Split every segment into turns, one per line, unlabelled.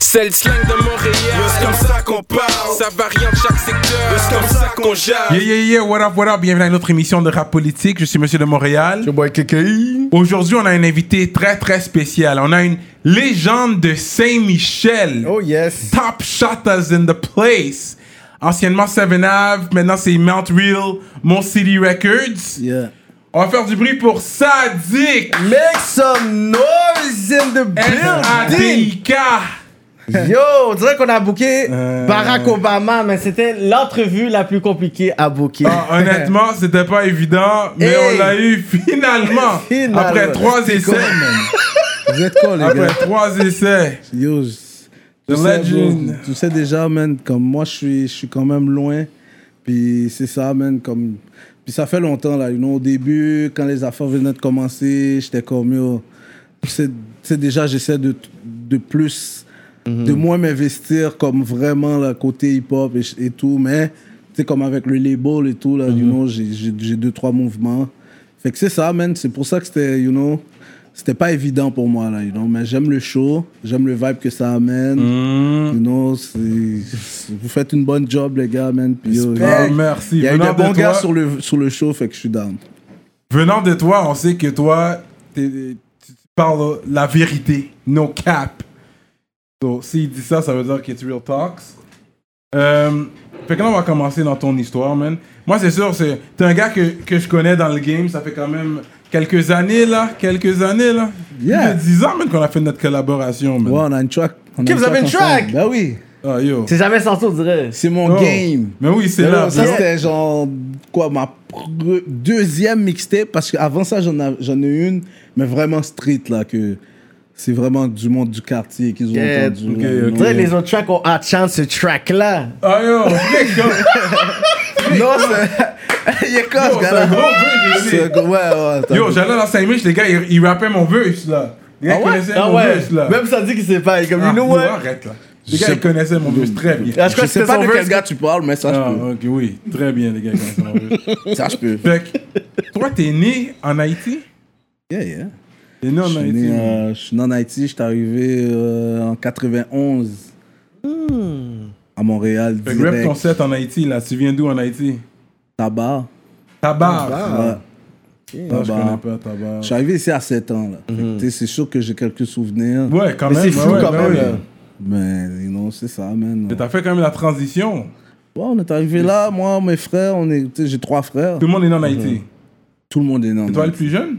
C'est le slang de Montréal.
C'est comme ça qu'on parle.
Ça varie en chaque secteur.
C'est comme ça qu'on
Yeah,
jase.
yeah, yeah, what up, what up? Bienvenue à notre émission de rap politique. Je suis Monsieur de Montréal. Aujourd'hui, on a un invité très, très spécial. On a une légende de Saint-Michel.
Oh yes.
Top shotters in the place. Anciennement 7 Ave, maintenant c'est Mount Real, Mont City Records.
Yeah.
On va faire du bruit pour Sadik.
Make some noise in the building.
S-A-D-I-K.
Yo, on dirait qu'on a booké
Euh.
Barack Obama, mais c'était l'entrevue la plus compliquée à booker.
Ah, honnêtement, c'était pas évident, mais
Hey.
on l'a eu finalement.
Finalement.
Après trois
C'est
essais.
quoi, man? Vous êtes quoi, les
Après
gars?
trois essais.
Yo, je-
Ah, The
tu sais, bro,
legend.
tu sais déjà, man, comme moi, je suis, je suis quand même loin. Puis c'est ça, man, comme... Puis ça fait longtemps, là. you know, au début, quand les affaires venaient de commencer, j'étais comme, yo... Tu sais- tu sais, déjà, j'essaie de, de plus... De
Hmm.
moins m'investir comme vraiment le côté hip-hop et, ch- et tout. Mais, tu sais, comme avec le label et tout, là, you
Hmm.
know, j'ai- j'ai j'ai deux, trois mouvements. Fait que c'est ça, man. C'est pour ça que c'était, you know, c'était pas évident pour moi, là, you know. Mais j'aime le show, j'aime le vibe que ça amène.
Hmm.
You know, c'est- c'est- vous faites une bonne job, les gars, man. Puis, yo,
Ah,
il y a-
merci.
il y a eu
Venant
de bons
de
gars
toi-
sur le, sur le show, fait que je suis down.
Venant de toi, on sait que toi, t'es- tu tu parles la vérité, no cap. Donc, s'il dit ça, ça veut dire que it's real talks. Euh, fait que là, on va commencer dans ton histoire, man. Moi, c'est sûr, c'est- t'es un gars que, que je connais dans le game, ça fait quand même quelques années, là. Quelques années, là.
Yeah.
Il y a 10 ans, même qu'on a fait notre collaboration, man.
Ouais, on a une track. on a
Ok, vous avez une
ensemble.
track?
Ben oui,
Ah, yo.
C'est jamais sorti, on dirait.
c'est mon
Oh.
game.
Mais oui, c'est
Ben
là.
non, ça,
bro.
c'était genre, quoi, ma pre- deuxième mixtape, parce qu'avant ça, j'en av- j'en ai une, mais vraiment street, là, que c'est vraiment du monde du quartier qu'ils ont
Yeah,
entendu.
ok,
là, you
ok.
On
know.
dirait Euh, les autres tracks ont hâte chance ce track-là.
Ah, yo. Flic, yo.
Non, c'est. Il est
Yo,
con, ce
C'est un
gars-là.
gros vœu, j'ai dit.
C'est- Ouais, ouais. t'as-
Yo, j'allais dans Saint-Mich, les gars, ils, ils rappaient mon verse, là. Les gars ils connaissaient mon verse, là.
Même ça dit qu'il sait pas. il est Comme,
Ah,
Ah you know
non,
what?
arrête, là. Les
Je
gars,
sais-
ils connaissaient mon verse très bien.
Ah, je
Je
crois que
sais
c'était
pas
son
de quel
verse.
gars tu parles, mais ça,
Ah,
je
ok, oui. Très bien, les gars, ils connaissaient mon verse.
peux. Ça, je peux.
Fait que, toi, t'es né en Haïti?
Yeah, yeah.
T'es né en
Je suis
Haïti?
né, euh, je suis né en Haïti, je suis arrivé euh, en 91 à Montréal,
Fait que rap ton
direct,
set en Haïti, là. Tu viens d'où en Haïti?
tabac.
Tabar.
Ouais.
Non, Ah. je connais
Tabar.
pas Tabar.
Je suis arrivé ici à 7 ans, là.
Mhm.
Fait que, tu sais, C'est sûr que j'ai quelques souvenirs,
Ouais, quand
Mais
même.
c'est
ouais,
flou
ouais,
quand
ouais,
même,
ouais.
là.
mais you know, c'est ça, man.
Mais T'as fait quand même la transition.
Ouais, on est arrivé là, moi, mes frères, on est, tu sais, j'ai trois frères.
Tout le monde est né en Haïti.
Tout le monde est né en
Et toi, le
Haïti.
plus jeune?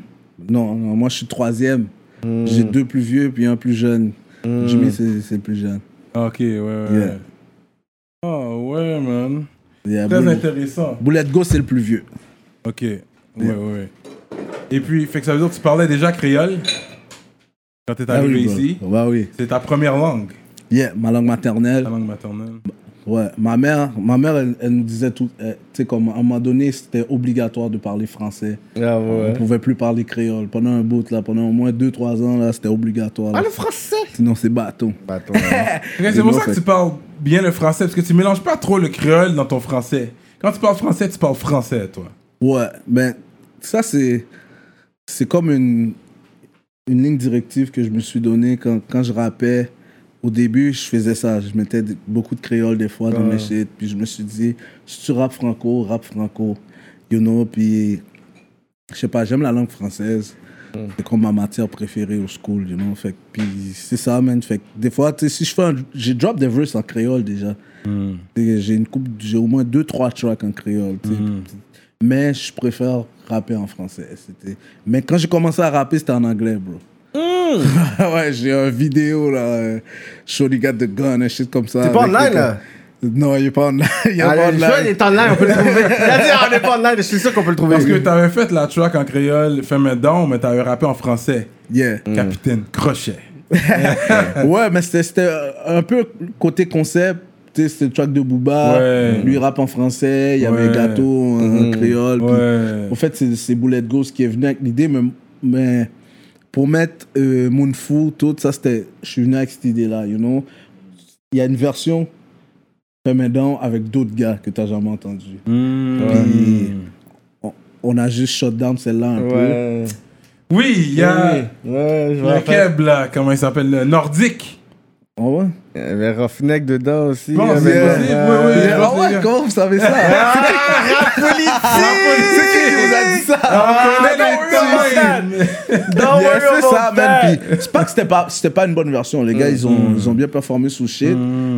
Non, non, moi je suis troisième.
Mhm.
J'ai deux plus vieux puis un plus jeune. Jimmy, c'est c'est le plus jeune.
Ah, Ok, ouais, ouais.
Yeah.
ouais. Oh, ouais, man.
Yeah,
Très
Boul-
intéressant.
Boulette Go, c'est le plus vieux.
Ok. Ouais, ouais, ouais. Et puis, fait que ça veut dire que tu parlais déjà créole quand t'es
Ah
arrivé
oui,
ici.
bro. Ouais, oui.
C'est ta première langue,
Yeah, ma langue maternelle.
ta langue maternelle.
Bah, Ouais, ma mère, ma mère elle, elle nous disait tout. elle- Tu sais, comme à un moment donné, c'était obligatoire de parler français.
Ah
On
ouais.
pouvait plus parler créole. Pendant un bout, là, pendant au moins 2-3 ans, là, c'était obligatoire. là.
Ah, le français!
Sinon, c'est bâton.
Ok, C'est
Et
pour
non,
ça que
fait-
tu parles bien le français, parce que tu mélanges pas trop le créole dans ton français. Quand tu parles français, tu parles français, toi.
Ouais, ben, ça, c'est. C'est comme une, une ligne directive que je me suis donnée quand, quand je rappais. Au début, je faisais ça. Je mettais des- beaucoup de créole des fois dans mes shit. Puis je me suis dit, si tu rap franco, rap franco. You know, puis. Je sais pas, j'aime la langue française.
Mm.
C'est comme ma matière préférée au school, you know. Fait que- puis c'est ça, man. Fait que des fois, tu sais, si je fais un. J'ai drop des verses en créole déjà.
Mm.
Et J'ai une coupe, j'ai au moins deux, trois tracks en créole. tu sais.
Mm.
Mais je préfère rapper en français. c'était- Mais quand j'ai commencé à rapper, c'était en anglais, bro.
Mm.
ouais, j'ai un vidéo là. euh, Shorty got the gun, un shit comme ça.
C'est pas
avec
online,
les gars.
là?
Non, il est pas online. Il est
Ah,
pas
le jeu, il
online.
est en live, on peut le trouver. Il a dit, ah, on est pas en live, je suis sûr qu'on peut le trouver.
Parce que t'avais fait la track en créole, fais mes dons, mais t'avais rappé en français.
Yeah.
Mm.
Capitaine Crochet. Euh.
Ouais, mais c'était- c'était un peu côté concept. Tu sais, C'était le track de Booba.
Ouais.
Lui rap en français. Il y avait
Ouais. Mhm.
Gâteau en en hein, créole. puis-
Ouais.
En fait, c'est- c'est Bullet Ghost qui est venu avec l'idée, mais, mais pour mettre euh, Moonfou, tout ça, c'était. Je suis venu avec cette idée-là, you know. Il y a une version maintenant avec d'autres gars que tu n'as jamais entendu.
Mmh.
Puis, on, on a juste shut down celle-là un peu.
Ouais.
Oui, il y a
Ouais, je me
le
rappelle.
Keb, là, comment il s'appelle, le Nordique.
Ah ouais?
Il y avait Roughneck dedans aussi.
Bon,
il y
c'est
avait-
possible, oui, oui.
Ouais.
je
Ah
pense que-
ouais, comment vous savez ça?
Ah,
C'est qui qui vous a dit ça?
On
Ah,
connaît
don't
les
worry about
times.
Yeah,
Don't worry
c'est
Oh, about
ça,
that.
man. Puis, c'est pas que c'était pas, c'était pas une bonne version. Les gars, ils ont, ils ont bien performé sous shit.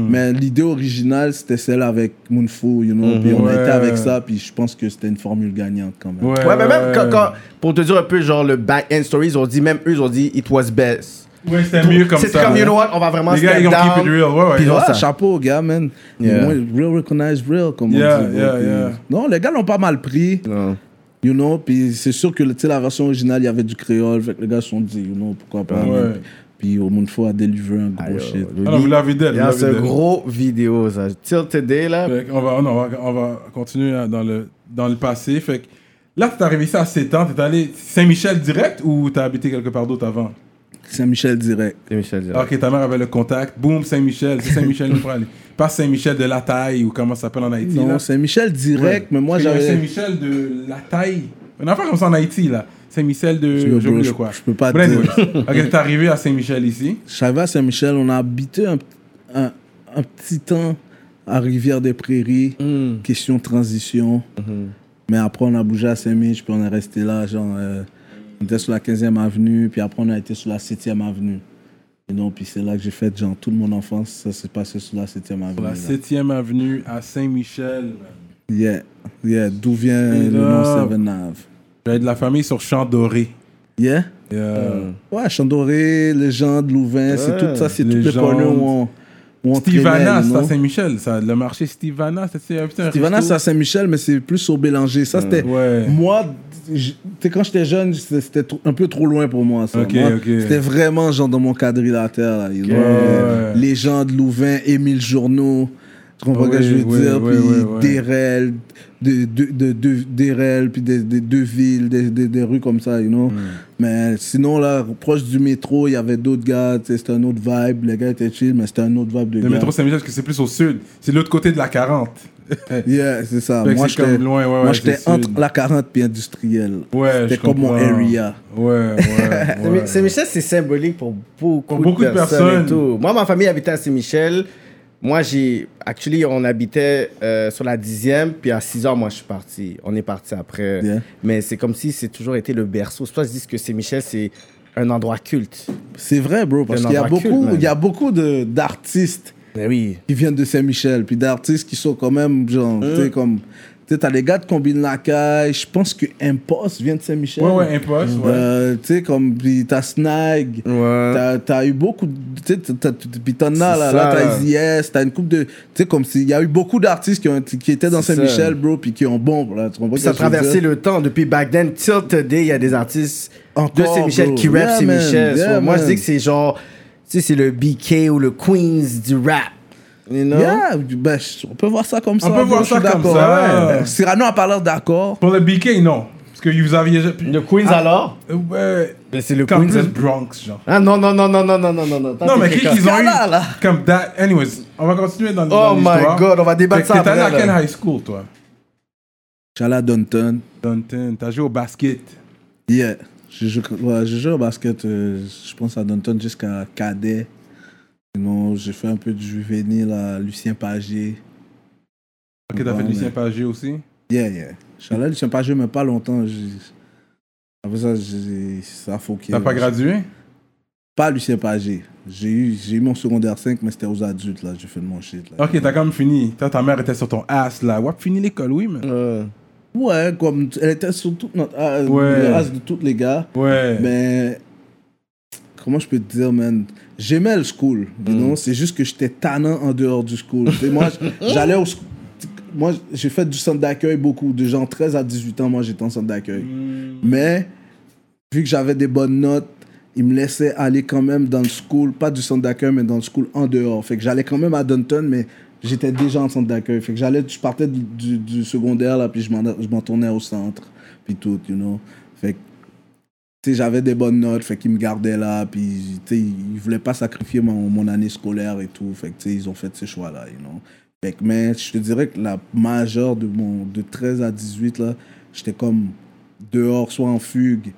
Mais l'idée originale, c'était celle avec Moonfoo, you know. Puis on
Ouais.
a été avec ça. Puis je pense que c'était une formule gagnante quand même.
Ouais,
Ouais, mais même
Euh.
quand, quand- pour te dire un peu, genre, le back-end story, ils ont dit, même eux, ils ont dit, it was best.
Ouais, c'était mieux comme ça.
C'est comme,
ouais.
you know what, on va vraiment
Les gars,
step
ils ont
down.
keep it real. Ouais, ouais.
Puis ils ont
Ouais,
ça.
chapeau aux gars, man.
Yeah.
Moi, real recognize real, comme
Yeah,
on dit. bro.
yeah,
Puis,
yeah.
Non, les gars l'ont pas mal pris,
Non.
you know. Puis c'est sûr que tu sais, la version originale, il y avait du créole. Fait que les gars se sont dit, you know, pourquoi pas.
Ouais.
Puis au monde faut a délivré un
Oh,
gros shit.
Alors, vous l'avez dit, vous
Il y a
l'avez
ce
dit.
gros vidéo, ça. Till today, là.
Fait qu'on va- on, va, on va continuer hein, dans le, dans le passé. Fait que là, t'es arrivé ça à 7 ans. T'es allé Saint-Michel direct ou t'as habité quelque part d'autre avant Ah,
Saint-Michel direct.
C'est Michel Girard.
Ok, ta mère avait le contact. Boum, Saint-Michel. C'est Saint-Michel, il faut aller. Pas Saint-Michel de la taille ou comment ça s'appelle en Haïti. là.
Non, Saint-Michel direct, mais moi
Parce qu'il y a
j'avais.
Saint-Michel de la taille. Une affaire comme ça en Haïti, là. Saint-Michel de.
Yo,
J'oublie
bro,
de
je-
quoi.
je peux pas te
Bref,
dire.
oui. Ok, t'es arrivé à Saint-Michel ici.
Je savais à Saint-Michel, on a habité un, un- un petit temps à Rivière-des-Prairies,
Hmm.
question transition.
Mm-hmm.
Mais après, on a bougé à Saint-Mich, puis on est resté là, genre, euh, on était sur la 15e avenue, puis après, on a été sur la 7e avenue. Et donc, puis c'est là que j'ai fait, genre, toute mon enfance, ça s'est passé sur la 7e avenue.
Sur
Mm.
la
là.
7ème avenue à Saint-Michel.
Yeah, yeah, d'où vient
Et
le
là-
nom Seven Ave.
J'avais de la famille sur Champ Doré. euh,
Yeah?
Yeah.
Mm.
Ouais, Chandoré, Légende, Louvain, c'est tout ça, c'est tous les
Légende.
corners où on, où on traînait,
Stivana,
you
c'est
know?
à Saint-Michel, ça. Le marché Stivana, c'est- c'est c'est un
Stivana,
resto.
c'est à Saint-Michel, mais c'est plus au Bélanger. Ça, c'était.
Mm, Ouais.
Moi, j- t'sais, quand j'étais jeune, c'était c'était trop- un peu trop loin pour moi. ça.
Ok,
Moi,
ok.
C'était vraiment genre dans mon quadrilatère. Là, you know,
Ouais,
euh,
ouais.
Les gens de Louvain, Émile Journeau. Tu comprends
Ah
ce que
oui,
je veux
oui,
dire?
oui,
puis
oui, oui.
Dérel, de, de, de, de- Dérel, puis des, des, deux villes, des, des, des rues comme ça, you know.
Mm.
Mais sinon, là, proche du métro, il y avait d'autres gars, t'sais, c'était un autre vibe. Les gars étaient chill, mais c'était un autre vibe de
Le
gars.
métro Saint-Michel, parce que c'est plus au sud. C'est de l'autre côté de la 40.
Yeah, c'est ça.
Fait que
Moi,
c'est comme
j'étais
loin, ouais,
moi,
ouais,
j'étais
c'est
entre
sud.
la 40 puis industrielle.
Ouais,
C'était
je
comme mon
comprends.
area.
Ouais, ouais. ouais.
Saint-Michel, c'est symbolique pour beaucoup,
Pour beaucoup
de
de
personnes.
personnes.
et tout. Moi, ma famille habitait à Saint-Michel. Moi, j'ai. Actually, on habitait euh, sur la 10e, puis à 6 ans, moi, je suis parti. On est parti après.
Yeah.
Mais c'est comme si c'est toujours été le berceau. C'est pour ça que je dis que Saint-Michel, c'est un endroit culte.
C'est vrai, bro, parce
C'est un
qu'il y a
endroit
beaucoup,
culte, man.
il y a beaucoup de- d'artistes
Mais Ben oui.
qui viennent de Saint-Michel, puis d'artistes qui sont quand même, genre,
Hein?
tu sais, comme. Tu sais, t'as les gars de Combine la Caille, je pense que Impost vient de Saint-Michel.
Ouais, ouais, imposte,
Mm.
ouais.
Euh, tu sais, comme, puis t'as Snag, t'as t'as eu beaucoup, de- tu sais, t'as- t'as- puis t'en as là,
C'est
là,
ça.
t'as Yes, t'as une coupe de, tu sais, comme s'il y a eu beaucoup d'artistes qui, ont- qui étaient dans
C'est ça.
Saint-Michel, bro, puis qui ont bon, là, tu comprends
Puis ça a
ce que je veux
traversé
dire?
le temps. Depuis back then, till today, il y a des artistes de
Encore,
Saint-Michel
bro.
qui rappent
Yeah,
Saint-Michel.
man.
So,
Yeah,
moi, je
man.
dis que c'est genre, tu sais, c'est le BK ou le Queens du rap. You know?
Yeah, ben, je- on peut voir ça comme ça.
peut
bro,
voir
je suis
ça comme
d'accord.
ça, ouais.
Euh, Cyrano a pas l'air d'accord.
Pour le BK, non. Parce que vous aviez.
Le Queens alors?
Euh, Ouais.
Mais Ah. Ben, c'est le
Comme
Queens.
plus Bronx, genre.
Ah non, non, non, non, non, non, non, non, non.
Non, mais qu'est-ce qu'ils ont eu
Là, là.
Comme that. Anyways, on va continuer dans, dans
Oh my
l'histoire.
god, on va
Fait
débattre
que
ça
T'es allé à
après.
quel
là.
high school, toi
Chala Dunton.
Dunton, t'as joué au basket.
Yeah. Je joue, ouais, je joue au basket, euh, je pense à Dunton jusqu'à Cadet. Sinon, j'ai fait un peu de juvénile à Lucien Pagé.
Ok, t'as
Ouais,
fait Lucien
mais-
Pagé aussi.
Yeah, yeah. Chala Lucien Pagé, mais pas longtemps. j'ai- Après ça, j'ai- ça a foqué.
T'as pas gradué
Pas Lucien Pagé. J'ai eu, j'ai eu mon secondaire 5, mais c'était aux adultes, là. J'ai fait de mon shit, là.
Ok, t'as quand même fini. Toi, ta mère était sur ton ass, là. Wap, fini l'école, oui, mais.
Euh,
Ouais, comme elle était sur toute notre ah,
Ouais.
le reste de tous les gars.
Ouais.
Mais comment je peux te dire, man? J'aimais le school, you
Mm.
know? C'est juste que j'étais tannant en dehors du school. Tu sais, moi, j'allais au sc- Moi, j'ai fait du centre d'accueil beaucoup. De gens 13 à 18 ans, moi, j'étais en centre d'accueil.
Mm.
Mais vu que j'avais des bonnes notes, ils me laissaient aller quand même dans le school, pas du centre d'accueil, mais dans le school en dehors. Fait que j'allais quand même à Dunton, mais j'étais déjà en centre d'accueil. Fait que j'allais, je partais du, du- du secondaire, là, puis je m'en je m'en tournais au centre, puis tout, you know. Fait que, tu sais, j'avais des bonnes notes, fait qu'ils me gardaient là, puis, tu sais, ils voulaient pas sacrifier mon, mon année scolaire et tout. Fait que, tu sais, ils ont fait ces choix-là, you know. Fait que, mais je te dirais que la majeure de mon, de 13 à 18, là, j'étais comme dehors, soit en fugue,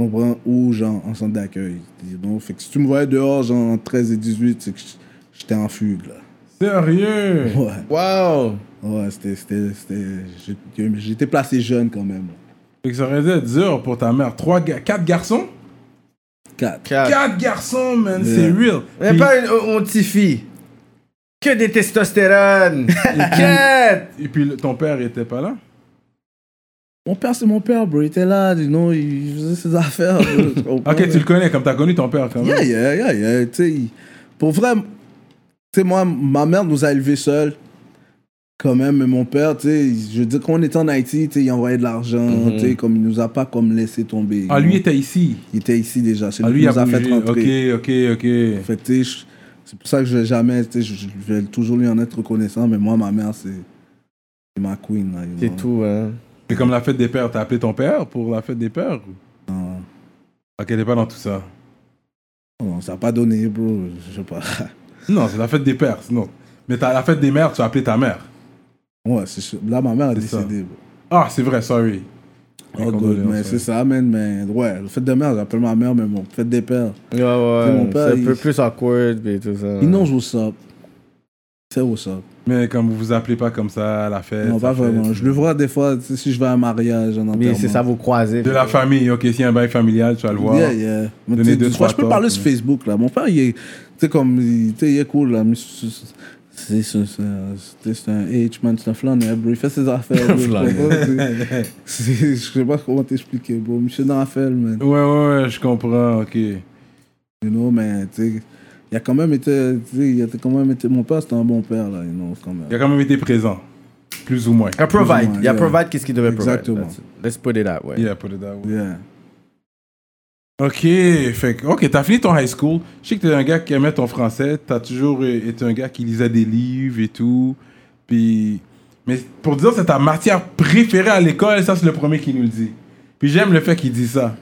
Tu comprends? Ou genre en centre d'accueil. Dis donc, Fait que si tu me voyais dehors, genre en 13 et 18, c'est que j- j'étais en fugue, là.
Sérieux?
Ouais.
Wow!
Ouais, c'était. c'était- c'était- j'ai- J'étais placé jeune quand même.
Fait que ça aurait dû être dur pour ta mère. Trois ga- quatre garçons?
4.
Quatre.
Quatre garçons, man,
Ah. Yeah.
c'est real.
Mais
Puis-
pas une on t'y fie. Que des testostérone. Quête.
Et puis le- ton père était pas là?
Mon père, c'est mon père, bro. Il était là, you know, il faisait ses affaires. bro. Tu comprends?
Ok, tu le connais, comme t'as connu ton père quand même.
Yeah, yeah, yeah, yeah. Tu sais, il- pour vrai, tu sais, moi, ma mère nous a élevés seuls. Quand même, mais mon père, tu sais, je veux dire, quand on était en Haïti, tu sais, il envoyait de l'argent, tu sais, comme il nous a pas comme laissé tomber.
Mm-hmm. Ah, lui était ici.
Il était ici déjà, c'est
Ah, lui
lui qui
a
nous a fait
bougé.
rentrer.
Ok, ok, ok.
Fait que, tu sais, je- c'est pour ça que je vais jamais, tu sais, je, je vais toujours lui en être reconnaissant, mais moi, ma mère, c'est c'est ma queen. là, you
C'est
know.
tout, hein.
C'est comme la fête des pères. T'as appelé ton père pour la fête des pères ou-
Non,
Ok, t'es pas dans tout ça.
non, ça n'a pas donné, bro, je sais pas.
Non, c'est la fête des pères, sinon. Mais t'as la fête des mères, tu as appelé ta mère.
Ouais, c'est sûr. là, ma mère a
C'est ça.
décédé, bro.
Ah, c'est vrai, sorry. Mes
Oh, good,
condoléances,
mais
ouais.
c'est ça, man, mais ouais, le fait de mère, j'appelle ma mère, mais bon, le fait des pères.
Ouais, ouais.
C'est mon père,
c'est un
il-
peu plus awkward et tout ça.
Il non, je what's up. C'est what's up.
Mais comme vous vous appelez pas comme ça à la fête.
Non, pas
la fête.
vraiment. Je le vois des fois, tu sais, si je vais à un mariage, un
Mais
enterrement.
c'est ça, vous croisez.
De la famille, ok, s'il y a un bail familial, tu vas le voir.
Yeah, yeah. Mais
Donner
tu sais,
deux,
je crois
trois
que je peux
tops,
parler
mais-
sur Facebook, là. Mon père, il est, tu sais, comme, il, tu sais, il est cool, là. mais c'est- c'est- C'est c'est- c'est- c'est- c'est un H, man, c'est un flâneur, bro. Il fait ses affaires. bro.
Flâneur.
C'est- c'est- Je sais pas comment t'expliquer, bro. Monsieur dans la fête, man.
Ouais, ouais, ouais, je comprends, ok.
You know, mais, tu sais, il a quand même été, tu sais, il a quand même été, mon père, c'était un bon père, là, you know, quand même.
Il a quand même été présent, plus ou moins.
Il y a provide.
Plus ou
Il y a
moins, yeah.
provide qu'est-ce qu'il devait provide.
Exactement.
That's it. Let's put it that way.
Yeah, put it that way.
Yeah.
Ok, fait que- ok, t'as fini ton high school. Je sais que t'es un gars qui aimait ton français. T'as toujours euh, été un gars qui lisait des livres et tout. Puis, mais pour dire c'est ta matière préférée à l'école, ça c'est le premier qui nous le dit. Puis j'aime le fait qu'il dit ça.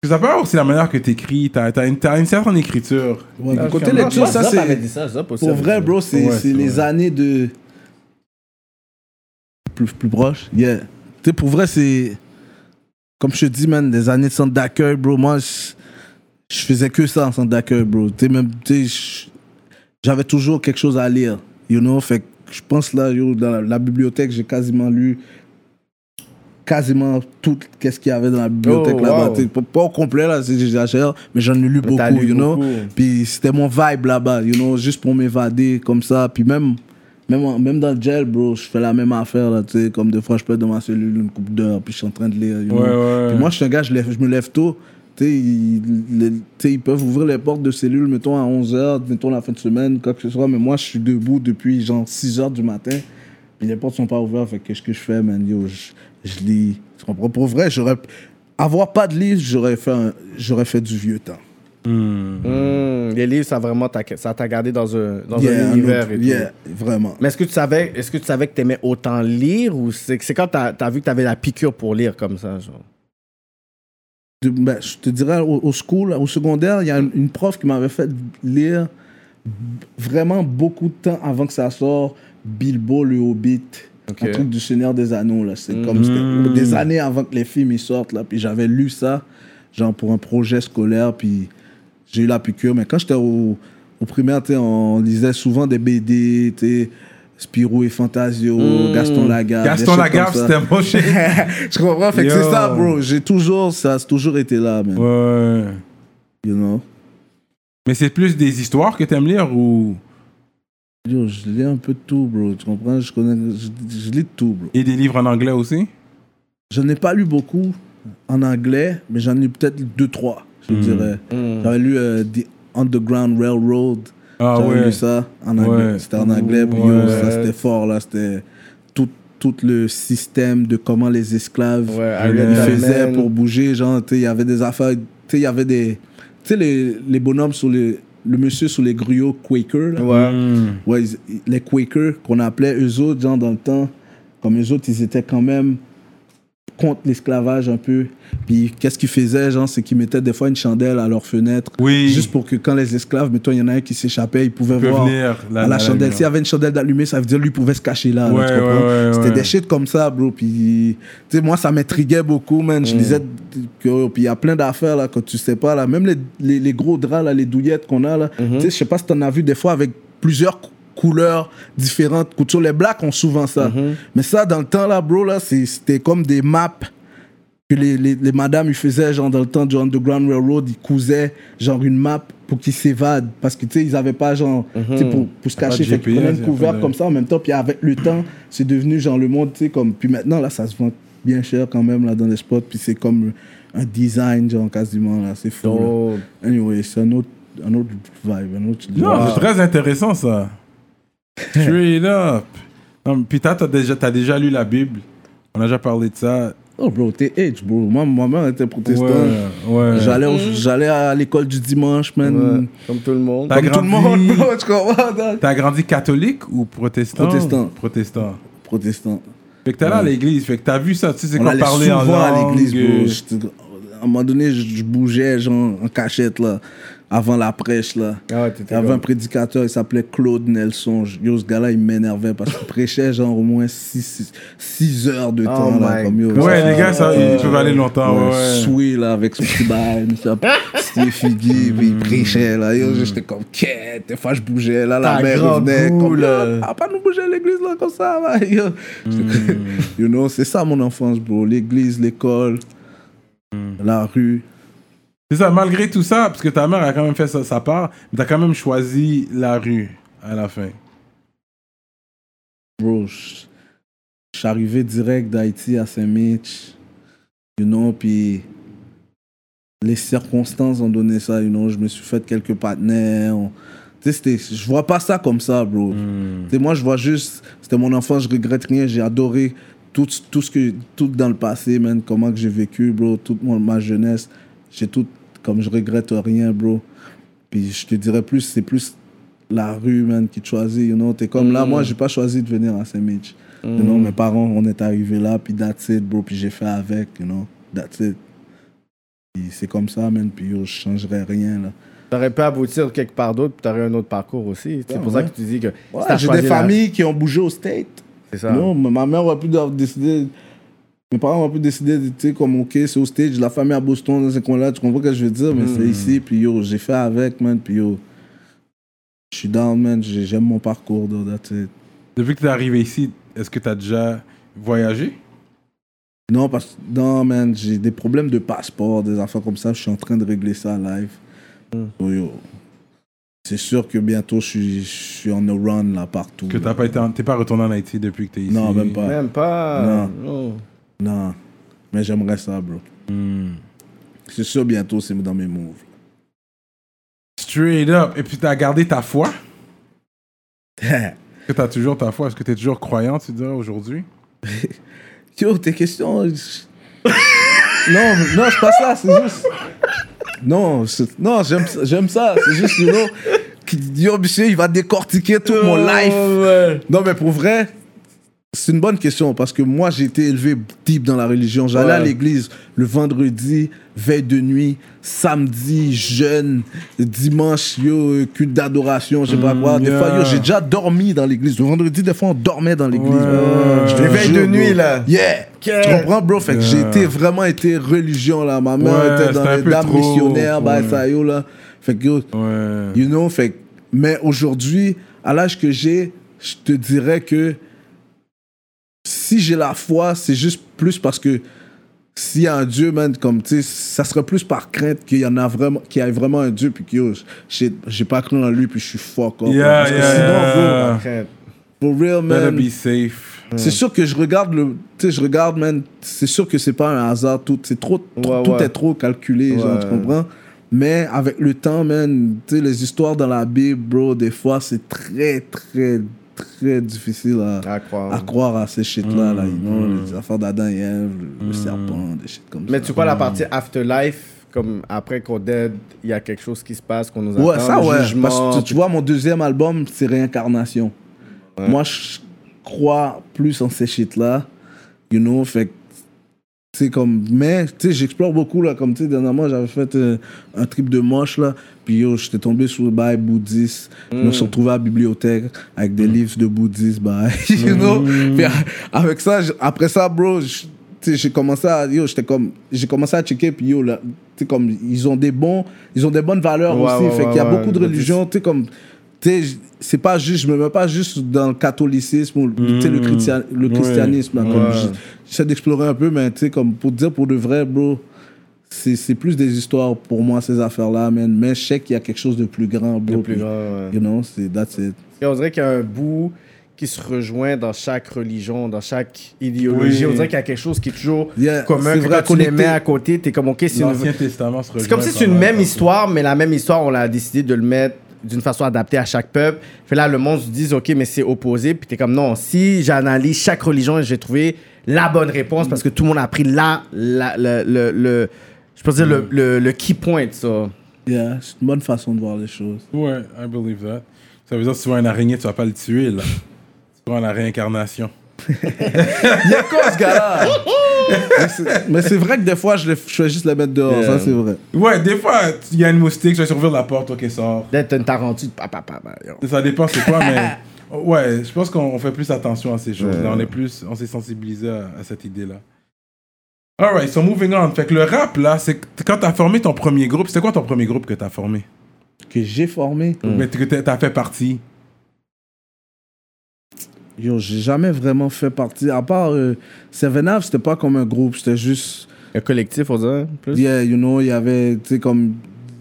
Puis ça peut avoir aussi la manière que t'écris. T'as t'as une, t'as une certaine écriture.
Ouais,
Ah,
du côté
je comprends.
lecture,
Moi,
ça,
Zop avait
c'est.
dit ça, Zop aussi
Pour
avait
vrai,
dit
bro, c'est
Ouais,
c'est
c'est
les
vrai.
années de. Plus, plus proche. Yeah. Tu sais, pour vrai, c'est. Comme je te dis, man, des années de centre d'accueil, bro. Moi, je je faisais que ça en centre d'accueil, bro. Tu sais, même. Tu sais, je- j'avais toujours quelque chose à lire, you know. Fait que je pense là, yo, dans la, la bibliothèque, j'ai quasiment lu quasiment tout qu'est-ce qu'il y avait dans la bibliothèque
Oh,
là-bas.
wow.
Tu sais, Pas, pas au complet, là, c'est- j'exagère, mais j'en ai lu
Mais t'as
beaucoup,
lu
you know.
beaucoup.
Puis c'était mon vibe là-bas, you know, juste pour m'évader comme ça. Puis même, même, en- même dans le gel, bro, je fais la même affaire, là, tu sais, comme des fois, je peux être dans ma cellule une coupe d'heure, puis je suis en train de lire, you know.
Ouais, ouais.
Puis moi, je suis un gars, je, lève- je me lève tôt. Tu sais, ils- les- tu sais, ils peuvent ouvrir les portes de cellules, mettons, à 11h, mettons, la fin de semaine, quoi que ce soit. Mais moi, je suis debout depuis, genre, 6h du matin. Puis les portes sont pas ouvertes. Fait que qu'est-ce que je fais, man? Yo, je, je lis. Tu comprends? Pour vrai, j'aurais... Avoir pas de livre, j'aurais fait, un- j'aurais fait du vieux temps.
Hmm, les livres, ça vraiment t'a, ça t'a gardé dans un, dans
Yeah,
un
un
univers
autre-
et tout.
yeah, vraiment.
Mais est-ce que tu savais, est-ce que tu savais que t'aimais autant lire ou c'est, c'est quand t'as, t'as vu que t'avais la piqûre pour lire comme ça, genre?
de- ben, je te dirais, au, au school, au secondaire, il y a une, une prof qui m'avait fait lire b- vraiment beaucoup de temps avant que ça sorte Bilbo le Hobbit,
Ok. Mm-hmm.
un truc du Seigneur des Anneaux. Là. C'est comme c'était des années avant que les films y sortent. Là. Puis j'avais lu ça, genre pour un projet scolaire, puis j'ai eu la piqûre. Mais quand j'étais au, au primaire, tu sais, on lisait souvent des BD, tu sais, Spirou et Fantasio,
Mm.
Gaston Lagaffe. des
Gaston
shit comme
Lagaffe,
ça.
c'était mon chien.
Je comprends, fait que
Yo.
c'est ça, bro. J'ai toujours, ça a toujours été là, man.
Ouais.
You know?
Mais c'est plus des histoires que t'aimes lire ou.
Yo, je lis un peu de tout, bro. Tu comprends? Je connais, je, je lis de tout, bro.
Et des livres en anglais aussi
Je n'ai pas lu beaucoup en anglais, mais j'en ai lu peut-être deux, trois,
Hmm.
je dirais. J'avais lu euh, The Underground Railroad.
Ah
J'avais
ouais.
lu ça en anglais.
Ouais.
C'était en anglais, puis yo,
Ouais.
ça c'était fort, là. C'était tout, tout le système de comment les esclaves
Ouais,
ils
Harriet Tubman.
faisaient pour bouger. Genre, tu sais, il y avait des affaires, tu sais, il y avait des. Tu sais, les, les bonhommes sur les. Le monsieur sur les griots Quaker, là.
Ouais.
Hmm.
Ouais, ils- ils- les Quakers qu'on appelait eux autres, genre dans le temps, comme eux autres, ils étaient quand même contre l'esclavage un peu. Puis qu'est-ce qu'ils faisaient, genre, c'est qu'ils mettaient des fois une chandelle à leur fenêtre.
Oui.
Juste pour que quand les esclaves, mettons, il y en a un qui s'échappait, ils pouvaient
peut
voir
venir, là,
à
là,
la
là,
chandelle.
là.
S'il y avait une chandelle d'allumée, ça veut dire lui pouvait se cacher là. là,
Ouais,
tu comprends?
ouais, ouais,
C'était
ouais.
des shit comme ça, bro. Puis, tu sais, moi, ça m'intriguait beaucoup, man.
Mm.
Je lisais. que- Puis il y a plein d'affaires là que tu sais pas, là. Même les, les, les gros draps, là, les douillettes qu'on a, là.
Mm-hmm.
Tu sais, je sais pas si t'en as vu des fois avec plusieurs cou- couleurs différentes, coutures. Les blacks ont souvent ça.
Mm-hmm.
Mais ça, dans le temps, là, bro, là, c'est- c'était comme des maps que les, les, les madames ils faisaient genre dans le temps du Underground Railroad ils cousaient genre une map pour qu'ils s'évadent parce que tu sais ils avaient pas genre tu sais, pour, pour se
de
cacher fait
GPS,
qu'ils
y
prenaient
a
une
Mhm. pas
couvert
de-
comme ça en même temps puis avec le temps c'est devenu genre le monde tu sais comme puis maintenant là ça se vend bien cher quand même là dans les spots puis c'est comme un design genre quasiment là c'est fou
Oh.
là. anyway c'est un autre un autre vibe un autre
Non,
Wow.
c'est très intéressant ça. Straight up. Non, mais puis toi, t'as déjà, t'as déjà lu la Bible. On a déjà parlé de ça.
oh bro t'es H bro moi ma mère était protestante
ouais.
j'allais au- j'allais à l'école du dimanche man
Ouais, Comme tout le monde.
T'as
comme tout le
grandi-
monde bro tu comprends
T'as grandi catholique ou protestant
Protestant.
Protestant.
protestant
Fait que t'es là à l'église. Fait que t'as vu ça. Tu sais
On
qu'on
allait
parlait en
souvent à
langue.
l'église, bro.
euh,
J'étais- À un moment donné, je je bougeais, genre, en cachette, là, avant la prêche, là.
Ah ouais, t'étais
Il y avait
comme-
un prédicateur, il s'appelait Claude Nelson. Je- Yo, ce gars-là, il m'énervait parce qu'il prêchait, genre, au moins 6 heures de temps, là.
Oh my
Comme, yo,
Ouais,
ça,
les gars, ça,
euh,
ils peuvent aller longtemps. Ouais, ouais.
Soué, là, avec son petit bail, ça, c'était figué, puis il
Hmm.
prêchait, là. Yo, j'étais comme, quête, des fois, je bougeais, là, la
Ta
mère
grande
revenait, comme,
boule.
là, ah, pas nous bouger à l'église, là, comme ça, là. Yo, j'étais comme,
Hmm.
you know, c'est ça, mon enfance, bro. L'église, l'école,
Hmm.
la rue.
C'est ça, malgré tout ça, parce que ta mère a quand même fait sa, sa part, mais t'as quand même choisi la rue à la fin.
Bro, je je suis arrivé direct d'Haïti à Saint-Mitch, you know, puis les circonstances ont donné ça, you know. Je me suis fait quelques partenaires. on- Tu sais, c'était- je vois pas ça comme ça, bro. Tu sais, moi, je vois juste, c'était mon enfant, je regrette rien, j'ai adoré tout, tout ce que, tout dans le passé, man, comment que j'ai vécu, bro, toute mon- ma jeunesse, j'ai tout, comme je regrette rien, bro. Puis je te dirais plus, c'est plus la rue, man, qui te choisit, you know. T'es comme là, moi, j'ai pas choisi de venir à Saint-Mitch. You know, mes parents, on est arrivés là, puis that's it, bro, puis j'ai fait avec, you know, that's it. Puis c'est comme ça, man, puis yo, je changerais rien, là.
T'aurais pu aboutir quelque part d'autre, puis t'aurais un autre parcours aussi. C'est pour ça que tu dis que. si
Ouais,
t'as
j'ai
choisi
des
la-
familles qui ont bougé au State.
C'est ça.
Non, mais ma mère aurait pu d'avoir décidé. Mes parents auraient pu décider, de, tu sais, comme, ok, c'est au stage, la famille à Boston, dans ce coin-là, tu comprends ce que je veux dire, mais
Hmm.
c'est ici, puis yo, j'ai fait avec, man, puis yo. Je suis down, man, j'ai- j'aime mon parcours, though, that's it.
Depuis que t'es arrivé ici, est-ce que t'as déjà voyagé
Non, parce que, non, man, j'ai des problèmes de passeport, des affaires comme ça, je suis en train de régler ça live.
Hmm.
So, yo, c'est sûr que bientôt, je suis- je suis en a run, là, partout.
Que
là.
t'as pas été, en- t'es pas retourné en Haïti depuis que t'es ici
Non, même pas.
Même pas.
Non.
Non.
Non, mais j'aimerais ça, bro. C'est sûr, bientôt, c'est dans mes moves.
Straight up. Et puis t'as gardé ta foi Est-ce que t'as toujours ta foi Est-ce que t'es toujours croyant, tu dirais, aujourd'hui
Yo, tes questions. je- non, mais- non, c'est pas ça, c'est juste. Non, c'est- non j'aime ça- j'aime ça, c'est juste, you know. qui- Yo, monsieur, il va décortiquer tout mon
Euh,
life. Non, mais pour vrai, c'est une bonne question parce que moi, j'ai été élevé deep dans la religion. J'allais à
Ouais.
l'église le vendredi, veille de nuit, samedi, jeûne, dimanche, yo, euh, culte d'adoration, je sais pas quoi. Des fois, yo,
Mm, yeah.
j'ai déjà dormi dans l'église. Le vendredi, des fois, on dormait dans l'église. Je te
Les veilles
jure,
de
bro.
nuit, là.
Yeah! Tu comprends, bro? Fait que j'ai
Yeah.
été vraiment été religion, là. Ma mère
Ouais,
était
c'était
dans
un
les
peu
dames
trop,
missionnaires, bah,
ouais.
ça, yo, là. Fait que, yo,
Ouais.
You know, fait que- mais aujourd'hui, à l'âge que j'ai, je te dirais que si j'ai la foi, c'est juste plus parce que s'il y a un Dieu, man, comme tu sais, ça serait plus par crainte qu'il y en a vraiment, qu'il y ait vraiment un Dieu, puis que yo, j'ai j'ai pas cru en lui, puis je suis fuck up.
Yeah,
parce que
yeah,
sinon,
yeah.
bro,
Ah.
Crête.
for real,
Better
man,
be safe.
c'est
Hmm.
sûr que je regarde le, tu sais, je regarde, man, c'est sûr que c'est pas un hasard, tout, c'est trop, trop-
Ouais,
tout
ouais.
est trop calculé, genre,
Ouais.
tu comprends? Mais avec le temps, man, tu sais, les histoires dans la Bible, bro, des fois, c'est très, très, très difficile à,
À croire.
à croire à ces shit-là,
Hmm,
là, you know, les affaires d'Adam et Ève, le, le serpent, des shit comme
Mais
ça.
tu vois la partie afterlife, comme après qu'on dead, il y a quelque chose qui se passe, qu'on nous attend.
Ouais, ça,
le
ouais.
jugement,
Parce que tu- tu vois, mon deuxième album, c'est Réincarnation. Moi, je crois plus en ces shit-là. You know, fait que C'est comme, mais, tu sais, j'explore beaucoup, là. Comme, tu sais, dernièrement, j'avais fait euh, un trip de moche, là. Puis, yo, j'étais tombé sur le bail bouddhiste.
Mm.
Je me suis retrouvé à la bibliothèque avec des livres de bouddhisme, bah,
Mm.
you know. Puis, a- avec ça, j- après ça, bro, j- tu sais, j'ai commencé à, yo, j'étais comme, j'ai commencé à checker, puis, yo, là, tu sais, comme, ils ont des bons, ils ont des bonnes valeurs
Ouais,
aussi.
ouais,
fait qu'il y a
ouais, ouais,
beaucoup de
le
religions, tu sais, comme, tu sais, j- c'est pas juste, je me mets pas juste dans le catholicisme ou, le- tu
Mm.
sais, le, chrétien- le christianisme, là, comme, j- j'essaie d'explorer un peu, mais, tu sais, comme, pour dire pour de vrai, bro, c'est c'est plus des histoires pour moi, ces affaires-là, man. Mais je sais qu'il y a quelque chose de plus grand, bro.
Le plus
puis,
grand, ouais.
You know, c'est- that's it.
Et on dirait qu'il y a un bout qui se rejoint dans chaque religion, dans chaque idéologie.
Oui.
On dirait qu'il y a quelque chose qui est toujours
Yeah,
commun.
c'est
que
vrai,
quand tu les
connecté.
mets à côté, t'es comme, OK, c'est une...
L'Ancien Testament se
C'est comme si c'est une même histoire, mais la même histoire, on a décidé de le mettre d'une façon adaptée à chaque peuple. Fait là, le monde se dit, OK, mais c'est opposé. Puis t'es comme, non, si j'analyse chaque religion, j'ai trouvé la bonne réponse parce que tout le monde a pris la, la- le, le, le- je peux dire, le, le, le key point, ça.
Yeah, c'est une bonne façon de voir les choses.
Ouais, I believe that. Ça veut dire que si tu vois un araignée, tu vas pas le tuer, là. Tu prends la réincarnation.
Mais c'est vrai que des fois, je, le- je fais juste la mettre dehors,
Yeah.
ça c'est vrai.
Ouais, des fois, il y a une moustique, tu vas survivre la porte, ok, sort.
D'être une tarentule, papa, papa.
Ça dépend c'est quoi, mais... Ouais, je pense qu'on on fait plus attention à ces choses. là On est plus... On s'est sensibilisé à, à cette idée-là. Alright, so moving on. Fait que le rap, là, c'est que quand t'as formé ton premier groupe, c'était quoi ton premier groupe que t'as formé?
Que j'ai formé.
Mais que t'as t'as fait partie.
Yo, j'ai jamais vraiment fait partie. À part euh, Seven Up, c'était pas comme un groupe, c'était juste.
Un collectif, on dirait, plus.
Yeah, you know, il y avait, tu sais, comme.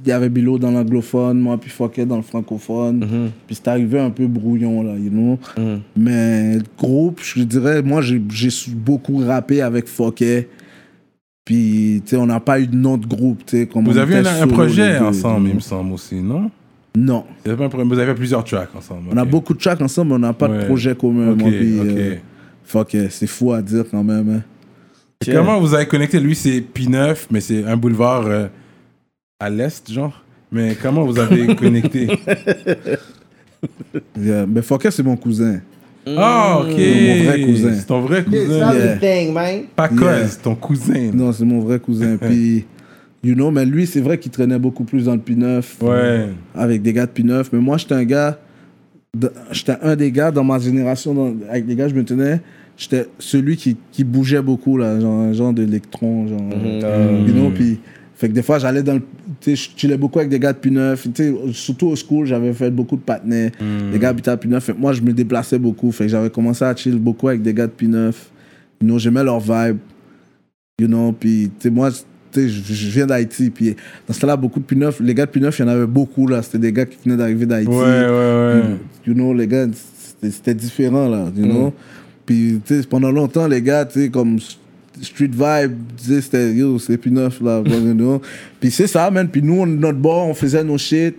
Il y avait Bilo dans l'anglophone, moi, puis Foket dans le francophone.
Mhm.
Puis c'est arrivé un peu brouillon, là, you know.
Mm.
Mais groupe, je dirais, moi, j'ai j'ai sou- beaucoup rappé avec Foket. Puis, tu sais, on n'a pas eu de nom de groupe, tu sais. comme
Vous
on
aviez
était
un, un
solo, les
projet
deux,
ensemble,
you
il me semble aussi, non?
know. Non.
Vous avez, pas un projet- vous avez plusieurs tracks ensemble.
On a
ok.
beaucoup de tracks ensemble, mais on n'a pas de
Ouais.
projet commun.
Ok,
moi, puis,
ok.
euh, Foket, c'est fou à dire quand même. hein.
Et Comment vous avez connecté Lui, c'est P9, mais c'est un boulevard euh, à l'est, genre. Mais comment vous avez connecté
Yeah, Mais Foket, c'est mon cousin.
Ah, ok.
Mon vrai cousin.
C'est ton vrai cousin.
euh,
Yeah.
Pas cause,
Yeah.
ton cousin.
Non, c'est mon vrai cousin. Puis, you know, mais lui, c'est vrai qu'il traînait beaucoup plus dans le P9.
Ouais.
Avec des gars de P9. Mais moi, j'étais un gars. de- J'étais un des gars dans ma génération, dans- avec les gars, je me tenais. J'étais celui qui, qui bougeait beaucoup, là, genre un genre d'électron, genre. euh, You know, puis. Fait que des fois, j'allais dans le. Tu sais, je chillais beaucoup avec des gars de P9. Tu sais, surtout au school, j'avais fait beaucoup de patnais. Les gars habitaient à P9. Fait que moi, je me déplaçais beaucoup. Fait que j'avais commencé à chill beaucoup avec des gars de P9. You know, j'aimais leur vibe. You know, puis, tu sais, moi, tu sais, je je viens d'Haïti. Puis, dans ce temps-là, beaucoup de P9, les gars de P9, il y en avait beaucoup, là. C'était des gars qui venaient d'arriver d'Haïti.
Ouais, ouais, ouais.
You know, les gars, c'était- c'était différent, là. You know? Puis, tu sais, pendant longtemps, les gars, tu sais, comme s- Street Vibe, tu sais, c'était yo, c'est plus neuf, là. you know? Puis c'est ça, man. Puis nous, on, notre bord, on faisait nos shit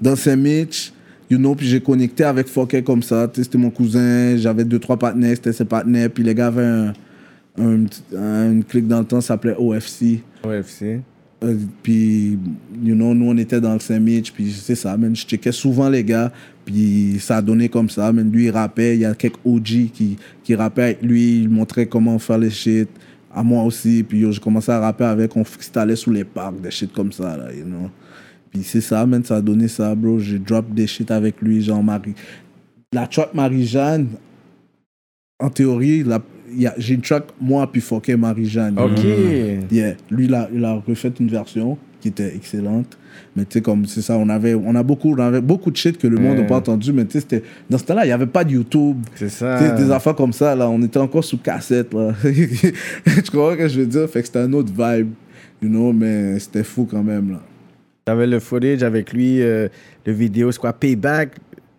dans Saint-Mitch. You know, puis j'ai connecté avec Fokker comme ça. Tu sais, c'était mon cousin. J'avais deux, trois partenaires. C'était ses partenaires. Puis les gars avaient un, un petit- un- une clique dans le temps, ça s'appelait OFC.
Ouais, c'est.
Euh, puis, you know, nous, on était dans le Saint-Mitch, puis c'est ça, man. Je checkais souvent les gars, puis ça a donné comme ça, man. Lui, il rappait, il y a quelques OG qui, qui rappaient avec lui, il montrait comment faire les shit. À moi aussi, puis yo, je commençais à rapper avec, on freestylait sous les parcs, des shit comme ça, là, you know. Puis c'est ça, man, ça a donné ça, bro. J'ai drop des shit avec lui, genre Marie. La track Marie-Jeanne, en théorie, la- il y a- j'ai une track, moi, puis Fokker Marie-Jeanne. you
OK.
know.
Hmm.
Yeah. Lui, il a, il a refait une version qui était excellente. Mais tu sais, comme c'est ça, on avait, on a beaucoup, on avait beaucoup de shit que le monde n'a pas entendu. Mais tu sais, c'était- dans ce temps-là, il n'y avait pas de YouTube.
Mm. C'est ça.
Tu sais, Des affaires comme ça, là, on était encore sous cassette. Là. tu comprends ce que je veux dire? Fait que c'était un autre vibe, you know, mais c'était fou quand même. Là.
T'avais le footage avec lui, euh, le vidéo, c'est quoi, Payback.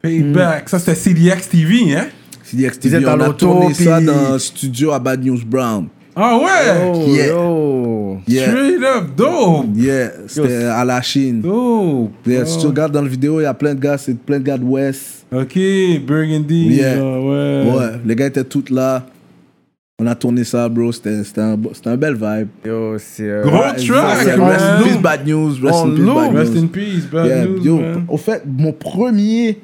Payback. Ça, c'était CDX TV, hein?
CDX
Vous êtes
TV,
dans
on a
l'auto,
tourné ça
puis-
dans le studio à Bad News Brown.
Ah ouais!
Oh,
Yeah.
yo.
Yeah,
Straight up, dope!
yeah c'était
Yo. Oh.
à la Chine.
Dope!
Yeah,
bro.
si tu regardes dans la vidéo, il y a plein de gars, c'est plein de gars de West.
Ok, Burgundy.
Oh, Yeah.
genre, ouais.
Ouais, les gars étaient tous là. On a tourné ça, bro. C'était c'était un, bo- c'était un bel vibe.
Yo, c'est. euh,
Gros
ouais,
track,
Rest
exactement.
man.
in peace,
loop.
bad news. Rest
On
in peace,
loop.
bad
Rest in
news.
peace, bad
Yeah,
news,
yo,
man.
au fait, mon premier,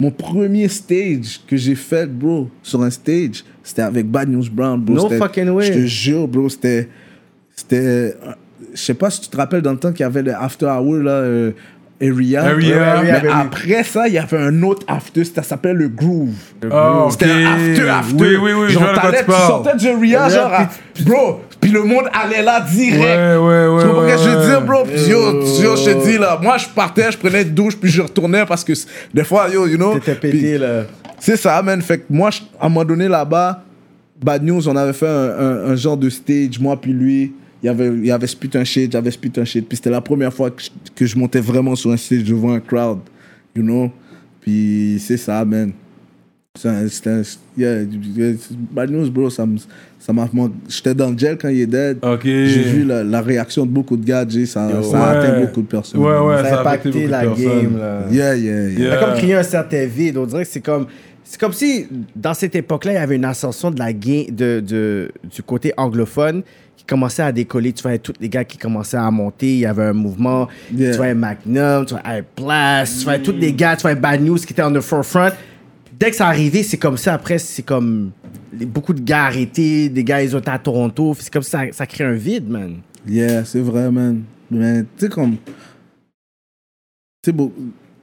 mon premier stage que j'ai fait, bro, sur un stage, c'était avec Bad News Brown, bro.
No
C'était-
fucking way.
Je te jure, bro, c'était. C'était. Je sais pas si tu te rappelles dans le temps qu'il y avait le After Hour, là. euh, Area.
Area,
mais
ben oui.
après ça, il y avait un autre after, ça s'appelait le Groove.
Ah, ok.
C'était un after, after.
Oui, oui, oui, je vois
Genre,
de quoi
t'allais,
tu
tu
parles.
sortais du Ria,
Ouais,
genre,
puis-
à- bro, puis le monde allait là direct.
Ouais, ouais, ouais,
Tu comprends
ouais,
ce que je veux
ouais.
dire, bro? Puis Yo, yo, je te dis, là, moi, je partais, je prenais une douche, puis je retournais parce que c- des fois, yo, you know.
T'étais
puis-
pété, là.
c'est ça, man. Fait que moi, je- à un moment donné, là-bas, Bad News, on avait fait un, un- un genre de stage, moi puis lui. Il y avait, il y avait spit un shit, j'avais spit un shit. Puis c'était la première fois que je, que je montais vraiment sur un stage devant un crowd, you know. Puis c'est ça, man. C'est un- c'est un- yeah, yeah, Bad News, bro, ça me- ça m'a... man- J'étais dans le gel quand il est dead.
Ok.
J'ai vu la, la réaction de beaucoup de gars, Jay, ça, ça a
Ouais.
atteint beaucoup de personnes.
Ouais, ouais,
Ça a impacté
beaucoup de
la
personnes.
game, là.
Yeah, yeah, yeah.
Ça a
Yeah.
comme créé un certain vide. On dirait que c'est comme. C'est comme si, dans cette époque-là, il y avait une ascension de la gain, de, de- du côté anglophone qui commençait à décoller. Tu voyais tous les gars qui commençaient à monter. Il y avait un mouvement.
Yeah.
Tu voyais Magnum, tu voyais Place, tu voyais tous les gars, tu voyais Bad News qui étaient en the forefront. Dès que ça arrivait, c'est comme ça. Après, c'est comme les- beaucoup de gars arrêtés, des gars ils ont été à Toronto. C'est comme ça, ça crée un vide, man.
Yeah, c'est vrai, man. Mais tu sais, comme. Tu sais, beau-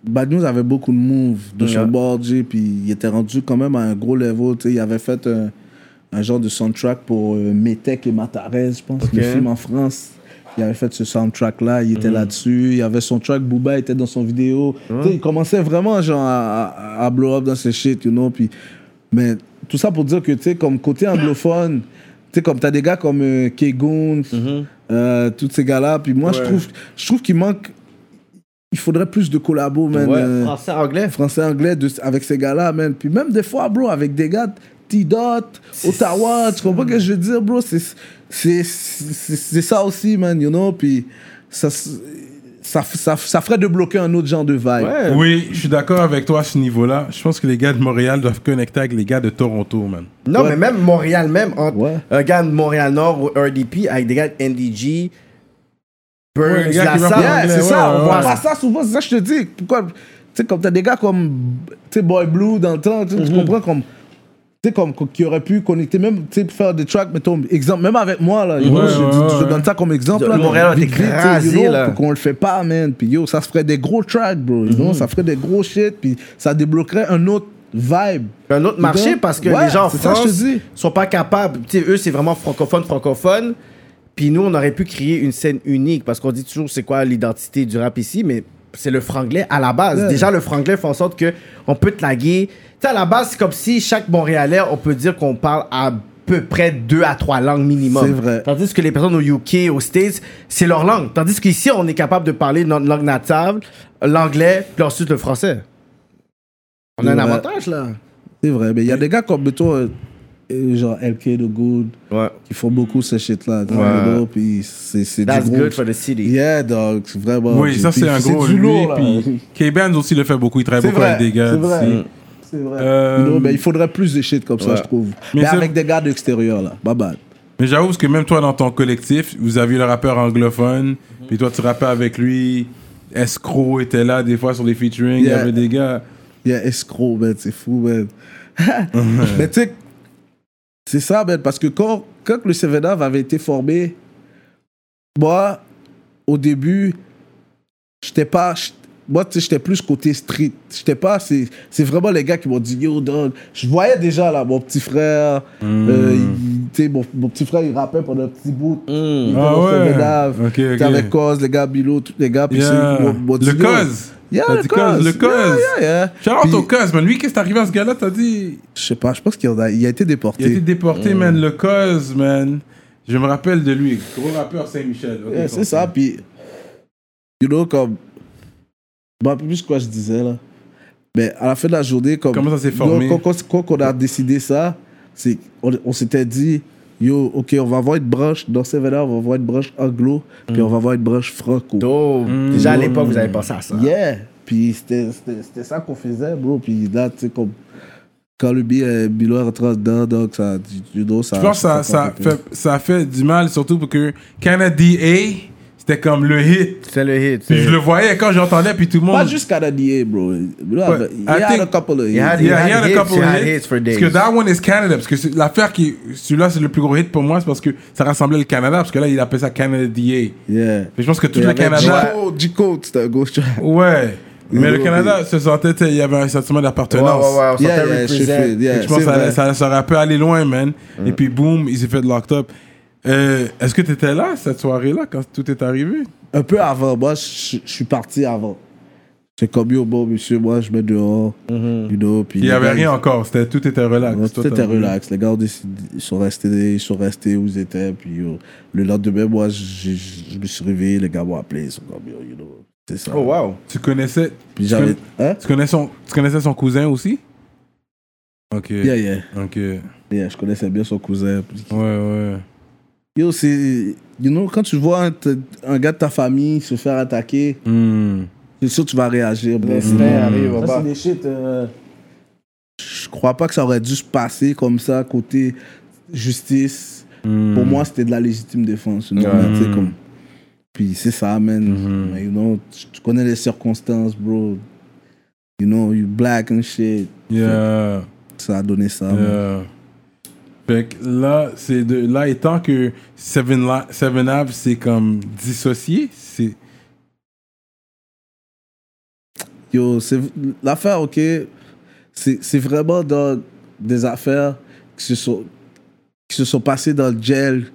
Bad News avait beaucoup de moves de
Ouais.
son bord, Jay, puis il était rendu quand même à un gros level. Tu sais, il avait fait un, un genre de soundtrack pour euh, Metek et Matarez, je pense, le film en France. Il avait fait ce soundtrack-là, il était là-dessus. Il y avait son track, Booba était dans son vidéo. Tu sais, il commençait vraiment genre, à, à- à blow up dans ses shit, you know. Puis, mais tout ça pour dire que, tu sais, comme côté anglophone, tu sais, comme t'as des gars comme euh, Kegoon, euh, tous ces gars-là. Puis moi, je trouve, je trouve qu'il manque. Il faudrait plus de collabos, man. euh,
français, anglais.
français, anglais, de- avec ces gars-là, man. Puis même des fois, bro, avec des gars, T-Dot, Ottawa, tu comprends ce que je veux dire, bro? C'est, c'est, c'est, c'est ça aussi, man, you know? Puis ça, ça, ça, ça ferait de bloquer un autre genre de vibe.
Ouais.
Oui, je suis d'accord avec toi à ce niveau-là. Je pense que les gars de Montréal doivent connecter avec les gars de Toronto, man.
Non,
Ouais.
mais même Montréal, même entre
Ouais.
un gars de Montréal-Nord ou RDP avec des gars de NDG,
Ouais,
Burns,
les gars qui
Lassa,
parlent
Yeah,
anglais,
c'est ça,
ouais,
on
ouais,
voit
ouais.
pas ça souvent, c'est ça que je te dis. Pourquoi, tu sais, comme t'as des gars comme, tu sais, Boy Blue dans le temps, tu sais, tu
Mm-hmm.
comprends, comme, tu sais, comme, qui aurait pu connecter, même, tu sais, faire des tracks, mettons, exemple, même avec moi, là, yo,
Ouais,
je,
ouais,
je- je
ouais.
donne ça comme exemple, là.
Montréal a
Vite,
été
vite, tu sais,
crasé,
you know,
là.
Qu'on le fait pas, man, puis yo, ça se ferait des gros tracks, bro, you
Mm-hmm.
know, ça ferait des gros shit, puis ça débloquerait un autre vibe.
un autre marché parce que
Ouais,
les gens en
c'est ça que je te
France
dis.
sont pas capables. Tu sais, eux, c'est vraiment francophone, francophone. Puis nous, on aurait pu créer une scène unique parce qu'on dit toujours c'est quoi l'identité du rap ici, mais c'est le franglais à la base.
Ouais.
Déjà, le franglais fait en sorte que on peut te laguer. Tu sais, à la base, c'est comme si chaque Montréalais, on peut dire qu'on parle à peu près deux à trois langues minimum.
C'est vrai.
Tandis que les personnes au UK, aux States, c'est leur langue. Tandis qu'ici, on est capable de parler notre langue natale, l'anglais, puis ensuite le français. On a un
Ouais.
avantage, là.
C'est vrai, mais il y a des gars comme, mettons, euh, euh, genre, LK, The Good,
Ouais.
qui font beaucoup ce shit-là, tu sais,
Ouais.
you know, puis c'est c'est du
That's
gros
good for the city.
Yeah, dog, c'est vraiment.
Oui, ça,
Oh, Puis
c'est un gros.
du
Lui,
lourd, là.
puis K-Benz aussi le fait beaucoup. Il travaille
C'est
beaucoup
vrai,
avec des gars.
c'est vrai.
d'ici.
C'est vrai.
Euh,
Non, mais il faudrait plus de shit comme ça, je trouve.
Mais
Mais,
c'est-
avec des gars de l'extérieur, là. Bye bye.
Mais j'avoue parce que même toi, dans ton collectif, vous aviez le rappeur anglophone,
Mhm.
puis toi, tu rappais avec lui. Escroc était là des fois sur les featuring. Il y
Yeah.
avait des gars.
Il y a escroc, man, c'est fou, man. mais tu sais, c'est ça, man, parce que quand, quand le 7 Up avait été formé, moi, au début, j'étais pas. j't- Moi, tu sais, j'étais plus côté street. J'étais pas. C'est c'est vraiment les gars qui m'ont dit Yo, dog. Je voyais déjà, là, mon petit frère.
Hmm.
euh, il- tu sais, mon, mon petit frère, il rappait pendant un petit bout. Il était
Ah
dans
ouais.
Seven Up.
Ok,
T'sais,
ok.
avec Cause, les gars, Bilo, tous les gars. Puis
Yeah.
c'est- mon- mon
Le
dit, Yo.
Cause.
Yeah,
T'as
le
dit Cause,
Cause.
le Cause.
Yeah, yeah, yeah.
Shout out
Puis-
au Cos, man. Lui, qu'est-ce qui est arrivé à ce gars-là? T'as dit.
je sais pas, je pense qu'il en a, il a été déporté.
Il a été déporté,
Mm.
man. Le Cos, man. Je me rappelle de lui. Gros rappeur Saint-Michel. Ok,
Ouais,
continue.
c'est ça, puis. You know, comme. Je me rappelle plus quoi je disais, là. Mais à la fin de la journée, comme.
Comment ça s'est
Yo,
formé?
Quand, quand- quand on a décidé ça, c'est, on, on s'était dit, yo, ok, on va avoir une branche, dans Seven Up, on va avoir une branche anglo,
Mm.
puis on va avoir une branche franco.
Dope. Déjà à l'époque, vous avez pensé à ça.
Mm. Yeah! Puis c'était- c'était c'était ça qu'on faisait, bro. Puis là, tu sais, comme. Quand le bi- euh, Bilo est rentré dedans, donc ça. You know, ça
Je pense que ça, ça, fait, ça a fait du mal, surtout pour que Canada DA, C'était comme le hit.
C'est le hit.
Puis je le voyais quand j'entendais, puis tout le monde.
Pas juste Canadien, bro. You have a-
But
you
I
had
think-
a couple of years.
Yeah,
Yeah, he had a
hits,
couple
he
of
had
hits.
hits for days.
Parce que that one is Canada. Parce que c'est- l'affaire qui. Celui-là, c'est le plus gros hit pour moi, c'est parce que ça rassemblait le Canada. Parce que là, il appelait ça Canada DA.
Yeah.
Mais je pense que tout
Il y
le
avait
Canada.
G-Code, G-Code, c'était un gauche track.
Ouais. Mais le
Ouais,
Canada se sentait, tu sais, il y avait un sentiment
Ouais, ouais, ouais,
d'appartenance.
on
Yeah,
sentait
yeah,
represent.
Sheffield, yeah,
Fait que Je pense
c'est
que ça,
vrai.
ça, ça aurait pu aller loin, man. Et puis, boum, il s'est fait locked up. Euh, Est-ce que t'étais là cette soirée-là quand tout est arrivé?
Un peu avant, moi, je je suis parti avant. C'est comme yo, bon, monsieur, moi, je mets dehors. you know, puis
Mm-hmm. Il n'y
les
avait
gars,
rien encore, c'était tout était relax.
Ouais,
Toi,
Tout était
t'as-
relax. Les gars ont décidé, ils sont restés, ils sont restés où ils étaient. Puis yo, le lendemain, moi, j'ai- j'ai- je me suis réveillé, les gars m'ont appelé, ils sont comme yo, you know. C'est ça.
Oh, wow.
Tu connaissais,
Puis j'avais. Hein?
tu connais son, tu connaissais son cousin aussi? Ok.
Yeah, yeah,
Ok. Ouais,
yeah. Je connaissais bien son cousin. Puis-
ouais.
Yo, c'est. You know, quand tu vois un, t- un gars de ta famille se faire attaquer,
Hmm.
c'est sûr que tu vas réagir. bro.
L'instinct arrive au
Mm. Ça,
bas.
c'est des shit. euh, je crois pas que ça aurait dû se passer comme ça, côté justice.
Hmm.
Pour moi, c'était de la légitime défense. une journée, tu sais, comme... Puis c'est ça, man.
Hmm.
Mais, you know, tu, tu connais les circonstances, bro. You know, you black and shit.
Yeah.
Ça a donné ça. man.
Yeah. Fait que là, c'est de là étant que Seven, La- Seven Ave c'est comme dissocié, c'est
Yo, c'est l'affaire, ok. C'est c'est vraiment dans des affaires qui se sont qui se sont passées dans le gel,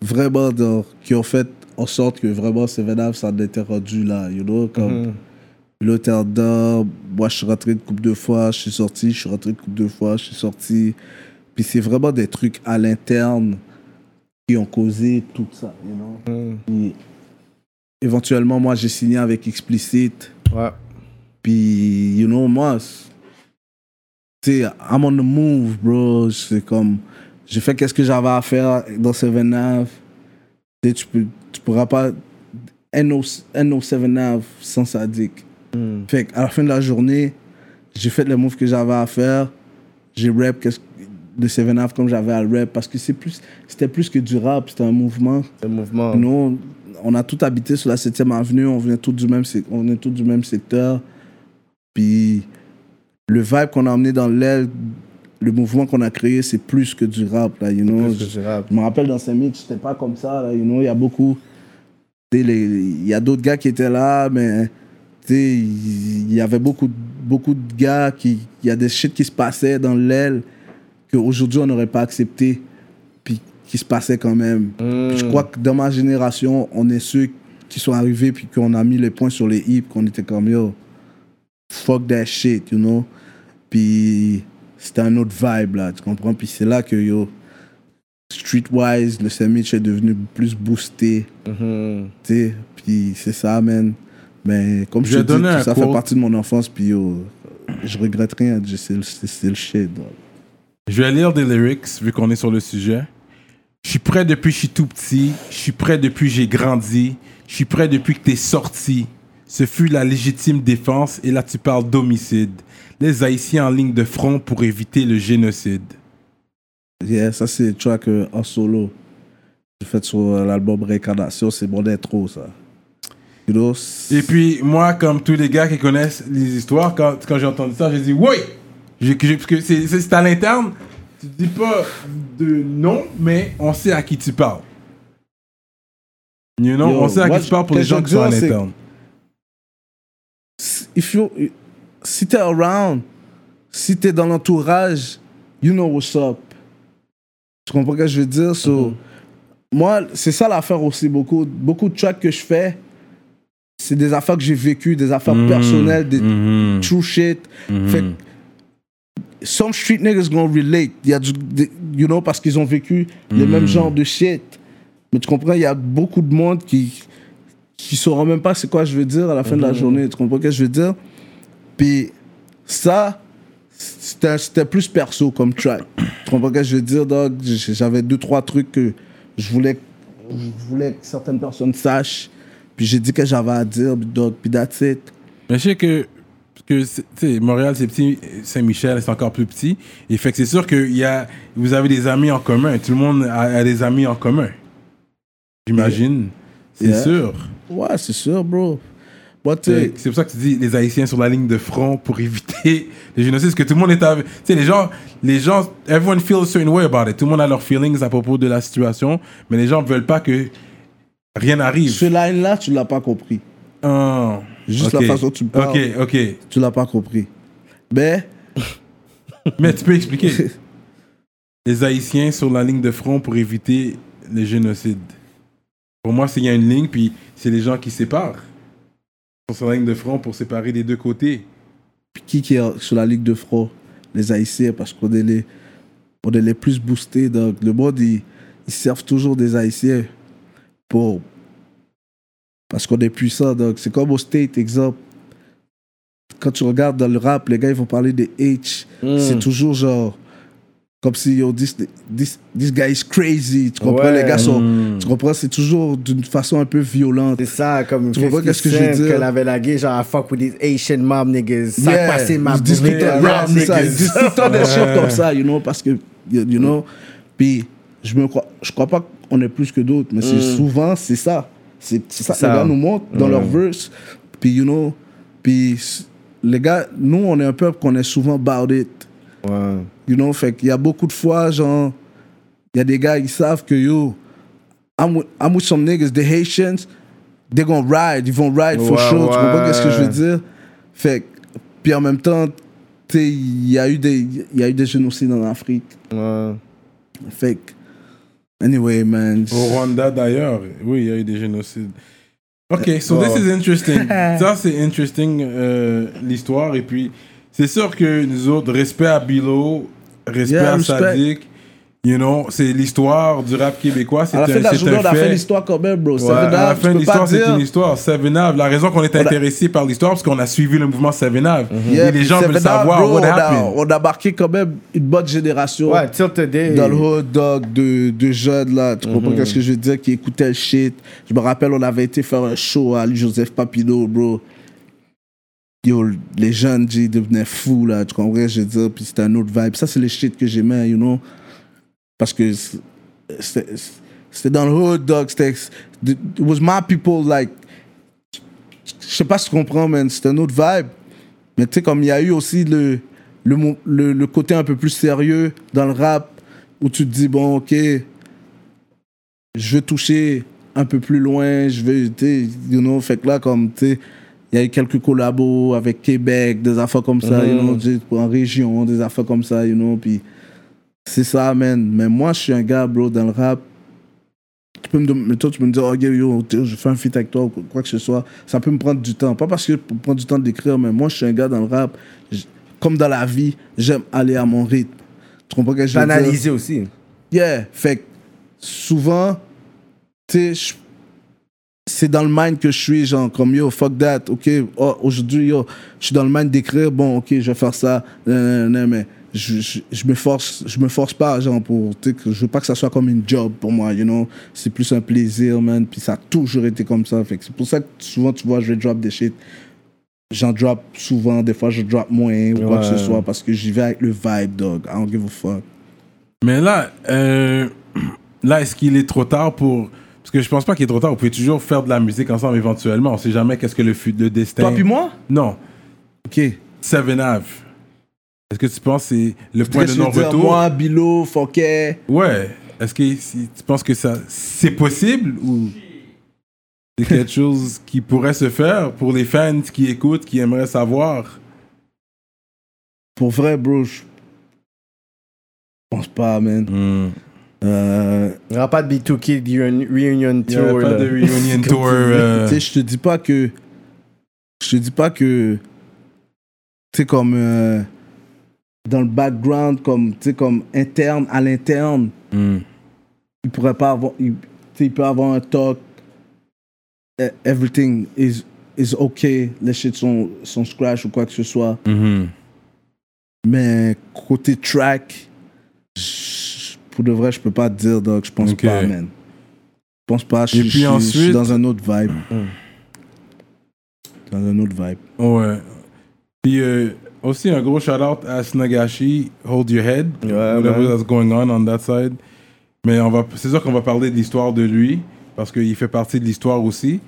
vraiment dans, qui ont fait en sorte que vraiment Seven Up ça en était rendu là, you know, comme l'autre est en dedans, moi je suis rentré de coupe deux fois, je suis sorti, je suis rentré de coupe deux fois, je suis sorti, puis c'est vraiment des trucs à l'interne qui ont causé tout ça, you know. Puis, éventuellement moi j'ai signé avec Explicit.
Ouais.
Puis, you know, moi, c'est- tu sais, I'm on the move, bro. C'est comme, j'ai fait qu'est-ce que j'avais à faire dans 7 Ave. Tu sais, tu peux, tu pourras pas NO, 7 Ave sans sadique. Fait qu'à la fin de la journée, j'ai fait le move que j'avais à faire. J'ai rap qu'est-ce que- de 7 Ave comme j'avais à rap parce que c'est plus, c'était plus que du rap, c'était un mouvement.
Le mouvement.
Nous, on a tout habité sur la 7e avenue, on venait tous du même, sec- on est tous du même secteur. Puis le vibe qu'on a emmené dans l'aile, le mouvement qu'on a créé, c'est plus que du rap, là, you know.
Plus que du rap.
Je me rappelle dans ces mythes, c'était pas comme ça, là, you know. Il y a beaucoup. tu sais, les- Il y a d'autres gars qui étaient là, mais tu sais, il y avait beaucoup, de- beaucoup de gars qui. Il y a des shit qui se passaient dans l'aile qu'aujourd'hui on n'aurait pas accepté, puis qui se passait quand même. Puis Je crois que dans ma génération, on est ceux qui sont arrivés, puis qu'on a mis les points sur les i, puis qu'on était comme yo, fuck that shit, you know. Puis c'était un autre vibe là, tu comprends? Puis c'est là que yo, streetwise, le sandwich est devenu plus boosté,
Mm-hmm.
Mhm.
tu sais. Puis c'est ça, man. Mais comme
Je
je,
vais
te dis,
donner un
tout ça fait
quote.
partie de mon enfance, puis yo, je regrette rien, je- c'est le, c'est- c'est le shit. dog.
Je vais lire des lyrics vu qu'on est sur le sujet. Je suis prêt depuis que je suis tout petit. Je suis prêt depuis que j'ai grandi. Je suis prêt depuis que t'es sorti. Ce fut la légitime défense et là tu parles d'homicide. Les Haïtiens en ligne de front pour éviter le génocide.
Yeah, ça c'est le track euh, en solo. J'ai fait sur euh, l'album Réincarnation, c'est mon intro ça. You know, c'est-
Et puis moi, comme tous les gars qui connaissent les histoires, quand, quand j'ai entendu ça, j'ai dit oui. J'ai- j'ai- Parce que c'est c'est- c'est à l'interne. Tu dis pas de nom, mais on sait à qui tu parles. You know,
Yo,
on sait à
moi,
qui tu parles pour les
qu'est-ce
gens
que
qui
je
sont à
veux dire, c'est-
l'interne.
if you, si t'es around, si t'es dans l'entourage, you know what's up. Tu comprends ce que je veux dire? So,
Mhm.
Moi, c'est ça l'affaire aussi. Beaucoup, beaucoup de tracks que je fais, c'est des affaires que j'ai vécues, des affaires personnelles, des
Mhm.
true shit. Fait que some street niggas gonna relate. Il y a du, des- you know, parce qu'ils ont vécu les
Mhm.
mêmes genres de shit. Mais tu comprends, il y a beaucoup de monde qui qui sauront même pas c'est quoi je veux dire à la fin de la journée. Tu comprends ce que je veux dire? Puis ça, c'était c'était plus perso comme track. Tu comprends ce que je veux dire? Donc, j- j'avais deux, trois trucs que je voulais, je voulais que certaines personnes sachent. Puis j'ai dit que j'avais à dire, donc, puis that's it.
Mais je sais que, parce que c'est- tu sais, Montréal, c'est petit, Saint-Michel, c'est encore plus petit. Et fait que c'est sûr que il y a, vous avez des amis en commun. Tout le monde a, a des amis en commun. J'imagine.
Yeah.
C'est sûr.
Ouais, c'est sûr, bro. euh, Moi, tu sais,
C'est c'est pour ça que tu dis les Haïtiens sur la ligne de front pour éviter les génocides. Parce que tout le monde est avec. Tu sais, les gens, les gens, everyone feels a certain way about it. Tout le monde a leurs feelings à propos de la situation, mais les gens veulent pas que rien
ce
n'arrive.
line-là, tu l'as pas compris.
Ah.
Juste
Ok.
la façon dont tu parles.
Ok, ok.
Tu l'as pas compris. Mais,
Mais tu peux expliquer. les Haïtiens sur la ligne de front pour éviter les génocides. Pour moi, c'est il y a une ligne, puis c'est les gens qui séparent. Ils sont sur la ligne de front pour séparer des deux côtés.
qui qui est sur la Ligue de front Les Haïtiens, parce qu'on est les, on est les plus boostés. Donc, le monde, ils, ils servent toujours des Haïtiens pour. Parce qu'on est puissant. Donc, c'est comme au State, exemple. Quand tu regardes dans le rap, les gars, ils vont parler des H.
Hmm.
C'est toujours genre. Comme si, yo, this, this, this guy is crazy. Tu comprends,
Ouais. Hmm.
les gars sont. Tu comprends, c'est toujours d'une façon un peu violente.
C'est ça, comme.
Tu comprends
50
qu'est-ce que je veux
Cent,
dire?
Qu'elle avait la gueule, genre, I fuck with these Asian mom niggas. Ça
Yeah,
passait ma
ils discutent-
bourrée,
yeah,
rap
c'est ça,
niggas.
ils discutent tout le temps des choses comme ça, you know, parce que, you you know, puis je me crois, je crois pas qu'on est plus que d'autres, mais c'est souvent, c'est ça. C'est c'est ça, que
Mm. C'est
les
ça.
gars nous montrent dans leur verse, puis, you know, puis s- les gars, nous, on est un peuple qu'on est souvent bout it,
Ouais.
you know, fait qu'il y a beaucoup de fois, genre, il y a des gars, ils savent que, yo, I'm with, I'm with some niggas, the Haitians, they gonna ride, ils vont ride for
Ouais,
sure. Tu comprends
ouais.
qu'est-ce que je veux dire? Fait que- puis en même temps, tu sais, il y a eu des, il y a eu des génocides en Afrique.
Ouais.
Fait que- anyway, man.
Au Rwanda d'ailleurs, oui, il y a eu des génocides. Ok, so
Wow.
this is interesting. Ça, c'est interesting euh, l'histoire. Et puis, c'est sûr que nous autres, respect à Bilo, respect
Yeah,
à
respect.
Sadik, you know, c'est l'histoire du rap québécois. C'est
À
un,
la fin de la
c'est
journée,
un
on a fait
fait.
l'histoire quand même, bro.
Ouais,
Seven
à la
Up, tu
fin de
peux pas
l'histoire, c'est
dire-
une histoire. Seven Up, la raison qu'on est
a-
intéressé par l'histoire, parce qu'on a suivi le mouvement Seven Up.
Mhm. Yeah,
et les
puis
gens
Seven
veulent
Up,
savoir
bro,
what
on a-
happened.
On a marqué quand même une bonne génération.
Ouais, till today.
dans le hot dog de, de jeunes là, tu comprends ce que je veux dire, qui écoutaient le shit. Je me rappelle, on avait été faire un show à Joseph Papineau, bro. Yo, les jeunes, ils devenaient fous là, tu comprends ce que je veux dire, puis c'était un autre vibe. Ça, c'est le shit que j'aimais, you know. Parce que c'est- c'était c'était dans le hot dog, c'était. It was my people, like. Je sais pas si tu comprends, man, c'était un autre vibe. Mais tu sais, comme il y a eu aussi le, le, mo- le, le côté un peu plus sérieux dans le rap, où tu te dis, bon, ok, je veux toucher un peu plus loin, je veux, tu sais, you know, fait que là, comme, tu sais, il y a eu quelques collabos avec Québec, des affaires comme ça, you know, tu sais, en région, des affaires comme ça, you know, puis c'est ça, man. Mais moi, je suis un gars, bro, dans le rap, tu peux me, dem- mais toi, tu peux me dire, oh, yo, yo, t- je fais un feat avec toi ou quoi- quoi que ce soit. Ça peut me prendre du temps. Pas parce que pour prendre du temps d'écrire, mais moi, je suis un gars dans le rap. j- Comme dans la vie, j'aime aller à mon rythme. Tu comprends ce que je veux dire?
Analysé aussi.
Yeah. Fait que souvent, tu sais, je- c'est dans le mind que je suis, genre, comme yo, fuck that, ok, oh, aujourd'hui, yo, je suis dans le mind d'écrire, bon, ok, je vais faire ça, non, non, non, mais je, je, je me force, je me force pas, genre, pour, tu sais, que je veux pas que ça soit comme une job pour moi, you know, c'est plus un plaisir, man, puis ça a toujours été comme ça, fait que c'est pour ça que souvent, tu vois, je vais drop des shit, j'en drop souvent, des fois, je drop moins, ou quoi que ce
Ouais.
soit, parce que j'y vais avec le vibe, dog, I don't give a fuck.
Mais là, euh, là est-ce qu'il est trop tard pour. Parce que je pense pas qu'il est trop tard. Vous pouvez toujours faire de la musique ensemble éventuellement. On sait jamais qu'est-ce que le, fut- le destin.
Toi puis moi?
Non.
Ok.
Seven Ave. Est-ce que tu penses que c'est le point de
Qu'est-ce que je veux dire,
non-retour
Moi, Bilo, Fouquet.
Ouais. Est-ce que si- tu penses que ça c'est possible ou c'est quelque chose qui pourrait se faire pour les fans qui écoutent, qui aimeraient savoir
Pour vrai, bro, je je pense pas, man. Euh,
Il n'y aura pas de B2Kid reun- Reunion
Il n'y a
Tour.
pas
là.
de reunion tour.
Tu
euh,
sais, je te dis pas que. Je te dis pas que. Tu sais, comme. euh, dans le background, comme. Tu sais, comme interne, à l'interne,
hmm.
il pourrait pas avoir. Il, tu sais, il peut avoir un talk. eh, Everything is, is okay. Les shit sont, sont scratch ou quoi que ce soit.
Mhm.
Mais côté track, je- pour de vrai, je peux pas te dire, donc je pense
Ok.
pas, man. Je pense pas. Je,
Et
je-
puis
je- je suis
ensuite-
dans un autre vibe. Dans un autre vibe.
Ouais. Puis euh, aussi un gros shout out à Snagashi, Hold Your Head,
Ouais,
whatever
man.
that's going on on that side. Mais on va, c'est sûr qu'on va parler de l'histoire de lui parce qu'il fait partie de l'histoire aussi.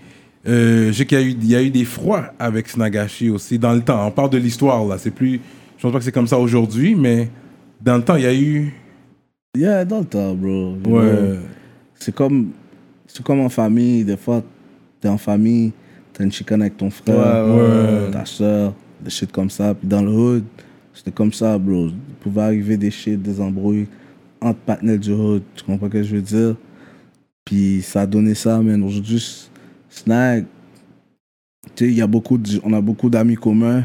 Euh, je sais qu'il y, a eu- il y a eu des froids avec Snagashi aussi, dans le temps. On parle de l'histoire, là. C'est plus... Je pense pas que c'est comme ça aujourd'hui, mais dans le temps, il y a eu... euh,
Yeah, dans le temps, bro. You
Ouais.
know, C'est comme, c'est comme en famille. Des fois, t'es en famille, t'as une chicane avec ton frère,
Ouais, ouais.
ta soeur, des shit comme ça. Puis dans le hood, c'était comme ça, bro. Il pouvait arriver des shit, des embrouilles entre partenaires du hood. Tu comprends ce que je veux dire? Puis ça a donné ça, man. Aujourd'hui, s- Snag, tu sais, il y a beaucoup de- on a beaucoup d'amis communs.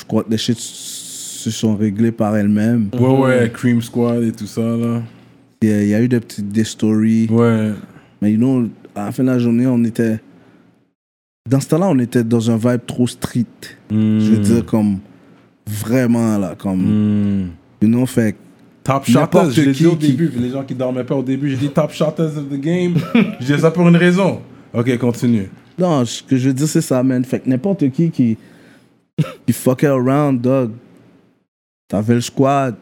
Je crois que les shit s- se sont réglés par elles-mêmes.
Mm.
Ouais, ouais, Cream Squad et tout ça, là.
Il y a- il y a eu des petites des stories.
Ouais.
Mais you know, à la fin de la journée, on était. Dans ce temps-là, on était dans un vibe trop street. Je veux dire, comme. Vraiment, là. Comme.
Hmm.
You know, fait. que-
Top Shotters, je l'ai
qui
dit au
qui-
début, les gens qui dormaient pas au début, j'ai dit Top Shotters of the game. je dis ça pour une raison. Ok, continue.
Non, ce que je veux dire, c'est ça, man. Fait que n'importe qui qui. qui fuckait around, dog. T'avais le squad.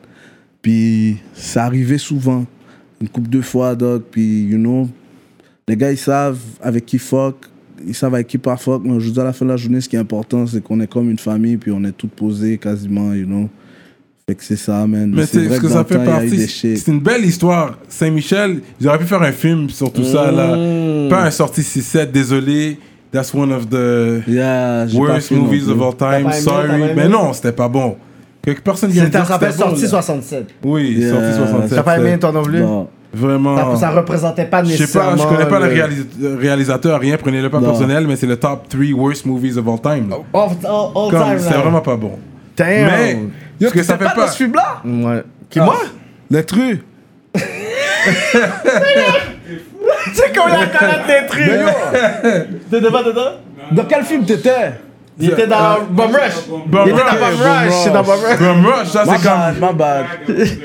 Puis. Ça arrivait souvent. Une coupe deux fois, dog. Puis, you know. Les gars, ils savent avec qui fuck. Ils savent avec qui pas fuck. Mais je veux dire, à la fin de la journée, ce qui est important, c'est qu'on est comme une famille. Puis on est toutes posées quasiment, you know. Fait que c'est ça, man.
Mais c'est ce
vrai
que
dans
ça
le temps,
fait
il y a eu
partie.
des shit.
C'est une belle histoire. Saint-Michel, ils auraient pu faire un film sur tout ça,
Mm.
là. Pas un sorti 6-7, désolé. That's one of the
Yeah, j'ai pas
worst
fait non
movies
plus.
of all time.
pas aimé,
Sorry.
t'as pas aimé?
Mais non, c'était pas bon. Que personne vient de
C'était
dire que
rappelle
c'était bon,
sorti
là.
67.
Oui,
Yeah.
sorti 67.
T'as pas aimé,
c'est
toi non plus?
Non.
Vraiment.
Ça, ça représentait pas
Ah. Je sais pas,
nécessairement.
je connais pas le,
réalité.
réalis- réalisateur, rien, prenez-le pas
Non.
personnel, mais c'est le top 3 worst movies of all time. là.
All, all, all
Comme,
time,
c'est
là.
vraiment pas bon.
Damn.
Mais, ce que ça fait pas.
film-là
Bah.
Ouais. Qui, moi
Ah. L'intrus.
Tu sais qu'on l'a canette détruit T'étais pas dedans Dans quel film t'étais Il était dans Bomb Rush
Bum
Il était dans
Rush.
Bomb Rush C'est dans Bomb Rush
Bum Ah. Rush, ça
My
c'est comme.
bad, my bad.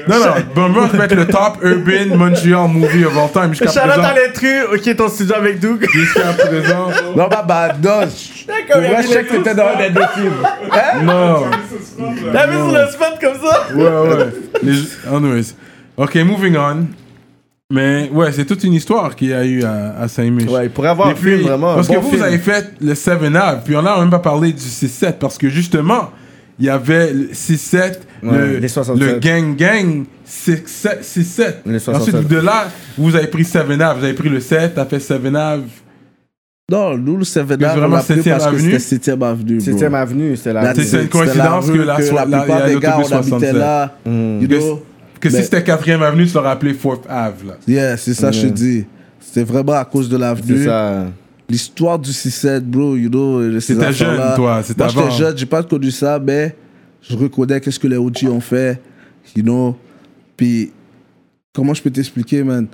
Non, non, Bum Rush va être le top urban Montreal movie of all time jusqu'à
Charlotte
présent.
à l'intrus, ok, ton studio avec Doug.
Jusqu'à présent.
Non, my bad. Non. je- Pour vrai, je sais que t'étais dans un des deux films.
Non,
T'as vu sur le spot comme ça
ouais, ouais. Les- Anyways. Ok, moving on. Mais ouais, c'est toute une histoire qu'il y a eu à, à Saint-Mich.
Ouais, il pourrait avoir
Et
un film vraiment.
Parce
un
que
bon
vous,
film.
vous avez fait le 7-Up, puis on n'a même pas parlé du 6-7, parce que justement, il y avait le 6-7, le,
les 67.
le Gang Gang, 6-7, 6-7.
Les 67.
Ensuite, de là, vous avez pris 7-Up, vous avez pris le 7, t'as fait 7-Up.
Non, nous, le 7
Que
on
vraiment
l'a pris
7e
parce que
avenue.
c'était 7e avenue. bro.
7ème avenue, c'est la.
Là,
C'est- c'est une
c'était la
coïncidence
rue
que la so- la-
la
il y a
plupart des gars,
l'autobus
on habitait
67.
là. You
Que,
know?
que si
Ben-
c'était 4ème Avenue, tu l'aurais appelé 4th Ave. Là.
Yeah, c'est ça,
Mm.
je te dis. C'était vraiment à cause de
C'est
l'avenue.
ça.
L'histoire du 6-7, bro, you know. ces
T'étais jeune,
affaires-là.
toi, c'était
Moi, j'étais
avant.
jeune, j'ai pas connu ça, mais je reconnais qu'est-ce que les OG ont fait, you know. Puis, comment je peux t'expliquer, man?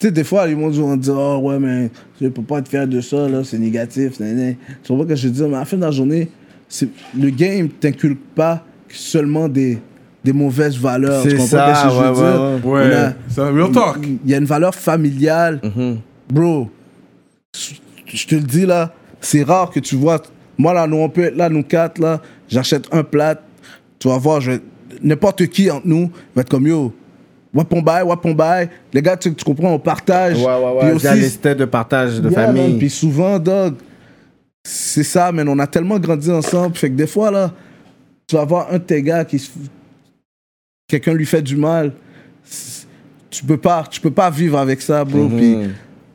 Tu sais, des fois, les gens vont dire, oh ouais, mais je peux pas te faire de ça, là, c'est négatif. nan, nan. Tu vois que je dis, mais à la fin de la journée, c'est- le game t'inculque pas seulement des, des mauvaises valeurs.
C'est
tu comprends
ça,
qu'est-ce que je veux
ouais,
dire?
ouais,
On
Ouais,
a-
c'est un real talk.
il y a une valeur familiale.
Mhm.
Bro, je te le dis là, c'est rare que tu vois. Moi là, nous, on peut être là, nous quatre là, j'achète un plat. Tu vas voir, je vais- n'importe qui entre nous va être comme yo. Wapon bye, wapon bye. Les gars, tu, tu comprends, on partage.
Ouais, ouais,
Puis
ouais.
aussi,
Via les stades de partage de
Yeah, man.
famille.
Puis souvent, dog, c'est ça, mais on a tellement grandi ensemble. Fait que des fois, là, tu vas voir un de tes gars qui se... Quelqu'un lui fait du mal. C'est- Tu peux pas, tu peux pas vivre avec ça, bro.
Mhm.
Puis,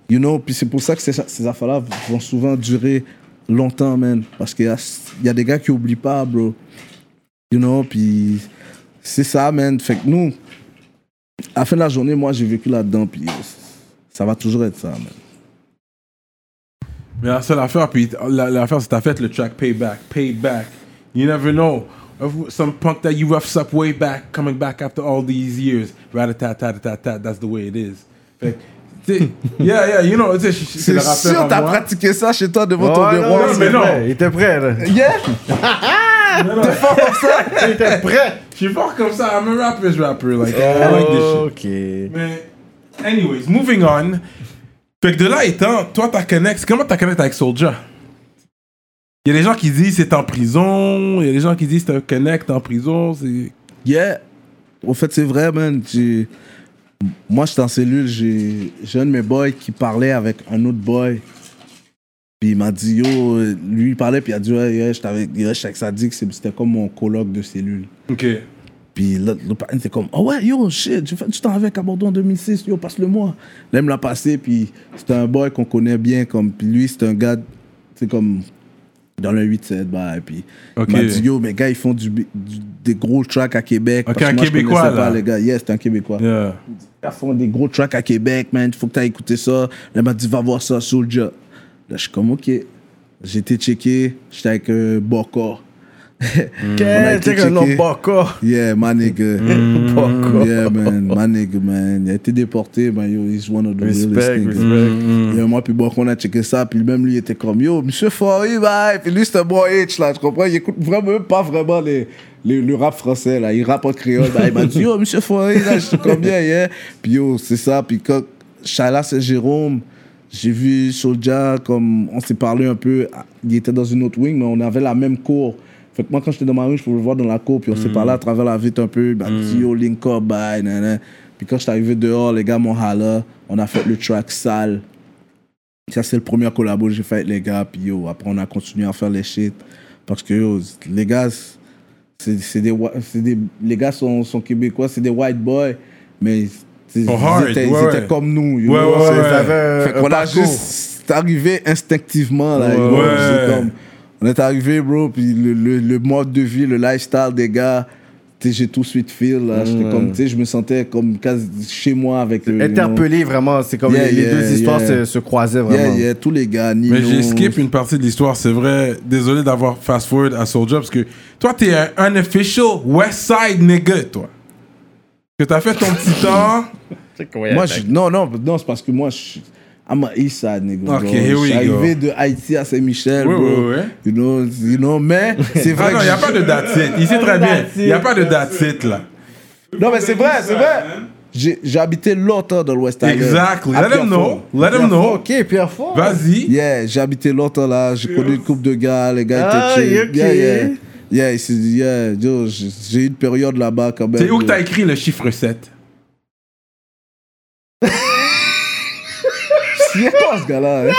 you know, puis c'est pour ça que ces, ces affaires-là vont souvent durer longtemps, man. Parce qu'il y a, il y a des gars qui oublient pas, bro. You know, puis c'est ça, man. Fait que nous, à la fin de la journée, moi, j'ai vécu là-dedans, puis ça va toujours être ça, man.
Mais la seule affaire, puis la- l'affaire, c'est que t'as fait le track Payback, Payback. You never know. Of- Some punk that you roughs up way back, coming back after all these years. Rat-a-tat-tat-tat-tat, that's the way it is. Fait que, tu sais, yeah, yeah, you know, tu sais, c'est le
C'est
rappeur
sûr,
en
t'as
moi.
pratiqué ça chez toi devant
Oh,
ton
non,
bureau.
non,
mais
il était
non.
prêt, Il était prêt, là.
Yeah!
Il était prêt.
Je suis fort comme ça, I'm a rapper's rapper, like,
Oh.
I like this shit.
Ok.
Mais, anyways, moving on. Fait que de là étant, toi, ta connect, comment ta connect avec Soulja? Il y a des gens qui disent c'est en prison, il y a des gens qui disent c'est un connect en prison, c'est...
Yeah! Au fait, c'est vrai, man. J'ai- Moi, j'étais en cellule, j'ai j'ai un de mes boys qui parlait avec un autre boy. Puis il m'a dit, yo, euh, lui, il parlait, puis il a dit, ouais, yeah, j'étais avec, yeah, j'étais avec Sadik, c'est- c'était comme mon coloc de cellule.
Ok.
Puis l'autre l'autre parrain, c'est comme, oh ouais, yo, shit, j'ai fait du temps avec à Bordeaux en 2006, yo, passe-le-moi. Là, il me l'a passé, puis c'était un boy qu'on connaît bien, comme, puis lui, c'est un gars, c'est comme, dans le 8-7, bah, et puis
Ok.
il m'a dit, yo, mes gars, ils font du, bi- du- des gros tracks à Québec.
Ok,
parce que
un
moi, je
Québécois,
connaissais
là.
Pas, les gars, yes, c'est un Québécois.
Yeah.
Ils font des gros tracks à Québec, man. Faut que t'ailles écouter ça. Elle m'a dit, va voir ça, Soulja. Là, je suis comme, ok. J'étais checké. J'étais avec euh, Boko.
Quel
été
t'es un nom
checké.
baka.
Yeah, my nigga.
Baka.
Yeah, man. My nigga, man. Il a été déporté, man. Yo, he's one of the realest
Respect,
niggas.
respect.
Et moi, puis Boko, on a checké ça. Puis même lui, il était comme, yo, monsieur Fori, bye. Puis lui, c'était un bon H, là. Tu comprends? Il écoute vraiment pas vraiment les, les- le rap français, là. Il rappe en créole. Bah, il m'a dit, yo, monsieur Fori, là, je suis combien, yeah. Puis yo, c'est ça. Puis quand Chala Saint-Jérôme, j'ai vu Soulja, comme on s'est parlé un peu. ah, Il était dans une autre wing, mais on avait la même cour. Fait que moi, quand j'étais dans ma wing, je pouvais le voir dans la cour. Puis on
Mm.
s'est parlé à travers la vitre un peu. Il m'a dit, yo, link up, bye, nanana. Puis quand je suis arrivé dehors, les gars m'ont halé. On a fait le track sale. Ça, c'est le premier collabo que j'ai fait avec les gars. Puis yo, après, on a continué à faire les shit. Parce que yo, les gars, c'est c'est des, wa- c'est des- Les gars sont, sont québécois, c'est des white boys. Mais c'est- ils
sont hard,
étaient, ils
ouais,
étaient
ouais.
comme nous. you
Ouais,
know,
ouais,
c'est-
ouais.
ça avait un-
Fait
fait qu'on a juste. C'est arrivé instinctivement. Là, you know,
Ouais.
c'est comme- on est arrivé, bro. Puis le, le- le mode de vie, le lifestyle des gars. tu sais, J'ai tout de suite feel. là. J'étais comme, tu sais, je me sentais comme quasi chez moi avec eux, you know.
Interpellé vraiment, c'est comme
Yeah,
les, les
yeah,
deux histoires
yeah.
se, se croisaient
Yeah,
vraiment.
yeah, tous les gars. Nino,
Mais j'ai skip une partie de l'histoire, c'est vrai. Désolé d'avoir fast-forward à Soulja, parce que toi, t'es un unofficial West Side nigga, toi. Que t'as fait ton petit temps.
Moi, je, non, non, non, c'est parce que moi, je suis. I'm an East Side nigga. bro.
Ok, here we
je suis
go.
arrivé de Haïti à Saint-Michel.
Oui,
bro.
oui, oui.
You know, you know, mais c'est vrai.
Ah non,
que
il n'y a
je-
pas de date it. Il sait très bien.
That's it.
Il n'y a pas de date it, là.
Non, mais c'est vrai, c'est vrai. J'ai j'ai habité longtemps dans l'Ouest Island.
Exactly.
À
Let him
Pierrefonds.
know. Let him
Pierrefonds.
know.
Ok, Pierre Fort.
Vas-y.
Yeah, j'ai habité longtemps là. J'ai connu une couple de gars. Les gars
Ah,
étaient chill.
ok.
Yeah, yeah. Yeah, c'est- yeah, yo, j'ai j'ai eu une période là-bas quand même.
C'est où que
yo.
t'as écrit le chiffre 7
Il est con, ce gars-là. hein.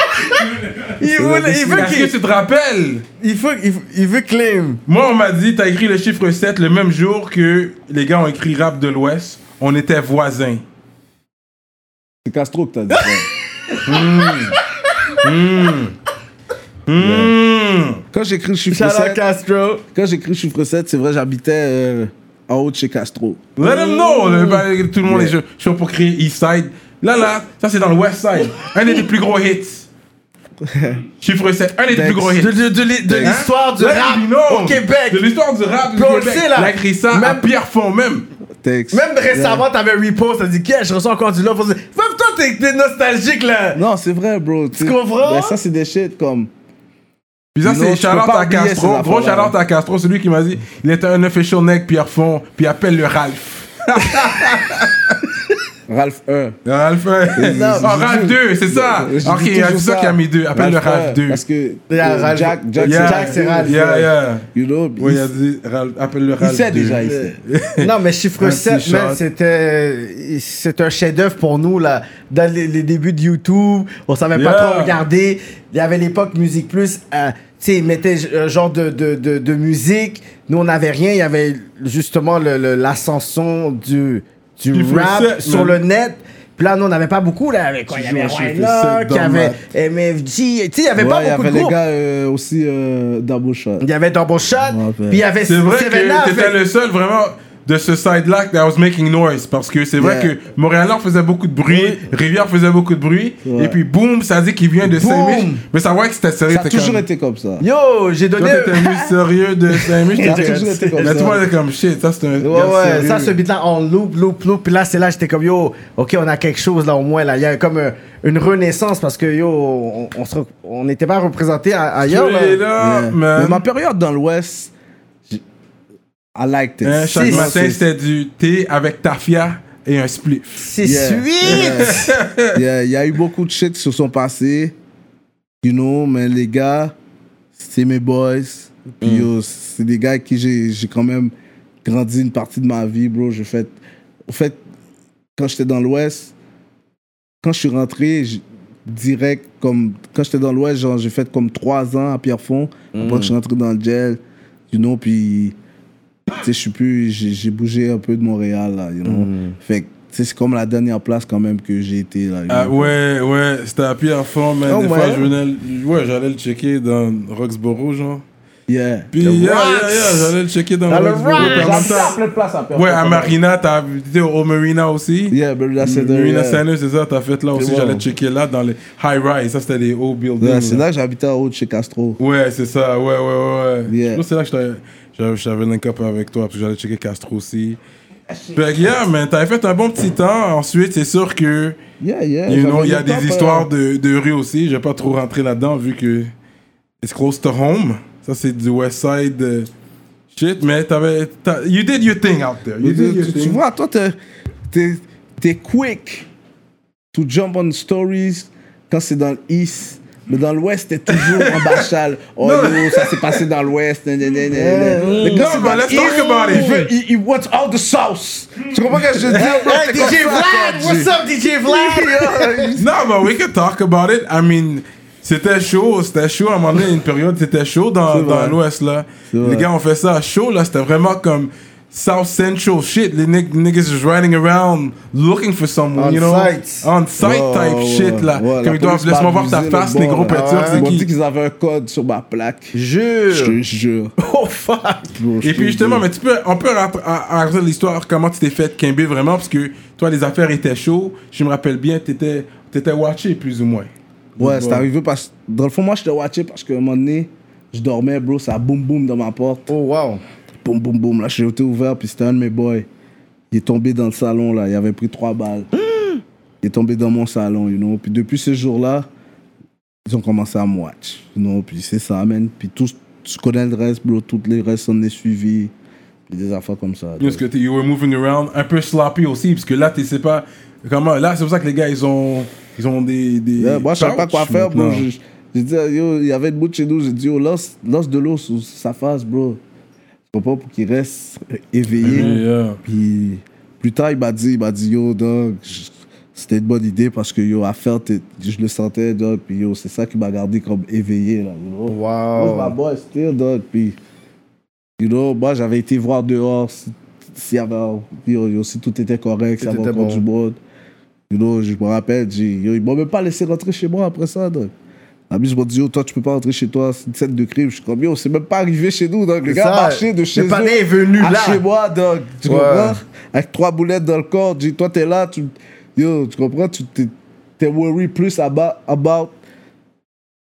Il voulait- il veut
Est-ce que
qu'il
tu te rappelles
il faut- il faut- il veut claim.
Moi, on m'a dit, t'as écrit le chiffre 7 le même jour que les gars ont écrit Rap de l'Ouest. On était voisins.
C'est Castro que t'as dit. ça.
Hmm.
Quand j'écris le chiffre
Shout out
7,
Castro.
quand j'écris le chiffre 7, c'est vrai, j'habitais euh, en haut de chez Castro.
Let them know. Le- bah, tout le monde est chaud- chaud pour créer East Side. Là, là, ça c'est dans le West Side. Un des plus gros hits. Chiffre 7, un des plus gros hits.
De, de- de l'hi- de
Hein?
l'histoire du
Let
rap
it be known.
au Québec.
De l'histoire du rap du
Puis on le
Québec.
sait, là.
Il a écrit ça à
Même-
Pierrefonds même.
Texte.
Même récemment, t'avais un repost, t'as dit, qu'est-ce, je ressens encore du love. Même toi, t'es t'es nostalgique là.
Non, c'est vrai, bro. Tu
comprends?
Ben, ça, c'est des shit comme.
Puis ça,
Non,
c'est
tu peux
Charlotte
pas
à
oublier cette
Castro. Gros
affaire-là,
Charlotte à Castro, celui qui m'a dit il était un official nec Pierrefonds, puis il appelle le Ralph.
Ralph 1.
Le Ralph, euh,
Non,
oh,
je
Ralph
dis-
2, c'est ça.
Je dis
Ok, il y a
toujours
ça qui a mis 2. Appelle le Ralph
un,
2.
Parce que.
Yeah,
euh,
Ralph-
Jack, Jack,
Yeah.
Jack, c'est Ralph.
Yeah, yeah.
You know?
Oui, il
il-
a dit Ralph, appelle le
il
Ralph.
sait
2.
déjà, il sait.
Non, mais chiffre
Un
7,
petit
man,
shot.
c'était c'est un chef-d'œuvre pour nous là. Dans les, les débuts de YouTube, on savait pas
Yeah.
trop regarder. Il y avait l'époque Musique Plus, euh, tu sais, ils mettaient euh, genre de, de, de, de musique. Nous, on n'avait rien. Il y avait justement le- le- l'ascension du, du
Chiffre
rap
sept,
sur
man.
le net. Puis là, nous, on n'avait pas beaucoup. Là, avec quoi, il y avait
Toujours un chiffre
Waylock,
sept dans
il y avait
Matt.
MFG. Tu sais, il y avait
Ouais,
pas
il y
beaucoup
avait
de
les
groupes.
gars euh, aussi euh, Double Shot.
Il y avait Double Shot,
rappelle.
puis il y avait
C'est vrai
Seven Up,
que t'étais
fait-
le seul vraiment de ce side-là that was making noise. Parce que c'est vrai
Yeah.
que Montréal faisait beaucoup de bruit, Rivière faisait beaucoup de bruit.
Ouais.
Et puis boum, ça dit qu'il vient de
Boum.
Saint-Mich. Mais ça voit que c'était sérieux.
Ça a
t'es
toujours
comme-
été comme ça.
Yo, j'ai
Toi,
donné.
t'étais un mec sérieux de Saint-Mich.
Ça a
t'étais-
toujours été comme
Mais tout le
ça.
monde était comme shit. Ça, c'est un.
Ouais,
gars
ouais,
sérieux. Hein,
ça, ce beat-là, on loop, loop, loop. Puis là, c'est là, j'étais comme, yo, ok, on a quelque chose, là, au moins, là. Il y a comme euh, une renaissance parce que, yo, on- on se re- on n'était pas représenté a- ailleurs,
Tu es
là.
là,
Yeah.
man.
Mais ma période dans l'Ouest, j'ai- I liked it.
Hein, chaque
Si,
matin,
c'est-
c'était du thé avec tafia et un spliff.
C'est
Yeah.
suite!
Yeah. Yeah, Il y a eu beaucoup de shit qui se sont passés. You know, mais les gars, c'est mes boys. Puis yo, c'est des gars avec qui j'ai j'ai quand même grandi une partie de ma vie, bro. J'ai fait. Au fait, quand j'étais dans l'Ouest, quand je suis rentré, j- direct, comme quand j'étais dans l'Ouest, genre, j'ai fait comme trois ans à Pierrefonds.
Hmm.
Après que je suis rentré dans le gel, you know, puis, tu sais, je suis plus, j'ai j'ai bougé un peu de Montréal, là, you know.
Hmm.
Fait que, tu sais, c'est comme la dernière place quand même que j'ai été, là. you
Ah
know.
ouais, ouais, c'était à Pierrefonds, mais
Ah
des
ouais?
fois, je venais, le- ouais, j'allais le checker dans Roxborough, genre.
Yeah.
Puis, yeah, yeah, yeah, j'allais le checker dans
Dans le
Roxborough.
Rocks!
puis en même temps-
hein,
ouais, à Marina, t'as visité au Marina aussi.
Yeah, bro, that's it,
Marina
yeah.
Sanders, c'est ça, t'as fait là aussi,
wow.
j'allais checker là dans les high-rise, ça c'était des hauts buildings.
Ouais, c'est
là.
là que j'habitais à Haute chez Castro.
Ouais, c'est ça, ouais, ouais, ouais. ouais.
Yeah.
Je pense que c'est là que j'avais- j'avais- j'avais link up avec toi, parce que j'allais checker Castro aussi. Fait que, yeah, man, t'avais fait un bon petit temps. Ensuite, c'est sûr que,
Yeah, yeah.
you know,
j'avais
il y a
le
des
temps, euh,
histoires de, de rue aussi. Je vais pas trop rentrer là-dedans, vu que it's close to home. Ça, c'est du West Side euh, shit, mais t'avais. t'as- You did your thing out there. You did your
Tu, tu
thing.
vois, toi, t'es- t'es t'es quick to jump on stories quand c'est dans l'East. Mais dans l'Ouest, t'es toujours en bachal. Oh yo, ça s'est passé dans l'Ouest. nan, nan, nan, nan, nan. Mais quand
Eh, Non,
c'est
but
dans
let's
l'East,
talk about it. Hmm. Eh,
il veut- Il, il wants all the sauce. Tu comprends ce que je dis?
Hey, DJ Vlad! What's up, DJ Vlad?
Non, mais we can talk about it. I mean, c'était chaud, c'était chaud. À un moment donné, une période, c'était chaud dans,
C'est vrai.
dans l'Ouest, là.
vrai.
Les gars ont fait ça chaud, là. C'était vraiment comme South Central shit. Les nig- niggas is riding around looking for someone,
On
you know?
site.
On site
Ouais,
type
Oh, ouais,
shit, là.
ouais, la
comme ils doivent,
police
laisse-moi voir
m'a
ta
abusé,
face,
le
négro,
bord, là.
peinture,
Ils
c'est
m'ont dit
qui?
qu'ils avaient un code sur ma plaque. Je
Jure!
te jure.
Oh fuck!
Bro, je
Et
te
puis justement,
jure.
mais tu peux, on peut rentrer à- à raconter l'histoire, comment tu t'es fait Kimber vraiment, parce que toi, les affaires étaient chaudes. Je me rappelle bien, t'étais, t'étais watché plus ou moins.
Ouais, c'est arrivé parce Dans le fond, moi, j'étais watché parce qu'à un moment donné, je dormais, bro, ça boum boum dans ma porte.
Oh wow!
boum boum boum là j'ai été ouvert puis c'était un de mes boys il est tombé dans le salon là il avait pris trois balles il est tombé dans mon salon you know puis depuis ce jour là ils ont commencé à me watch you know puis c'est ça man puis tous tu connais le reste bro toutes les restes on est suivis puis des affaires comme ça
Parce que t'es- you were moving around, un peu sloppy aussi, parce que là, tu sais pas comment. Là, c'est pour ça que les gars, ils ont, ils ont des. des
Yeah, Euh, moi je savais pas quoi
pouches
faire bro
maintenant.
Je- je- j'ai dit yo il y avait une bout de chez nous j'ai dit yo lance, lance de l'eau sous sa face bro je comprends pour qu'il reste éveillé
Yeah, yeah.
Puis plus tard, il m'a dit, il m'a dit, yo, dog, je- c'était une bonne idée parce que, yo, à faire, t'es- je le sentais, dog, puis yo, c'est ça qui m'a gardé comme éveillé, là, you know. Moi, je
Wow!
m'aboie, still, dog, puis, you know, moi, j'avais été voir dehors si- s'il y avait, yo, yo, si tout était correct, s'il
Si
y avait
t'étais
encore
bon.
du monde. You know, je me rappelle, j'ai- yo, ils m'ont même pas laissé rentrer chez moi après ça, dog. Ami, je m'ont dit, yo, toi, tu peux pas rentrer chez toi, c'est une scène de crime. Je suis comme, yo, c'est même pas arrivé chez nous, donc le gars a marché de chez
Le
eux
panier est venu
à
là!
chez moi, donc, tu
Ouais.
comprends? Avec trois boulettes dans le corps, dis, toi, t'es là, tu, yo, tu comprends? Tu t'es, t'es worry plus about, about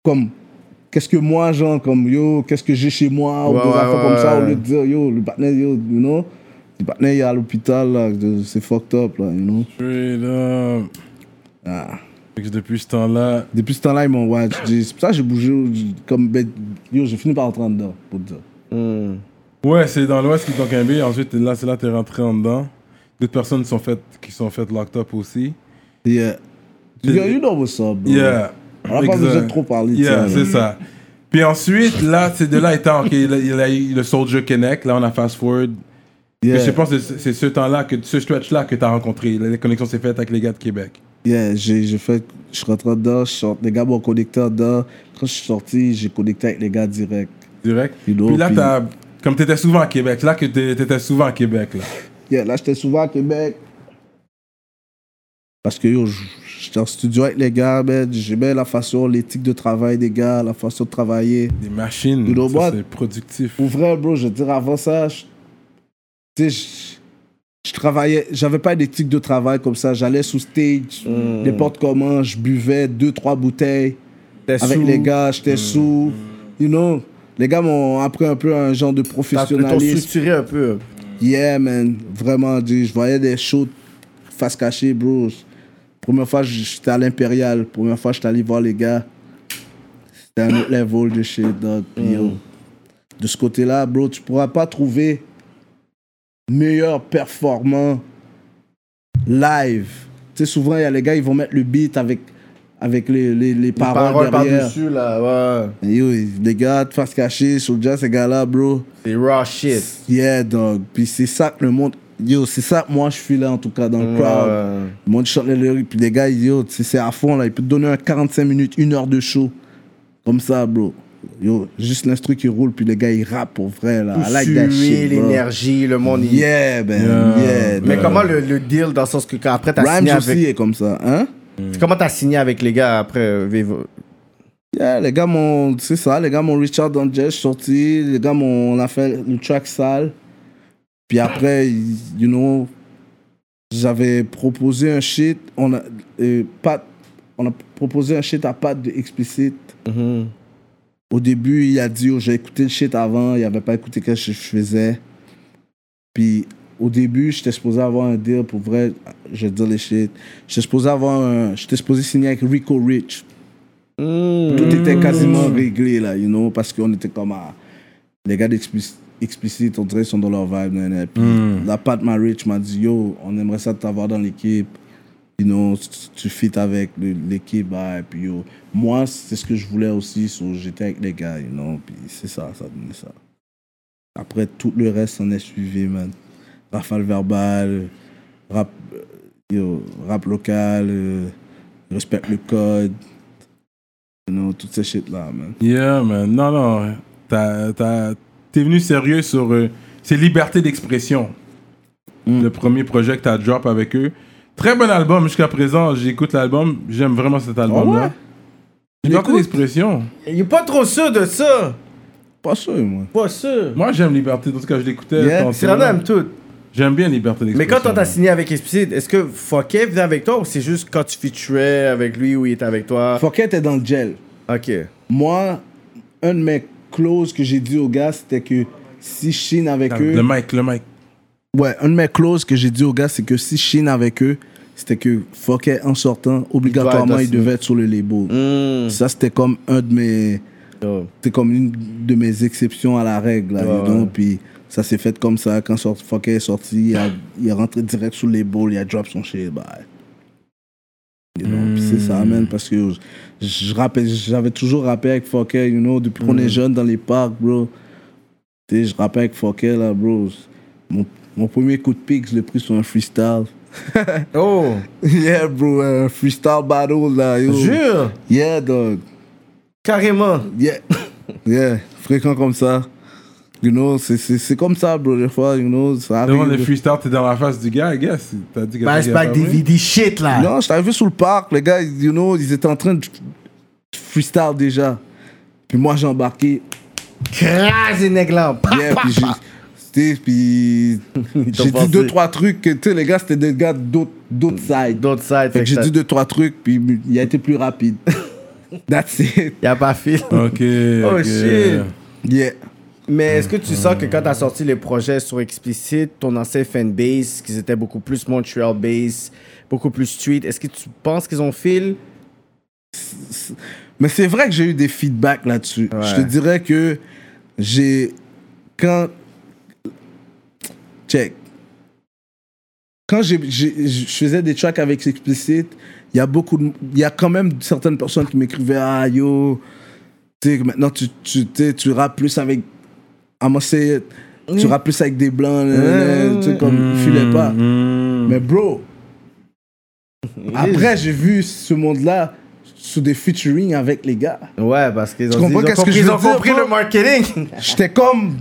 comme, qu'est-ce que moi, genre, comme, yo, qu'est-ce que j'ai chez moi, ou
Ouais,
des
ouais,
affaires
ouais,
comme ça,
ouais.
au lieu de dire, yo, le partner, yo, you know? Le partner, il est à l'hôpital, là, de- c'est fucked up, là, you know?
Straight up.
Ah.
Fait que Depuis ce temps-là.
Depuis ce temps-là, ils m'ont watch. J'ai- C'est pour ça que j'ai bougé, comme, ben, yo, j'ai fini par rentrer dedans, pour te dire.
Hmm.
Ouais, c'est dans l'Ouest qu'ils t'ont Kimber. Ensuite, là, c'est là que t'es rentré en dedans. D'autres personnes sont faites, qui sont faites locked up aussi.
Yeah. Yo, you know what's up, bro.
Yeah.
On n'a pas
Exact.
besoin de trop parler de
Yeah,
ça,
c'est
là.
ça. Puis ensuite, là, c'est de là étant, ok, il a, il a eu le Soldier Connect. Là, on a fast forward.
Yeah.
Mais je pense que c'est c'est ce temps-là, que ce stretch-là que t'as rencontré. La la connexion s'est faite avec les gars de Québec.
Yeah, j'ai j'ai fait, je suis rentré dedans, je suis sorti- les gars m'ont connecté dedans. Quand je suis sorti, j'ai connecté avec les gars direct.
Direct.
You know,
puis là,
puis-
t'as, comme t'étais souvent à Québec, c'est là que t'es- t'étais souvent à Québec. Là.
Yeah, là, j'étais souvent à Québec. Parce que yo, j- j'étais en studio avec les gars, man. J'aimais la façon, l'éthique de travail des gars, la façon de travailler.
Des machines,
You know
ça,
what?
c'est productif.
Pour vrai, bro, je veux dire, avant ça, je- tu sais, je, je travaillais, j'avais pas d'éthique de travail comme ça. J'allais sous stage, n'importe comment, je buvais deux, trois bouteilles.
T'es
avec
sous.
les gars, j'étais sous. You know, les gars m'ont appris un peu un genre de
T'as plutôt
professionnalisme.
structuré un peu.
Yeah, man. Vraiment, dude, je voyais des shows face cachée, bro. Première fois, j- j'étais à l'Impérial. Première fois, j'étais allé voir les gars. C'était un autre level de shit, dog. Puis, yo, De ce côté-là, bro, tu pourras pas trouver meilleur performant live. Tu sais, souvent, il y a les gars, ils vont mettre le beat avec, avec les, les, les
Par
paroles derrière.
par-dessus là, ouais.
Et Yo, les gars, te face cachée, Soulja, ces gars-là, bro.
C'est raw shit.
Yeah, dog. Puis c'est ça que le monde Yo, c'est ça, moi, je suis là, en tout cas, dans le crowd.
Ouais.
Le monde chante les rues, puis les gars, yo, tu sais, c'est à fond, là. Ils peuvent te donner un 45 minutes, une heure de show. Comme ça, bro. Yo, juste l'instru qui roule, puis les gars, ils rappent pour vrai, là. I like that
Suer
shit, bro.
l'énergie, le monde. il-
Yeah, man.
Yeah.
Yeah.
Mais
man.
comment le, le deal dans le sens que quand après t'as
Rhymes
signé
aussi
avec
est comme ça, hein?
comment t'as signé avec les gars après euh, Vivo
Yeah, les gars m'ont. C'est ça, les gars m'ont Richard dans le jet, je suis sorti. Les gars m'ont. On a fait le track sale. Puis après, you know, j'avais proposé un shit. On a, euh, Pat- on a proposé un shit à Pat de Explicit. Au début, il a dit oh, j'ai écouté le shit avant, il n'avait pas écouté ce que je faisais. Puis au début, j'étais supposé avoir un deal pour vrai, je vais te dire les shit. J'étais supposé avoir un. J'étais supposé signer avec Rico Rich. Tout était quasiment réglé là, you know, parce qu'on était comme à. Les gars d'explicite, on dirait, ils sont dans leur vibe. nan, nan. Puis la Pat Marich m'a dit Yo, on aimerait ça t'avoir dans l'équipe. You know, tu- tu fit avec le- l'équipe. bah, et puis yo, moi, c'est ce que je voulais aussi. so J'étais avec les gars, you know, puis c'est ça, ça donnait ça. Après, tout le reste en est suivi, man. Rafale verbale, rap, euh, yo, rap local, euh, respecte le code. You know, toutes ces shit là, man.
Yeah, man. Non, non. T'as- t'as- T'es venu sérieux sur. euh, c'est Liberté d'expression.
Mm.
Le premier projet que t'as drop avec eux. Très bon album jusqu'à présent. J'écoute l'album. J'aime vraiment
Ah
cet album-là. Liberté
L'écoute?
d'expression.
Il est pas trop sûr de ça.
Pas sûr, moi.
Pas sûr.
Moi, j'aime Liberté. En tout cas, je l'écoutais.
Yeah,
tantôt,
C'est la
là.
même tout.
J'aime bien Liberté
Mais
d'expression.
quand on t'a signé avec Explicit, est-ce que Foquet venait avec toi ou c'est juste quand tu featurais avec lui ou il était avec toi
Foket était dans le gel.
Ok.
Moi, un de mes clauses que j'ai dit aux gars, c'était que si je chine avec eux.
Le mic, le mic.
Ouais, un de mes clauses que j'ai dit aux gars, c'est que si je chine avec eux, c'était que Foket, en sortant, obligatoirement,
être
il
assis.
devait être sur le label.
Mm.
Ça, c'était comme un de mes.
Oh.
C'était comme une de mes exceptions à la règle. Là, you know, Puis ça s'est fait comme ça. Quand sort, Foket est sorti, il, a- il est rentré direct sous les balls, il a drop son shit. Bye. You know, puis c'est ça, man, parce que je- je rappelle- j'avais toujours rappé avec Foket, you know, depuis qu'on est jeune dans les parcs, bro. Tu sais, je rappais avec Foket, là, bro. Mon, mon premier coup de pique, je l'ai pris sur un freestyle.
Oh.
yeah, bro, un freestyle battle, là, yo.
Jure.
Yeah, dog.
Carrément.
Yeah. yeah, fréquent comme ça. You know, c'est- c'est c'est comme ça, bro, des fois, you know, ça
Ah,
Devant
arrive.
le freestyle, t'es dans la face du gars, I guess. T'as dit que
Bah,
t'as
c'est
gars
pas des
fermé.
vidis shit là.
Non, je t'avais vu sous le parc, les gars, you know, ils étaient en train de freestyle déjà. Puis moi, j'ai embarqué.
Crase les nègres là. Pa,
Yeah,
pa,
puis j'ai-
pa.
c'était- puis
t'ont
j'ai dit
pensé.
deux, trois trucs. que, Tu sais, les gars, c'était des gars d'autres d'autres sides.
D'autres sides.
Fait que j'ai dit
Il
deux, trois trucs, puis il a été plus rapide. That's it.
a pas fil.
Ok.
Oh,
ok.
shit.
Yeah.
Mais est-ce que tu sens que quand t'as sorti les projets sur Explicit, ton ancien fanbase, qu'ils étaient beaucoup plus Montreal-based, beaucoup plus street, est-ce que tu penses qu'ils ont fil
Mais c'est vrai que j'ai eu des feedbacks là-dessus.
Ouais.
Je te dirais que j'ai. Quand. Check. Quand j'ai- j'ai- je faisais des tracks avec Explicit, il y a beaucoup de. Il y a quand même certaines personnes qui m'écrivaient Ah yo, tu sais, maintenant tu, tu, tu sais, tu rappes plus avec. I'm gonna say it. Tu rappes plus avec des blancs, nan, nan, nan, tu sais, comme. Filais pas.
Hmm.
Mm.
Mais bro, après j'ai vu ce monde-là sous des featuring avec les gars.
Ouais, parce qu'ils ont,
comprends
ils ont
qu'est-ce que
compris,
je
ils
veux
ont
dire,
compris
pas?
le marketing.
J'étais comme.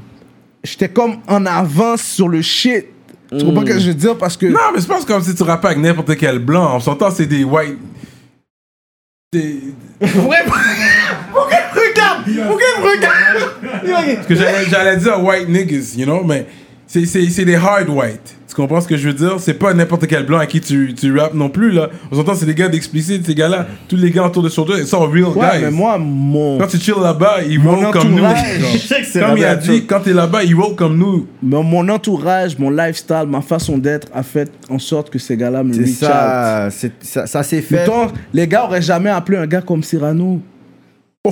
J'étais comme en avance sur le shit.
Mm.
Tu comprends ce que je veux dire? Parce que.
Non, mais c'est pas comme si tu rappais avec n'importe quel blanc. On s'entend, c'est des white. C'est-
Ouais, pourquoi tu regardes Pourquoi tu regardes
Que j'allais j'allais dire white niggas, you know, mais c'est- c'est c'est des hard white. Tu comprends ce que je veux dire? C'est pas n'importe quel blanc à qui tu, tu rappes non plus, là. On s'entend, c'est des gars d'explicite, ces gars-là. Tous les gars autour de sur deux, ils sont real
ouais,
guys.
mais moi, mon.
Quand tu chill là-bas, ils roll comme nous.
entourage.
genre.
Je sais que c'est
Comme
la
il a
même chose.
dit, quand t'es là-bas, ils roll comme nous.
mon- mon entourage, mon lifestyle, ma façon d'être a fait en sorte que ces gars-là me
C'est
reach out.
ça, c'est- ça, ça s'est fait.
Pourtant, les gars auraient jamais appelé un gars comme Cyrano.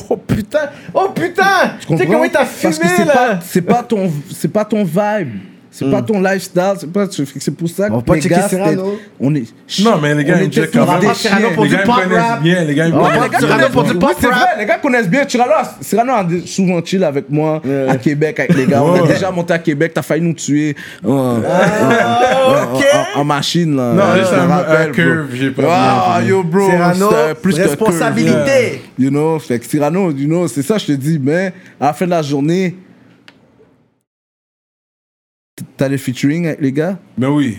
Oh putain, oh putain Tu sais
comprends?
comment il t'a
Parce que
fumé
c'est
là
pas, c'est pas ton, c'est pas ton vibe. C'est pas ton lifestyle, c'est pas. C'est pour ça que.
Hmm. On va pas
les
checker
gars,
Cyrano.
c'était- On est.
Non, mais les gars,
on
ils
était
checkent quand
tous
même.
des
pas Cyrano
chiens.
Les
pour du
gars, ils
pop
connaissent
rap.
bien. Les gars, ils
On va
Ouais,
pas
les
connaissent
gars
Cyrano
connaissent-
pour du
oui,
pop
c'est
rap.
vrai, les gars connaissent bien. Cyrano, a- Cyrano a dé- souvent chill avec moi à Québec avec les gars. On
Ouais.
est déjà monté à Québec, t'as failli nous tuer euh, euh,
Ah,
euh, en, en machine là.
Non,
Euh,
juste
je me
un- un
rappelle, bro.
curve, j'ai pas
Ah,
bien
yo bro,
Cyrano,
c'était plus que curve,
responsabilité.
yeah. You know, fait que Cyrano, you know, c'est ça je te dis. Mais à la fin de la journée, t'as le featuring avec les gars.
Mais Ben oui.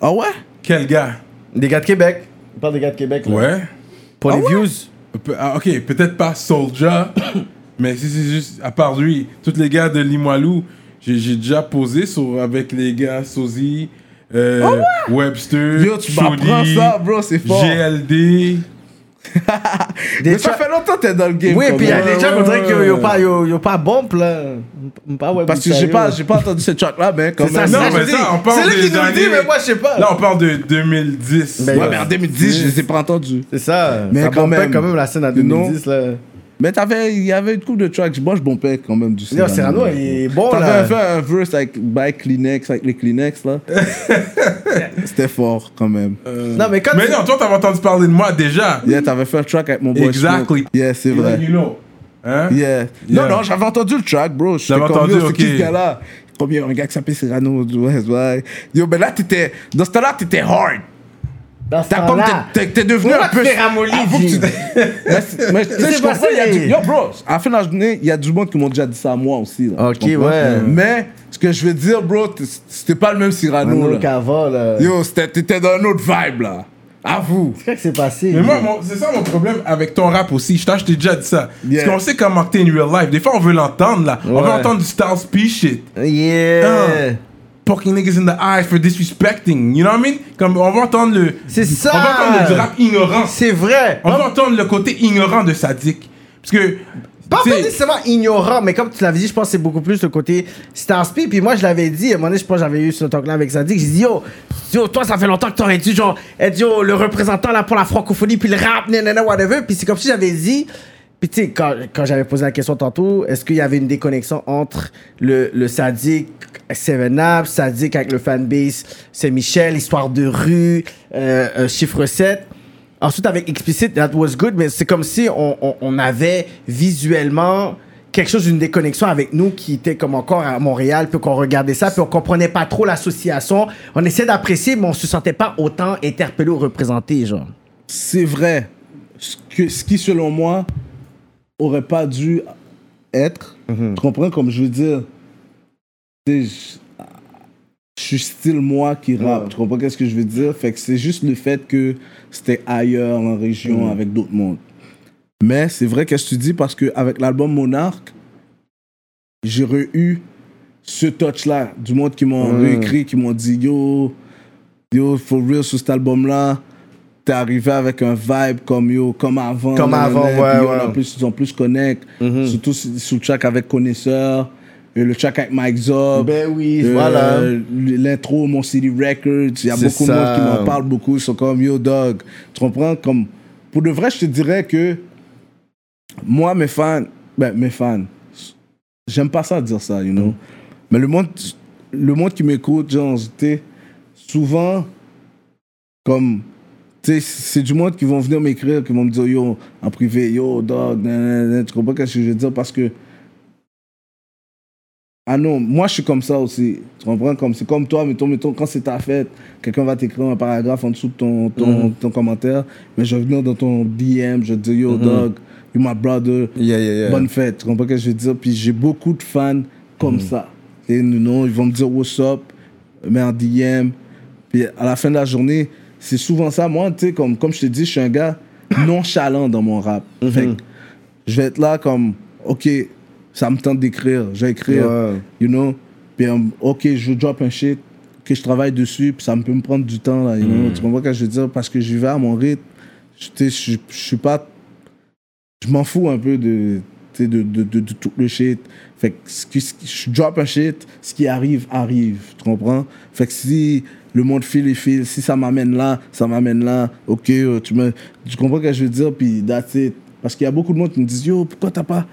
Ah ouais?
Quel gars
Des gars de Québec. On parle des gars de Québec, là.
Ouais.
Pour les views.
Pe- ah, ok, peut-être pas Soldier, mais si c'est juste, à part lui, tous les gars de Limoilou, j'ai j'ai déjà posé sur, avec les gars Sozy, euh, Webster,
Ah Yo, tu m'apprends
Shudi,
ça, bro, c'est fort.
GLD.
Des
Mais ça
tra-
fait longtemps que t'es dans le game.
Oui,
comme
puis il y a
moi.
des gens qu'on dirait qu'ils n'ont pas, yo- yo pas bombe, là. Pas ouais,
Parce que j'ai pas, j'ai pas entendu ce track là, mais quand
C'est ça,
même.
c'est
Non,
ça,
mais
je dis.
ça, on parle
C'est lui
des
qui nous le dit,
années-
mais moi, je sais pas.
Là, on parle de 2010.
Ben,
Ouais, mais en 2010, je les ai pas entendus.
C'est ça.
Mais
ça
quand
bombait
même.
quand même la scène à
You know?
2010, là.
Mais t'avais, il y avait une coupe de tracks. Moi, je bompais quand même du
Yo, Cyrano, il est bon, Oh là.
T'avais fait un verse avec by Kleenex, avec les Kleenex là. C'était fort quand même.
Non, mais quand
Mais
tu-
non, toi, t'avais entendu parler de moi déjà.
Yeah, t'avais fait un track avec mon boy.
Exactly.
Snoop. Yeah, c'est vrai.
You know. Hein?
Yeah.
Yeah.
Non, non, j'avais entendu le track, bro. J'étais
J'avais
comme,
entendu,
yo, c'est
ok.
qui ce gars-là Combien un gars qui s'appelle Cyrano du West, ouais. Yo, mais là, t'étais. Dans ce temps-là, t'étais hard.
Dans ce
Ah,
T'as comme
temps-là,
t'es- t'es t'es devenu
Pourquoi
un peu.
tu fais ramolli,
Ah, faut que tu-
Jim?
Mais c'est- mais tu sais,
C'est
je
pas
comprends, il y a
ça,
du-
hey.
Yo, bro, à la fin de la journée, il y a du monde qui m'ont déjà dit ça à moi aussi. là,
Ok,
tu comprends?
ouais.
Mais ce que je veux dire, bro, t- c'était pas le même Cyrano.
Arnaud
là.
Cava, là.
Yo, c'était- t'étais dans un autre vibe, là. À vous.
Qu'est-ce qui s'est passé?
Mais
yo?
moi, mon- c'est ça mon problème avec ton rap aussi. Je t'ai je t'ai déjà dit ça.
Yeah.
Parce qu'on sait comment que t'es in real life. Des fois, on veut l'entendre là. On veut
Ouais. Eh.
entendre du style speech shit.
Yeah.
Ah. Poking niggas in the eye for disrespecting. You know what I mean? Comme on va entendre le.
C'est ça.
On va entendre le du rap ignorant.
C'est vrai.
On va entendre le côté ignorant de Sadik. Parce que.
Pas,
tu
pas
sais,
nécessairement ignorant, mais comme tu l'avais dit, je pense que c'est beaucoup plus le côté starspeed. Puis moi, je l'avais dit, à un moment donné, je pense que j'avais eu ce talk-là avec Sadik. J'ai dit, yo, yo, toi, ça fait longtemps que t'aurais dû, genre, être, yo, le représentant là pour la francophonie, puis le rap, nanana, whatever. Puis c'est comme si j'avais dit. Puis tu sais, quand, quand j'avais posé la question tantôt, est-ce qu'il y avait une déconnexion entre le, le Sadik Seven Up, Sadik avec le fanbase Saint-Michel, Histoire de rue, euh, euh, Chiffre 7 Ensuite, avec Explicit, that was good, mais c'est comme si on, on- on avait visuellement quelque chose, une déconnexion avec nous qui était comme encore à Montréal, puis qu'on regardait ça, puis on comprenait pas trop l'association. On essayait d'apprécier, mais on se sentait pas autant interpellé ou représenté, genre.
C'est vrai. Ce, que, ce qui, selon moi, aurait pas dû être. Tu comprends comme je veux dire. tu sais, Je je suis style moi qui rappe. Tu comprends qu'est-ce que je veux dire? Fait que c'est juste le fait que c'était ailleurs, en région, avec d'autres mondes. Mais c'est vrai qu'est-ce que tu dis parce qu'avec l'album Monarque, j'ai eu ce touch-là du monde qui m'ont réécrit, qui m'ont dit Yo, yo, for real, sur cet album-là, t'es arrivé avec un vibe comme yo, comme avant.
Comme
nanana,
avant,
puis
ouais,
yo,
ouais. Mm-hmm.
En plus, ils ont plus connect, surtout sur, sur le track avec Connaisseur, et le track avec Mike Zob.
Ben oui,
Euh, L'intro, Mon City Records, il y a
C'est
beaucoup de
ça.
monde qui m'en parle beaucoup. Ils sont comme Yo Dog. Tu comprends? Comme, pour de vrai, je te dirais que moi, mes fans, ben, mes fans, j'aime pas ça dire ça, you know.
Mm.
Mais le monde, le monde qui m'écoute, genre, tu sais, souvent, comme, tu sais, c'est du monde qui vont venir m'écrire, qui vont me dire Yo, en privé, Yo Dog, nan, nan, nan. tu comprends ce que je veux dire? Parce que. Ah non, moi je suis comme ça aussi. Tu comprends comme c'est comme toi, mettons, mettons, quand c'est ta fête, quelqu'un va t'écrire un paragraphe en dessous de ton, ton,
Mhm.
ton commentaire, mais je vais venir dans ton DM, je vais te dire yo dog, you my brother,
Mhm. Yeah, yeah, yeah.
bonne fête. Tu comprends ce que je veux dire? Puis j'ai beaucoup de fans comme
Mhm.
ça. Et nous, non, ils vont me dire what's up, mais en DM. Puis à la fin de la journée, c'est souvent ça. Moi, tu sais, comme, comme je te dis, je suis un gars nonchalant dans mon rap.
Mhm.
Fait que je vais être là comme, ok, ça me tente d'écrire, je vais écrire,
Ouais.
you know. Puis um, ok, je drop un shit, que je travaille dessus, puis ça me peut me prendre du temps là, you know. Tu comprends ce que je veux dire? Parce que j'y vais à mon rythme. Je- Tu sais, je suis- je suis pas je m'en fous un peu de, tu sais, de, de, de- de tout le shit. Fait que ce qui- ce qui- je drop un shit, ce qui arrive, arrive. Tu comprends? Fait que si le monde file et file, si ça m'amène là, ça m'amène là, ok, euh, tu, me, tu comprends ce que je veux dire? Puis that's it. Parce qu'il y a beaucoup de monde qui me disent Yo, pourquoi t'as pas,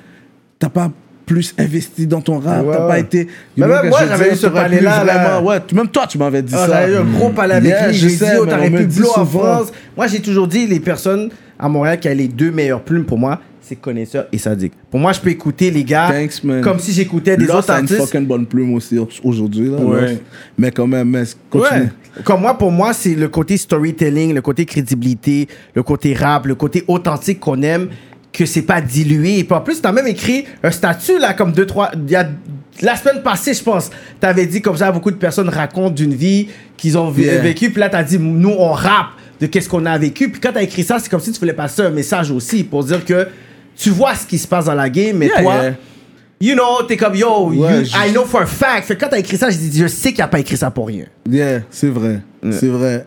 t'as pas plus investi dans ton rap.
Ouais,
T'as
ouais.
pas été.
Mais
le
même
gars,
moi,
je veux
j'avais
dire,
eu ce
t'aurais pu
palais-là, là.
vraiment- Ouais, tu- même toi, tu m'avais dit
Ah,
ça.
J'avais eu un gros palais avec
Yeah,
lui.
je
J'ai dit,
sais,
oh,
mais
t'aurais
on me
pu
le dit
blow en
souvent.
France. Moi, j'ai toujours dit, les personnes à Montréal qui ont les deux meilleures plumes pour moi, c'est connaisseurs et sadiques. Pour moi, je peux écouter les gars
Thanks, man.
Ah, comme si j'écoutais des
Lost
autres
a une
artistes.
fucking bonne plume aussi aujourd'hui. là,
Ouais.
Lost. Mais quand même, mais continue.
Ouais. Comme moi, pour moi, c'est le côté storytelling, le côté crédibilité, le côté rap, le côté authentique qu'on aime, que c'est pas dilué. Et puis en plus, t'as même écrit un statut, là, comme deux, trois. il y a- la semaine passée, je pense, t'avais dit comme ça, beaucoup de personnes racontent d'une vie qu'ils ont vécue.
Yeah.
vécu. Puis là, t'as dit, nous, on rappe de qu'est-ce qu'on a vécu. Puis quand t'as écrit ça, c'est comme si tu voulais passer un message aussi pour dire que tu vois ce qui se passe dans la game, mais
Yeah,
toi.
yeah.
You know, t'es comme yo,
Ouais,
you-
je-
I know for a fact. Fait que quand t'as écrit ça, j'ai dit, je sais qu'il a pas écrit ça pour rien.
Yeah, c'est vrai. C'est vrai.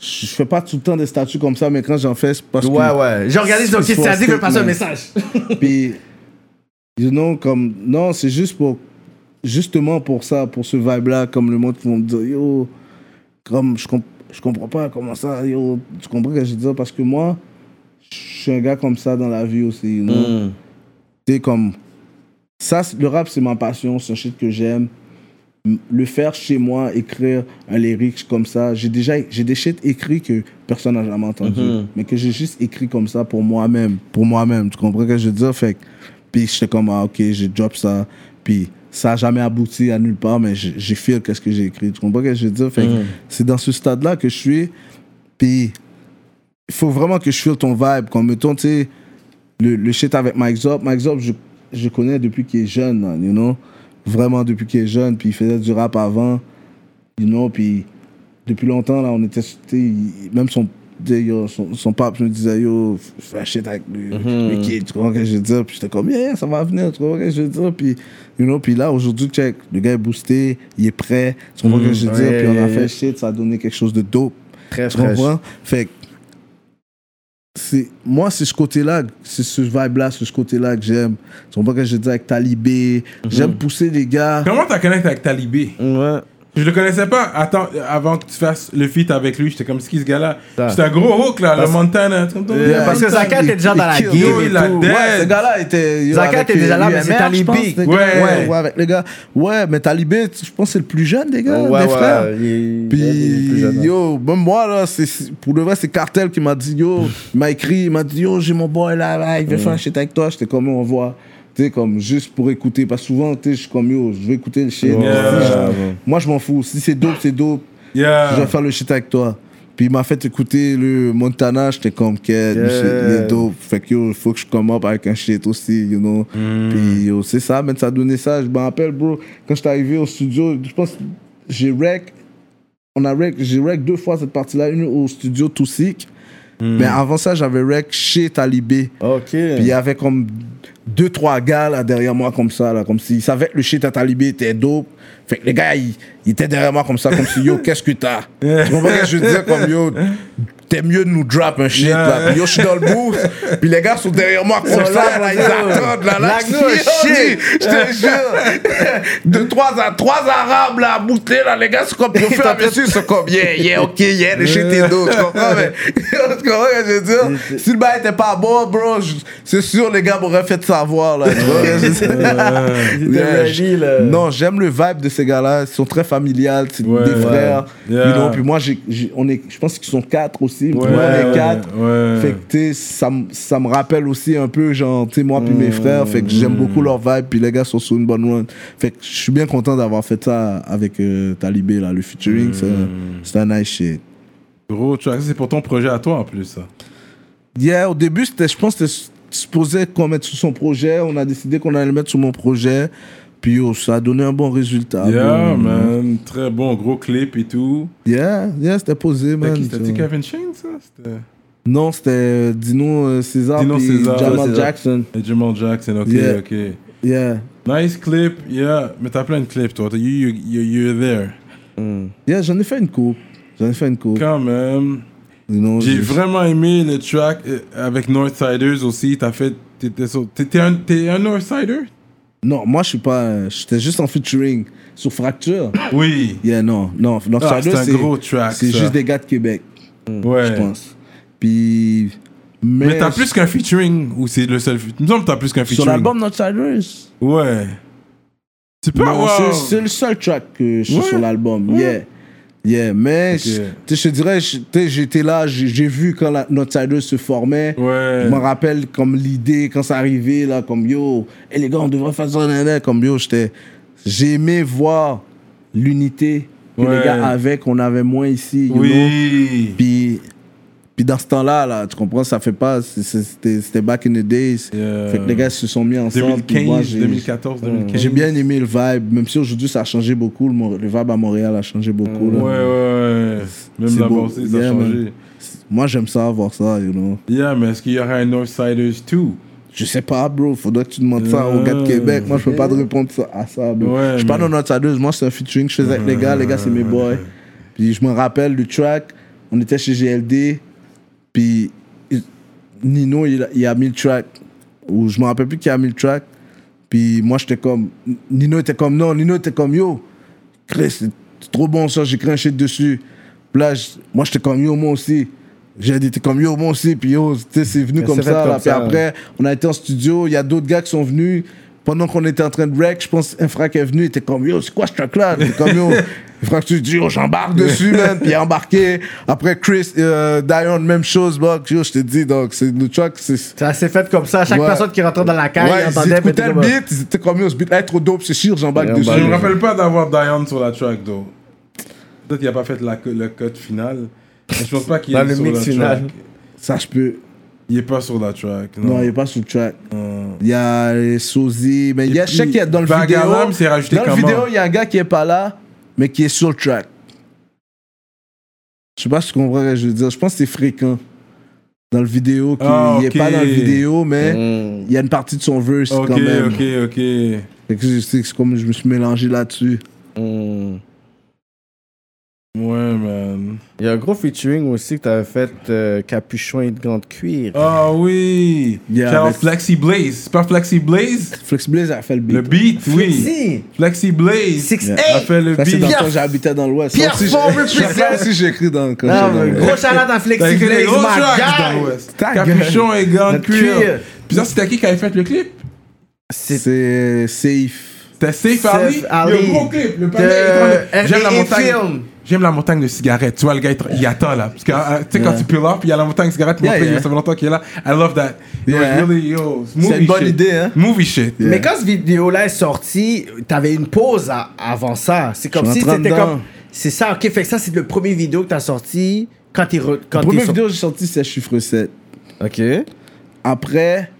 Je je fais pas tout le temps des statuts comme ça, mais quand j'en fais, c'est parce que.
Ouais, ouais. J'organise donc
C'est
c'est à dire que
soit
je passe un
statement.
message.
Puis, you know, comme. Non, c'est juste pour. Justement pour ça, pour ce vibe-là, comme le monde qui vont me dire, yo, comme je, comp- je comprends pas comment ça, yo, tu comprends ce que je veux dire? Parce que moi, je suis un gars comme ça dans la vie aussi, you know? C'est comme. Ça, c'est- le rap, c'est ma passion, c'est un shit que j'aime. M- Le faire chez moi, écrire un lyric comme ça, j'ai déjà j'ai des shit écrits que personne n'a jamais entendu, mais que j'ai juste écrit comme ça pour moi-même, pour moi-même. Tu comprends ce que je veux dire? Fait que- puis j'étais comme, ah, ok, j'ai drop ça, puis ça n'a jamais abouti à nulle part, mais j'ai j'ai feel qu'est-ce que j'ai écrit. Tu comprends ce que je veux dire? Fait que c'est dans ce stade-là que je suis, puis il faut vraiment que je feel ton vibe. Comme mettons, tu sais, le, le shit avec Mike Zop. Mike Zop, je, je connais depuis qu'il est jeune, man, you know. Vraiment depuis qu'il est jeune. Puis il faisait du rap avant, you know. Puis depuis longtemps, là, on était. tu sais, il- Même son, tu sais, yo, son, son pape me disait, yo, fais un shit avec lui. le kid, tu comprends ce que je veux dire? Puis j'étais comme, yeah, ça va venir, tu comprends ce que je veux dire? Puis, you know, puis là, aujourd'hui, check, le gars est boosté, il est prêt, tu comprends ce que je veux dire?
ouais,
Puis on a
ouais, ouais.
fait shit, ça a donné quelque chose de dope.
Très
Tu comprends? Fait que c'est moi c'est ce côté-là, c'est ce vibe-là, c'est ce côté-là que j'aime. Tu comprends ce que je dis avec Talibé, j'aime pousser les gars.
Comment t'as connecté avec Talibé
Ouais.
Je le connaissais pas. Attends, euh, avant que tu fasses le feat avec lui, j'étais comme ce qui ce gars-là.
Ça.
C'est un gros hook là, le Montana.
Yeah,
parce que
Montana,
Zaka,
il-
t'es déjà
il
dans la
kill.
game
Yo,
et
il a
tout.
dead.
Ouais,
Ouais,
ce
ce gars-là était euh,
Zaka, t'es déjà là, mais c'est Talibé.
Ouais,
Ouais.
ouais, ouais, avec les gars. Ouais, mais Talibé, tu- je pense que c'est le plus jeune des gars, des frères. Puis,
hein.
yo, même moi, là, c'est- c'est- pour le vrai, c'est Cartel qui m'a dit, yo, il m'a écrit, il m'a dit, yo, j'ai mon boy là, là, il veut faire un shit avec toi. J'étais comme, on voit. Tu sais, comme, juste pour écouter. Parce que souvent, tu sais, je suis comme, yo, je veux écouter le shit.
Ouais,
Si je-
ouais,
Moi, je m'en fous. Si c'est dope, c'est dope. Je
Yeah.
vais faire le shit avec toi. Puis, il m'a fait écouter le Montana. J'étais comme, qu'est-ce
Yeah.
il est dope. Fait que, yo, il faut que je come up avec un shit aussi, you know. Puis, yo, c'est ça, man, ça a donné ça. Je me rappelle, bro, quand j'étais arrivé au studio, je pense, que j'ai rec on a rec, j'ai rec deux fois cette partie-là, une au studio Toussic. Mais avant ça, j'avais rec chez Talibé.
Hmm. Ok.
Puis il y avait comme deux, trois gars là derrière moi comme ça, là, comme s'ils savaient que le shit à Talibé était dope. Fait que les gars, ils, ils étaient derrière moi comme ça, comme si yo, qu'est-ce que t'as Tu comprends ce que je veux dire Comme yo, t'es mieux de nous drop un shit là. Puis yo, je suis dans le booth. Puis les gars sont derrière moi comme ça, là, ils attendent là, là.
Like no shit.
Je te jure. Deux, trois, trois arabes là, bouclés là, les gars sont comme, yo, fais un monsieur, ils sont comme, yeah, yeah, ok, yeah, le shit
Euh.
est dope. Tu comprends mais- Tu comprends ce que je veux dire
Mm.
Si le bail était pas bon, bro, je- c'est sûr, les gars m'auraient fait savoir là. Tu vois ce que je veux dire? Yeah, je- Non, j'aime le vibe de ces gars-là. Ils sont très familiales, c'est
Ouais,
des
ouais.
frères.
Yeah.
You know, puis moi, j'ai- j'ai- on est, je pense qu'ils sont quatre aussi.
Ouais,
moi, on est
ouais,
quatre.
ouais.
Fait que, tu sais, ça, me- ça me rappelle aussi un peu, genre, tu sais, moi puis
Mm,
mes frères. Fait que j'aime beaucoup leur vibe. Puis les gars sont sur une bonne run. Fait que je suis bien content d'avoir fait ça avec euh, Talibé, là. Le featuring,
Mm.
c'est un- c'est un nice shit.
Gros, tu vois, c'est pour ton projet à toi en plus. Ça.
Yeah, au début, c'était, je pense que c'était supposé qu'on mette sur son projet. On a décidé qu'on allait le mettre sur mon projet. Puis yo, ça a donné un bon résultat.
yeah,
Bon,
man. Très bon, gros clip et tout.
Yeah, yeah, c'était posé,
T'as
man.
qui C'était
Ça.
Kevin Shane, ça C'était
Non, c'était euh, Dino euh, César
Dino
puis
César.
Jamal
César.
Jackson.
Et Jamal Jackson, ok,
Yeah.
ok.
Yeah.
Nice clip, yeah. Mais t'as plein de clips, toi. T'as- You, you, you, you're there.
Yeah, j'en ai fait une coupe. J'en ai fait une coupe.
Quand même.
You know,
J'ai
j'ai-
vraiment aimé le track euh, avec Northsiders aussi. T'as fait. T'étais sur- t'étais un, t'es un Northsider
Non, moi, je suis pas... euh, J'étais juste en featuring sur Fracture.
Oui.
Yeah, non, non.
Ah,
Northsider,
c'est un gros track.
C'est
ça.
Hmm, juste des gars de Québec,
Ouais.
je pense. Puis... Mais,
Mais t'as plus qu'un featuring ou c'est le seul featuring Il me semble que t'as plus qu'un featuring.
Sur l'album Northsiders.
Ouais. Tu peux
Non,
avoir.
c'est- C'est le seul track que je suis
Ouais.
sur l'album. Yeah. Yeah, mais je- tu sais, je te dirais, je- tu sais, j'étais là, j'ai j'ai vu quand la, Northsiders se formait.
Ouais.
Je me rappelle comme l'idée, quand ça arrivait, là, comme yo, et les gars, on devrait faire ça, nan, nan, comme yo, j'étais. J'aimais voir l'unité que
Ouais.
les gars avaient, qu'on avait moins ici. you know.
Oui.
Puis, puis dans ce temps-là, là, tu comprends, ça fait pas. c'est- c'est- C'était c'était back in the days.
Yeah.
Fait que les gars se sont mis ensemble. puis moi,
2015,
j'ai-
2014, 2015.
J'ai bien aimé le vibe, même si aujourd'hui ça a changé beaucoup. Le, Mor- le vibe à Montréal a changé beaucoup. là.
Ouais, ouais, ouais. Même
C'est
là-bas
beau.
aussi, ça a
Yeah, man.
changé.
Moi, j'aime ça, voir ça, you know.
Yeah, mais est-ce qu'il y aura un Northsiders 2
Je sais pas, bro. Faudrait que tu demandes ça
Euh,
aux gars de Québec. Moi, je peux pas te répondre ça- à ça, bro.
Ouais,
je suis pas
mais-
dans notre sadeuse. Moi, c'est un featuring que je faisais avec les gars. Les gars, c'est mes boys. Puis je me rappelle du track. On était chez GLD. Puis il- Nino, il a, il a mis le track. Ou je me rappelle plus qui a mis le track. Puis moi, j'étais comme. Nino était comme non. Nino était comme yo. Chris, c'est trop bon ça. J'écris un shit dessus. Puis là, je- moi, j'étais comme yo, moi aussi. J'ai dit, t'es comme yo, moi aussi. Puis yo, tu sais, c'est venu
Mais
comme
c'est fait
ça. là.
comme
Puis
ça,
après, après, on a été en studio, il y a d'autres gars qui sont venus. Pendant qu'on était en train de wreck, je pense Infrac est venu, il était comme yo, c'est quoi ce truc là comme yo. Infrac, tu dis yo, j'embarque dessus, man. Puis il a embarqué. Après Chris, euh, Dion, même chose, bro. Yo, je te dis, donc, c'est le track, c'est.
Ça s'est fait comme ça. Chaque
Ouais.
personne qui rentrait dans la cage,
ouais, ils
entendait. puis
écoutaient le
était comme-
beat, ils étaient comme yo, ce beat là est trop dope, c'est sûr, j'embarque
Ouais,
dessus.
Je
embarque.
me rappelle pas d'avoir Diane sur la track, though. Peut-être qu'il a pas fait la, le cut final. Mais je pense pas qu'il
Dans
est
le
sur
mix
la
final.
track.
Ça, je peux.
Il est pas sur la track. Non,
Non, il est pas sur le track. Il y a les Sozy, mais il y a, je sais
puis,
qu'il y a dans le vidéo.
Vagalam s'est rajouté
Dans le
comment?
vidéo, il y a un gars qui est pas là, mais qui est sur le track. Je sais pas ce qu'on comprends, je veux dire. Je pense que c'est fréquent. Dans le vidéo, qui,
Ah,
il
ok.
est pas dans le vidéo, mais
Mm.
il y a une partie de son verse
Ok,
quand même.
ok, ok.
Fait que je sais que c'est comme je me suis mélangé là-dessus.
Mm.
Ouais, man.
Il y a un gros featuring aussi que t'avais fait euh, capuchon et de grande cuir.
Ah oui!
Yeah,
Shout out
mais-
Flexi Blaze. C'est pas Flexi Blaze?
Flex Blaze a fait le beat.
Le beat, oui.
Si.
Flexi Blaze.
Six
Yeah.
a
eight.
fait le
Ça, c'est
beat.
dans le temps
Pierre-
que j'habitais dans l'Ouest.
Pierre
Ça aussi,
Font
j'ai-
represent.
Ça aussi, j'ai écrit dans quand
Non,
j'étais dans
mais
l'Ouest.
gros chalade à Flexi
T'as écrit
Blaze,
Ben, les gros
my
tracks
guy.
dans l'Ouest.
Ta
Capuchon et gants de
Notre cuir.
cuir. Puis ça, c'était qui qui avait fait le clip?
C'est
C'est safe.
C'était Safe Ali.
Safe Ali.
Le gros clip. Le
De-
palais. J'aime la
et- et
montagne.
film.
J'aime la montagne de cigarettes. Tu vois, le gars, il tra- il attend là. Parce que, euh, tu sais, quand
Yeah.
tu peel off, il y a la montagne de cigarettes. Mon
Yeah,
frère,
yeah.
ça fait longtemps qu'il est là. I love that. It was
Yeah.
really, yo, it's
C'est
movie
une bonne
shit.
idée, hein?
Movie shit.
Mais quand cette vidéo-là est sortie, t'avais une pause à- avant ça. C'est comme
Je suis
si
en train
c'était
dedans.
comme. C'est ça, ok. Fait que ça, c'est le premier vidéo que t'as sorti quand t'es. re-
La
Quand t'es
première
sorti.
vidéo que j'ai sortie, c'est chiffre 7.
Ok.
Après,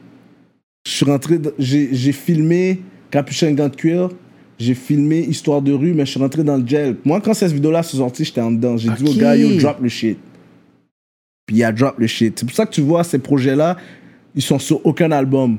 je suis rentré, dans- j'ai j'ai filmé Capuchin Gant de cuir, j'ai filmé Histoire de rue, mais je suis rentré dans le gel. Moi, quand cette vidéo-là s'est sortie, j'étais en dedans. J'ai dit
Ok.
au gars, yo, drop le shit. Puis il a drop le shit. C'est pour ça que tu vois ces projets-là, ils sont sur aucun album.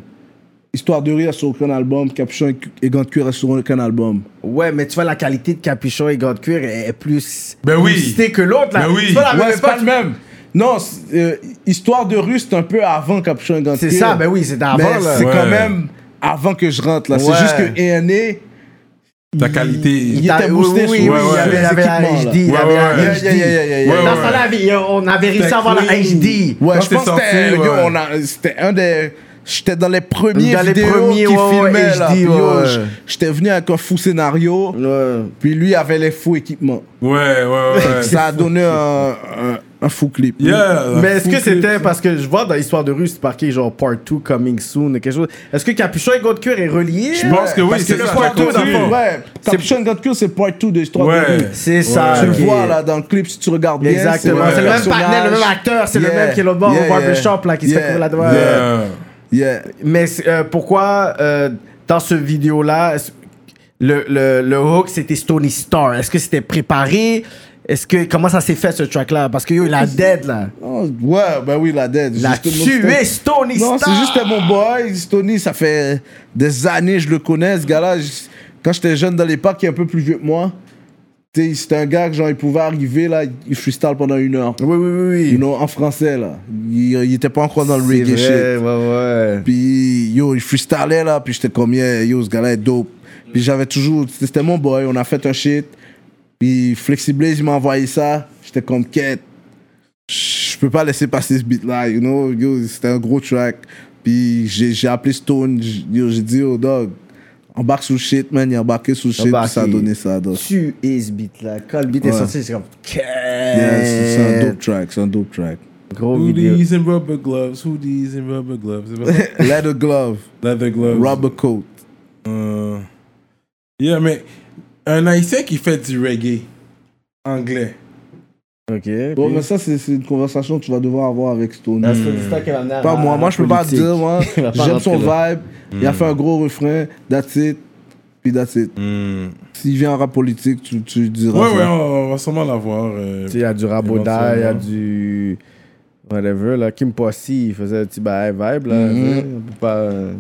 Histoire de rire sur aucun album, Capuchin et Gant de cuir est sur aucun album.
Ouais, mais tu vois, la qualité de Capuchon et Gant de Cuir est est plus.
Ben oui.
boostée que l'autre, là.
Ben oui.
C'est Ah, pas la
Ouais,
même
c'est pas
époque.
le même. Non, c'est- euh, Histoire de rue, c'est un peu avant Capuchin et Gant de
C'est
cuir.
ça, ben oui, c'était avant,
Mais
là.
c'est
Ouais.
quand même avant que je rentre là.
Ouais.
C'est juste que ENA,
Ta qualité.
il était
T'as-
boosté
oui,
sur
ouais,
oui, oui, il y
ouais.
avait, il y avait la
Équipement, là.
HD. il y
Ouais,
avait
ouais,
la
ouais.
HD.
Ouais,
Dans
ouais,
ça, là, il y a- on avait réussi à avoir la
C'était
HD.
Ouais,
Quand
je pense
c'est
que c'était
sorti,
yo,
ouais.
on a- c'était un des. J'étais dans les premiers
Dans les
vidéos
premiers,
qui
ouais, ouais,
filmaient là.
HD,
Puis, yo,
ouais.
j- J'étais venu avec un fou scénario,
Ouais.
puis lui avait les fous équipements.
Ouais, ouais, ouais.
Ça a donné un, un, un fou clip.
Yeah.
Mais est-ce que c'était parce que je vois dans l'histoire de rue, c'est marqué genre part 2 coming soon et quelque chose. Est-ce que Capuchon et Gaude Cure est relié
Je pense que oui,
Parce que
c'est
le
ça.
part
ça
two, dans le
continue.
fond.
Ouais, Capuchon Got Cure, c'est part 2 de l'histoire
Ouais.
de la vie.
C'est ça.
Tu
Ah, ok.
le vois là dans le clip, si tu regardes bien.
Exactement.
c'est
C'est
le
le même partenaire, le même acteur, c'est le même qui est l'autre bord au barbershop là, qui se fait courir la doigt.
Yeah.
Yeah.
Mais c'est, euh, pourquoi euh, dans ce vidéo là, le, le, le hook c'était Stony Star Est-ce que c'était préparé Est-ce que comment ça s'est fait ce track là Parce que yo, il a dead là.
Oh, ouais, ben oui, la dead.
Il a
Justement,
tué
c'était-
Stony Star
Non, c'est juste un bon boy. Stony, ça fait des années que je le connais. Ce gars-là, je- quand j'étais jeune dans les parcs, il est un peu plus vieux que moi. Tu sais, C'était un gars que genre, il pouvait arriver là, il freestyle pendant une heure.
Oui, oui, oui. oui.
You know, en français là. Il, il était pas encore dans le
C'est
reggae shit.
vrai, ouais, ouais.
Puis yo, il freestylait là, puis j'étais comme yeah, yo, ce gars-là est dope. Puis j'avais toujours, c'était mon boy, on a fait un shit. Puis Flexi Blaze, il m'a envoyé ça, j'étais comme quête. Je je peux pas laisser passer ce beat là, you know, Yo, c'était un gros track. Puis j'ai j'ai appelé Stone, j- yo, j'ai dit oh dog, embarque sur le shit man, il a embarqué sur le shit, puis ça a donné ça. dog.
Tu es ce beat là. Quand le beat est
Ouais.
sorti, c'est comme.
Yeah, c'est c'est un dope
Yes.
track, c'est un dope track.
Gros vidéo.
Hoodies and rubber gloves, hoodies and rubber gloves. C'est pas ça?
Leather glove,
Leather gloves.
rubber coat.
Euh, Yeah, uh, mais un haïtien qui fait du reggae anglais.
Ok.
Bon,
puis-
mais ça, c'est c'est une conversation que tu vas devoir avoir avec Stone.
Parce que c'est toi qui vas amener à
Pas
la-
moi, moi je peux pas
politique.
dire, moi,
Il va pas
j'aime son
rentrer là. Hmm.
vibe, il a fait un gros refrain, that's it, puis that's it.
Hmm.
S'il vient en rap politique, tu, tu diras
Ouais,
ça.
ouais, on, on va sûrement l'avoir. euh,
Tu sais, Il y a du Raboda, il y a
Éventuellement.
du. Whatever, là. Kim Poissy, il faisait un petit bail vibe, là. tu sais, On peut pas euh,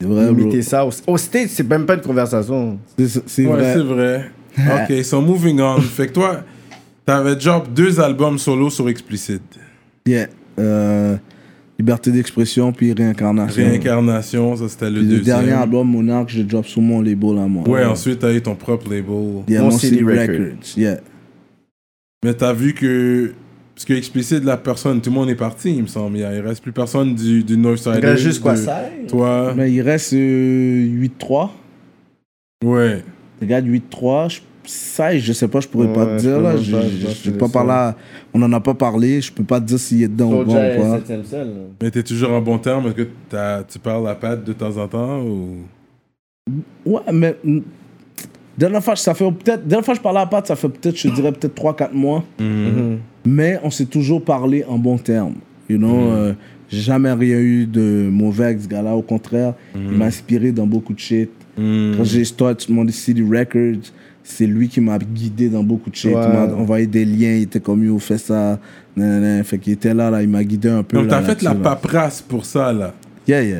C'est vrai, bro.
imiter ça. Au, au States, c'est même pas une conversation.
C'est- C'est c'est
Ouais,
vrai.
c'est vrai. ok, so moving on. Fait que toi, t'avais drop deux albums solo sur Explicit.
Yeah. Euh, liberté d'expression, puis réincarnation.
Réincarnation, ça c'était le
Puis le
deuxième.
dernier album, Monarch, je drop sur mon label à moi.
Ouais, ensuite t'as eu ton propre label.
Yeah,
Mon
mon
CD
CD Records.
Records.
Yeah.
Mais t'as vu que. Parce que Explicit, la personne, tout le monde est parti, il me semble. Il y a- il reste plus personne du, du North Side.
Il reste juste quoi,
de-
ça
Toi.
Mais il reste euh, 8-3.
Ouais.
Regarde, 8-3. je- Ça, je sais pas, je pourrais pas
Ouais,
te
je
dire.
peux
Là.
même
Je,
pas,
je-
je pense
je
que
peux pas
c'est
parler.
ça.
à- On en a pas parlé. Je peux pas te dire s'il est dedans ou
Soulja
pas.
est
ou pas.
septième seul, là.
Mais t'es toujours en bon terme Est-ce que t'as- tu parles à Pat de temps en temps ou...
Ouais, mais. mm, Dernière fois, ça fait peut-être. Dernière fois, je parlais à Pat, ça fait peut-être, je dirais, peut-être 3-4 mois.
Mm-hmm.
Mais on s'est toujours parlé en bons termes. You know,
Mm.
euh, j'ai jamais rien eu de mauvais avec ce gars-là. Au contraire,
Mm.
il m'a inspiré dans beaucoup de shit. Quand j'ai start mon City Records, c'est lui qui m'a guidé dans beaucoup de shit.
Ouais.
Il m'a envoyé des liens, il était comme yo, fais ça. nan, nan, nan. Fait qu'il était là, là, il m'a guidé un peu.
Donc
là,
t'as fait la
là-dessus, là.
paperasse pour ça, là.
Yeah, yeah.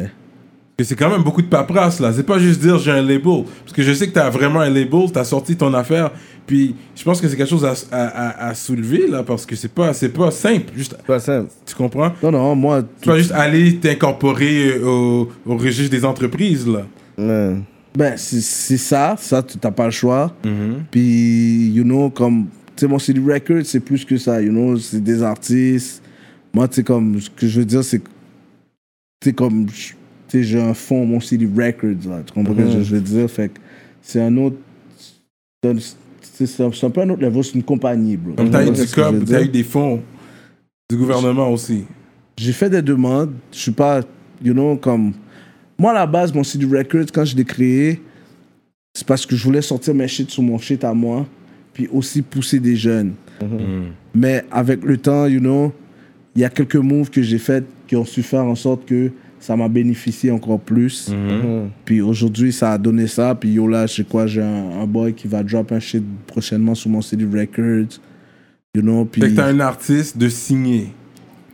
Parce que c'est quand même beaucoup de paperasse, là. C'est pas juste dire j'ai un label. Parce que je sais que t'as vraiment un label, t'as sorti ton affaire. Puis je pense que c'est quelque chose à, à, à- à soulever, là, parce que c'est pas, c'est pas simple. Juste,
Pas simple.
tu comprends
Non, non, moi.
Tu vas juste aller t'incorporer euh, au, au registre des entreprises, là.
Ouais.
Ben, c'est c'est ça, ça, tu n'as pas le choix.
Mhm.
Puis, you know, comme, tu sais, mon CD Record, c'est plus que ça, you know, c'est des artistes. Moi, tu sais, comme, ce que je veux dire, c'est que, tu sais, comme, je- tu sais, j'ai un fond, mon CD Records, là, tu comprends ce que je
Mhm.
veux dire? Fait que c'est un autre. c'est un- C'est c'est un, c'est un peu un autre level, c'est une compagnie, bro.
Comme t'as eu
Tu
du
comprends ce que je
COP,
veux
t'as eu
dire?
des fonds du gouvernement aussi.
J'ai fait des demandes, je suis pas, you know, comme. Moi, à la base, mon CD Records, quand je l'ai créé, c'est parce que je voulais sortir mes shit sur mon shit à moi, puis aussi pousser des jeunes.
Mm-hmm.
Mais avec le temps, you know, il y a quelques moves que j'ai faits qui ont su faire en sorte que ça m'a bénéficié encore plus.
Mm-hmm.
Puis aujourd'hui, ça a donné ça. Puis yo, là, je sais quoi, j'ai un, un boy qui va drop un shit prochainement sur mon CD Records. You know, puis.
Fait que t'as un artiste de signer,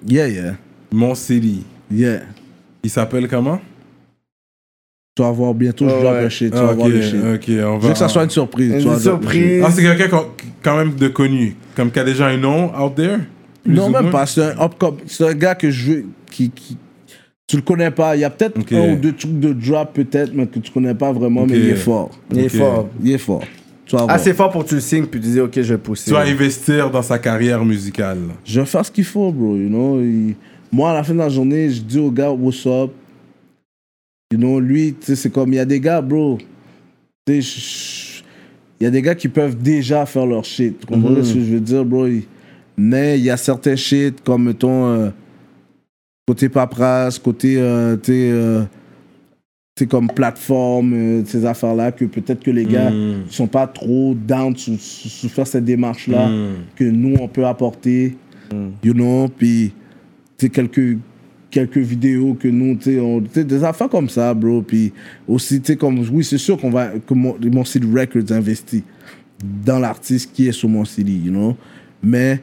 Yeah, yeah.
Mon City.
Yeah.
Il s'appelle comment
Tu vas voir bientôt, je
Ouais,
drop
ouais.
un shit. Tu
Ah,
vas voir
ok,
le shit.
ok, on
Je
va.
veux que ça soit une surprise. tu vois, donc-
Une surprise.
Ah, c'est quelqu'un qu'on- quand même de connu, comme qui a déjà un nom out there plus
Non,
ou
même
moins?
pas. C'est un, up- c'est un gars que je veux. Qui, qui- tu le connais pas. Il y a peut-être
Ok.
un ou deux trucs de drop, peut-être, mais que tu connais pas vraiment, mais
Ok.
il est fort.
Il est
Ok. Ah,
fort.
Il est fort. Tu vas voir.
Assez Ah, fort pour que tu le signes, puis tu dis, ok, je vais pousser.
Tu vas investir dans sa carrière musicale.
Je vais faire ce qu'il faut, bro. You know? Il- Moi, à la fin de la journée, je dis au gars, what's up? You know, lui, tu sais, c'est comme. Il y a des gars, bro. Tu sais, je- je- il y a des gars qui peuvent déjà faire leur shit. Tu comprends ce que je veux dire, bro? Il- Mais il y a certains shit, comme, mettons, euh, côté paperasse, côté, euh, tu sais, euh, tu sais, comme plateforme, euh, ces affaires-là, que peut-être que les gars
Mm.
sont pas trop down sur, sur- sur faire cette démarche-là
Mm.
que nous on peut apporter, you know, puis tu sais, quelques quelques vidéos que nous tu sais, on- tu sais des affaires comme ça bro puis aussi tu sais comme oui c'est sûr qu'on va que mon, mon CD Records investit dans l'artiste qui est sur mon CD you know mais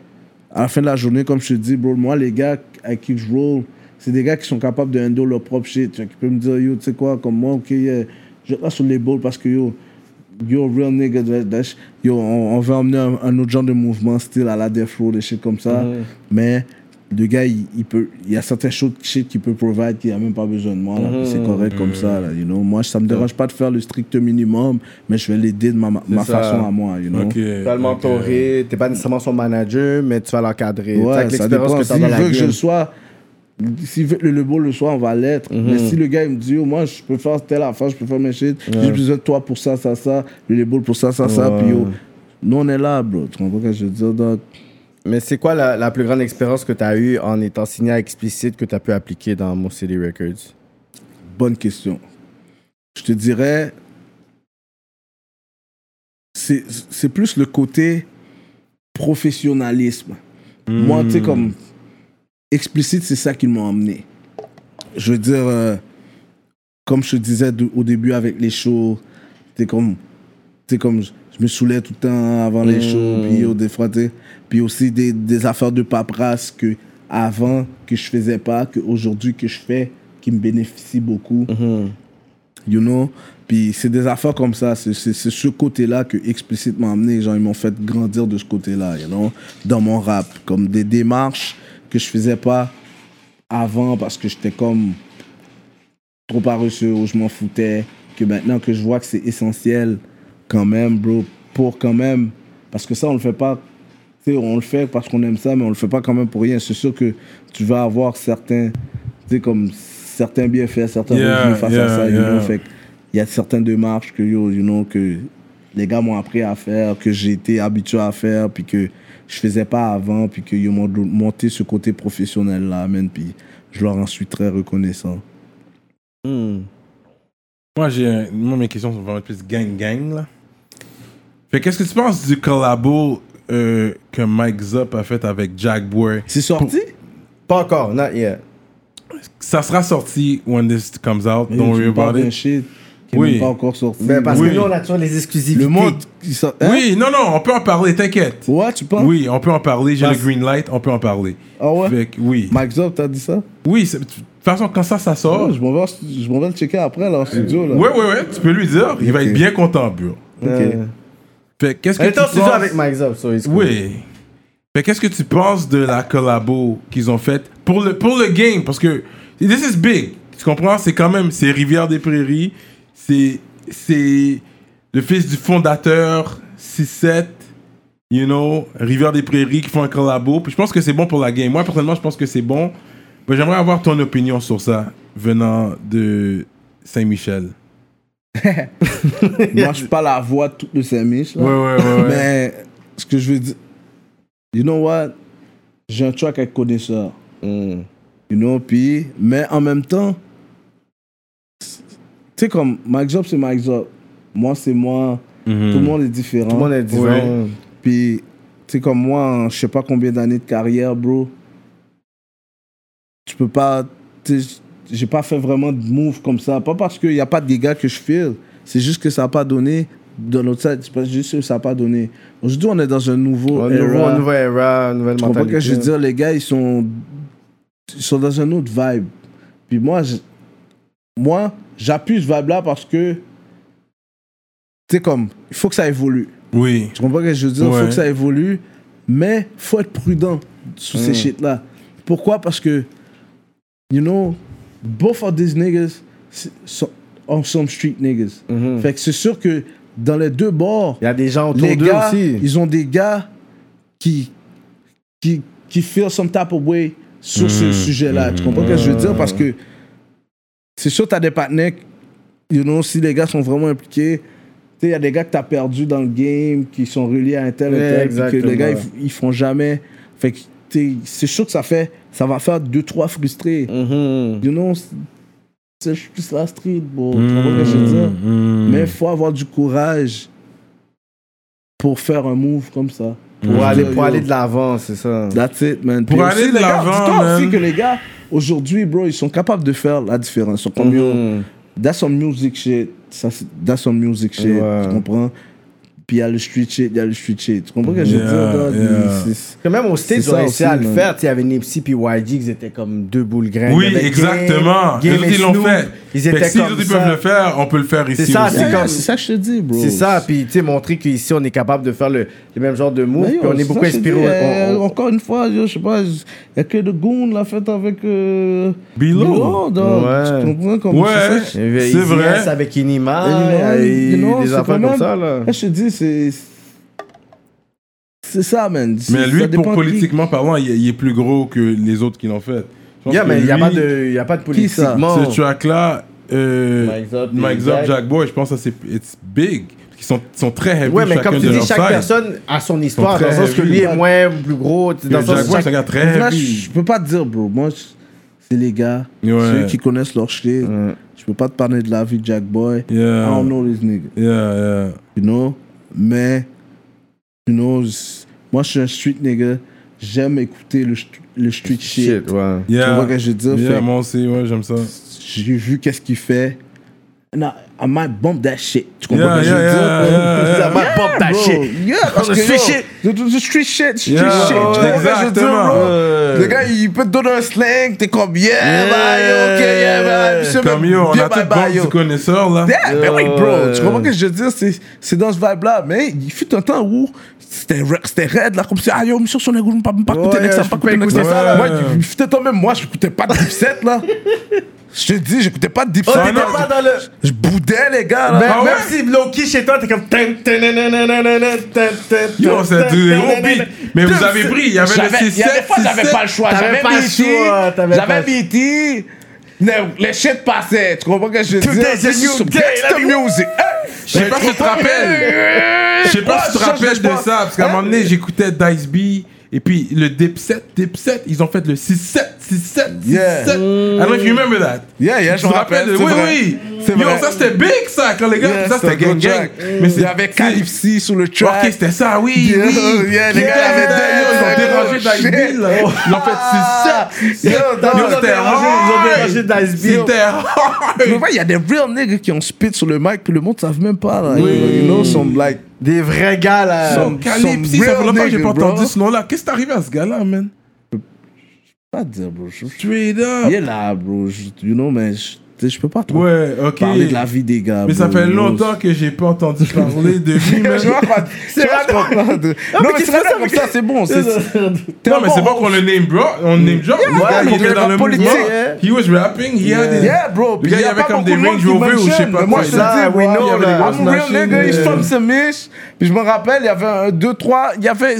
à la fin de la journée comme je te dis bro moi les gars avec qui je roll c'est des gars qui sont capables de handle leur propre shit tu vois, qui peuvent me dire yo tu sais quoi comme moi ok yeah, je vais pas sur les balles parce que yo Yo, real nigga, that- that sh- yo, on, on veut emmener un, un autre genre de mouvement, style à la Death Row, des shit comme ça. Mais le gars, il, il peut, il y a certaines choses shit qu'il peut provide qu'il n'a même pas besoin de moi. là, puis C'est correct comme ça. Là, you know? Moi, ça me dérange pas de faire le strict minimum, mais je vais l'aider de ma, ma
ça.
façon à moi. You know?
Ok.
Tu vas le mentorer, t'es pas nécessairement son manager, mais tu vas l'encadrer. Tu sais,
Ouais,
avec
ça
l'expérience
dépend.
que t'as
S'il
dans la
veut que je
game.
le sois, s'il veut que le beau le soit, on va l'être. Mais si le gars il me dit, oh, moi, je peux faire telle affaire, je peux faire mes shit, j'ai besoin de toi pour ça, ça, ça, le beau pour ça, ça, ça, puis yo, nous, on est là, bro. Tu comprends ce que je veux dire? Donc,
Mais c'est quoi la, la plus grande expérience que t'as eue en étant signé à explicite que t'as pu appliquer dans Mon City Records?
bonne question. Je te dirais, c'est c'est plus le côté professionnalisme. Moi, tu sais, comme explicite, c'est ça qui m'a emmené. Je veux dire, euh, comme je te disais de- au début avec les shows, t'es comme, t'es comme, je je me saoulais tout le temps avant les shows, puis oh, des fois, t'sais, puis aussi des, des affaires de paperasse que avant que je faisais pas, que aujourd'hui que je fais, qui me bénéficie beaucoup, you know. Puis c'est des affaires comme ça, c'est c'est- c'est ce côté-là que Explicit m'a amené, genre ils m'ont fait grandir de ce côté-là, you know, dans mon rap, comme des démarches que je faisais pas avant parce que j'étais comme trop paresseux ou je m'en foutais, que maintenant que je vois que c'est essentiel quand même, bro, pour quand même, parce que ça, on le fait pas, tu sais, on le fait parce qu'on aime ça, mais on le fait pas quand même pour rien. C'est sûr que tu vas avoir certains, tu sais, comme certains bienfaits, certains
Yeah,
revenus face
yeah,
à ça, you
yeah.
know, fait que il y a certaines démarches que, yo, you know, que les gars m'ont appris à faire, que j'ai été habitué à faire, puis que je faisais pas avant, puis qu'ils m'ont monté ce côté professionnel-là, man, puis je leur en suis très reconnaissant. Hmm.
Moi, j'ai un- moi, mes questions sont vraiment plus gang-gang, là. Fait qu'est-ce que tu penses du collabo euh, que Mike Zop a fait avec Jack Boy?
C'est sorti?
Pas encore, not yet.
Ça sera sorti when this comes out. Don't
Yo, tu
worry
me parles
about
d'un
it.
shit qui est
Oui.
même pas encore sorti.
Mais Ben, parce
Oui.
que nous, on a toujours les exclusivités.
le monde, il sort- hein?
Oui, non, non, on peut en parler, t'inquiète.
Ouais, tu penses?
Oui, on peut en parler. J'ai le
Hein? Parce-
green light, on peut en parler.
Ah ouais?
Fait que oui.
Mike Zop, t'as dit ça?
Oui, c'est- de toute façon, quand ça, ça sort,
Oh, je m'en vais, en- je m'en vais le checker après, là, en studio, là.
Ouais, ouais, ouais, tu peux lui dire, il va
Ok.
être bien content, bro.
Ok.
Fait que qu'est-ce que
Elle était Euh, en
tu
studio
penses...
avec Mike Zop, so it's cool.
Oui. Fait que qu'est-ce que tu penses de la collabo qu'ils ont faite pour le, pour le game? Parce que this is big. Tu comprends? C'est quand même, c'est Rivière-des-Prairies, c'est, c'est le fils du fondateur, 6-7, you know, Rivière-des-Prairies qui font un collabo. Puis je pense que c'est bon pour la game. Moi, personnellement, je pense que c'est bon. Mais j'aimerais avoir ton opinion sur ça, venant de Saint-Michel.
Moi, je suis pas la voix de tout le Saint-Mich, là.
ouais, ouais.
Mais ce que je veux dire, you know what? J'ai un track avec connaisseur.
Mm.
You know, puis, mais en même temps, tu sais, comme Mike Job, c'est Mike Job. Moi, c'est moi. Tout le monde est différent.
Tout le monde est différent.
Puis, tu sais, comme moi, en je sais pas combien d'années de carrière, bro, tu peux pas. tu sais, J'ai pas fait vraiment de move comme ça. Pas parce qu'il n'y a pas de dégâts que je file, c'est juste que ça n'a pas donné. De l'autre side, c'est pas juste que ça n'a pas donné. Aujourd'hui, on est dans un nouveau.
Un
era.
nouveau, une nouvelle era, une nouvelle
Tu comprends ce
mentalité.
que je veux dire? Les gars, ils sont, ils sont dans un autre vibe. Puis moi, je- moi j'appuie ce vibe-là parce que, tu sais, comme, il faut que ça évolue.
Oui.
Tu comprends ce que je veux dire? Il faut
Ouais.
que ça évolue, mais faut être prudent sous ces shit-là. Pourquoi? Parce que, you know, both of these niggas s- sont- are some street niggas. Fait que c'est sûr que dans les deux bords,
Il y a des gens autour
les
d'eux
gars,
aussi.
ils ont des gars qui, qui, qui feel some type of way sur ce sujet-là. Tu comprends ce que je veux dire? Parce que c'est sûr, tu as des partenaires, you know, si les gars sont vraiment impliqués, tu sais, il y a des gars que tu as perdu dans le game, qui sont reliés à un tel,
Ouais,
et tel, puis que les gars, ils,
exactement.
f- ils font jamais. Fait que, tu sais, c'est sûr que ça fait, ça va faire deux, trois frustrés.
Mhm.
You know, c'est- c'est je suis plus la street, bro. Tu comprends ce que je
Hmm,
veux dire? Mais il faut avoir du courage pour faire un move comme ça.
Mhm.
Pour, aller, pour
Yo,
aller de l'avant, c'est ça.
That's it, man.
Pour
Puis
aller de
les gars,
l'avant,
dis-toi aussi
man.
que les gars, aujourd'hui, bro, ils sont capables de faire la différence. Ils sont comme, yo,
Mhm.
that's some music shit. Ça, c'est- that's some music shit.
Ouais.
Tu comprends? Puis il y a le street shit, il y a le street shit. Tu comprends ce que je veux
Yeah,
dire, dog?
yeah.
Il- c'est-
Quand même, au States,
C'est
ils ont
ça
réussi à
aussi,
le
man.
faire. Tu sais, Il y avait Nipsey puis YG, ils étaient comme deux boules graines.
Oui,
Euh, Il y avait
exactement.
Game-
les
Game et
autres, ils l'ont
Snoop.
fait.
Ils
Fait que
étaient
si les autres,
comme
ils peuvent le
ça.
faire, on peut le faire ici
C'est ça,
aussi.
Yeah,
c'est comme-
yeah, C'est ça que je te dis, bro.
C'est ça, puis tu sais, montrer qu'ici, on est capable de faire le, le même genre de move,
Mais
puis
yo,
on est
c'est ça
beaucoup
que je te
inspiré.
dis,
on-
euh,
on-
Encore une fois, yo, je sais pas, il y a que de Goon l'a fait avec. Euh,
Bilo.
dog.
Ouais.
Tu comprends comme
Ouais.
c'est ça que je-
il y avait
C'est
Easy
vrai.
S avec Inima, euh,
Et you know, you
et
know,
des
c'est
affaires
quand
comme
même- Eh,
ça, là.
je te dis, c'est. C'est ça, man. C'est-
Mais lui,
ça
pour
dépend qui-
politiquement parlant, il, est- il est plus gros que les autres qui l'ont fait. Je pense
Yeah,
que
mais il n'y a,
lui,
pas de- Oh. il y a pas de
Qui, ça?
politiquement.
Ce track-là, euh,
Mike Zop et
Mike Zop,
Jack.
Jack Boy, je pense que ça, c'est it's big. Parce qu'ils sont, sont très heavy
Ouais, mais
chacun
comme tu
de
dis,
leur
chaque
side.
personne a son histoire,
très
dans le sens que
heavy.
lui est moins plus gros. tu sais,
Puis
Dans le
Jack
sens que
Boy, c'est un
chaque-
gars très
Là,
heavy.
je peux pas te dire, bro. Moi, je- c'est les gars,
Ouais.
ceux qui connaissent leur shit. Je peux pas te parler de la vie de Jack Boy.
Yeah.
I don't know these niggas,
Yeah, yeah.
you know. Mais, you know, c'est- moi, je suis un street nigga. J'aime écouter le, st- le street shit.
Shit, ouais.
Yeah.
vois ce que je veux dire?
Yeah,
Fait-
moi aussi, ouais, j'aime ça.
J'ai vu qu'est-ce qu'il fait. And I, I might bump that shit. Tu comprends
Yeah,
ce que je veux
yeah, yeah,
dire?
oh,
yeah, yeah.
I might
Yeah,
bump that
bro.
shit. Yeah,
the
que,
street
yo,
shit.
The, the- the street shit, street
Yeah,
shit. Tu comprends ce que je veux dire,
exactement.
bro?
Ouais.
Euh,
Le gars, il peut te donner un slang, t'es comme, yeah, bah, yo, ok, yeah, bah, je sais
Comme
même-
yo, on
yeah,
a
bye,
tout
bye,
bon
yo.
du connaisseur, là.
Yeah, ben oui, bro.
Ouais.
Tu comprends ce que je veux dire? C'est- C'est dans ce vibe-là. Mais il fut un temps où c'était ra- c'était raide, là, comme si, ah yo, monsieur, son égo, je ne peux pas
Ouais,
écouter Nexa,
je
je peux pas
peux
écouter Nexa,
pas
écouter
ça,
ça,
là.
ouais.
Moi, il fut un temps même, moi, je n'écoutais pas de dipset, là. Je te dis, j'écoutais pas de dipset.
Oh,
là.
t'étais pas dans le.
Je boudais, les gars, là.
Ben,
Ah ouais?
même si Loki chez toi, t'es comme.
Yo,
Yo,
c'est du gros beat. Mais vous avez pris, il y avait le
J'avais- il y
6-7.
a des fois, j'avais pas le choix.
T'avais
J'avais
pas le choix,
BT.
t'avais pas
J'avais
le-
BT. le- Les shit passaient. Tu comprends ce que je veux dire?
Today's a
C'est
new
sur
day,
Gangsta
let
Music.
Je sais pas si tu te rappelles. Je Hein? sais pas si tu te rappelles de ça, parce qu'à un moment
Hein?
donné, j'écoutais Dice B, et puis le Dipset, Dipset, ils ont fait le 6-7, 6-7, 6-7.
Yeah.
I don't know if you remember that.
Yeah, yeah, je
Tu te
me
rappelles
rappelle.
de-
c'est
Oui,
vrai.
oui.
C'est
Yo,
vrai.
ça c'était big, ça, quand les gars,
Yeah,
ça c'était
c'est un
gang
good
gang.
track.
Mais
Il y
c'est-
avait
c'est-
Calypsy sur le track.
Ok, c'était ça, oui.
Yeah,
oui.
yeah, les gars, ils avaient
ils
deux,
ont dérangé
oh,
Dice
shit.
B, là. Ils ont fait 6-7.
Yo, dans-
Ah, Yo,
ils ont
c'était
dérangé, ils ont dérangé Dice B.
C'était hard.
Tu vois, il y a des real niggas qui ont spit sur le mic, puis le monde ne savent même pas. Là. You know, some like.
Des vrais gars là.
Some-
Calypsy,
some
ça fait
real
longtemps que j'ai pas
nigga, bro.
entendu ce nom-là. Qu'est-ce qui est arrivé à ce gars-là, man?
Pas dire, bro. Je- je-
Straight up.
Il est là, bro. Je- You know, mais je tu sais, je peux pas trop
Ouais, ok.
parler de la vie des gars.
Mais ça
bro,
fait
you know.
longtemps que j'ai pas entendu parler de lui, man.
Je vois quoi. C'est
vrai, non.
pas de. Non, mais
qu'est-ce
c'est
que
vrai,
ça,
comme
mais-
ça, c'est bon. c'est-
Non, mais c'est bon qu'on le name, bro. On le name drop. Le gars,
mais
il était
le
dans le
rap politique.
mouvement. He was rapping. He had his-
Yeah, bro.
Le
puis
gars,
y
il
a
avait
pas
comme des
beaucoup de
Range
monde qui
Rover ou je sais
mentionne,
pas
mais Moi,
quoi.
je te
Ça,
dis,
we
bro,
know,
il y avait
là.
des grosses
I'm a real
machines,
nigga, he's
euh,
from
Puis je me rappelle, il y avait un, deux, trois, il y avait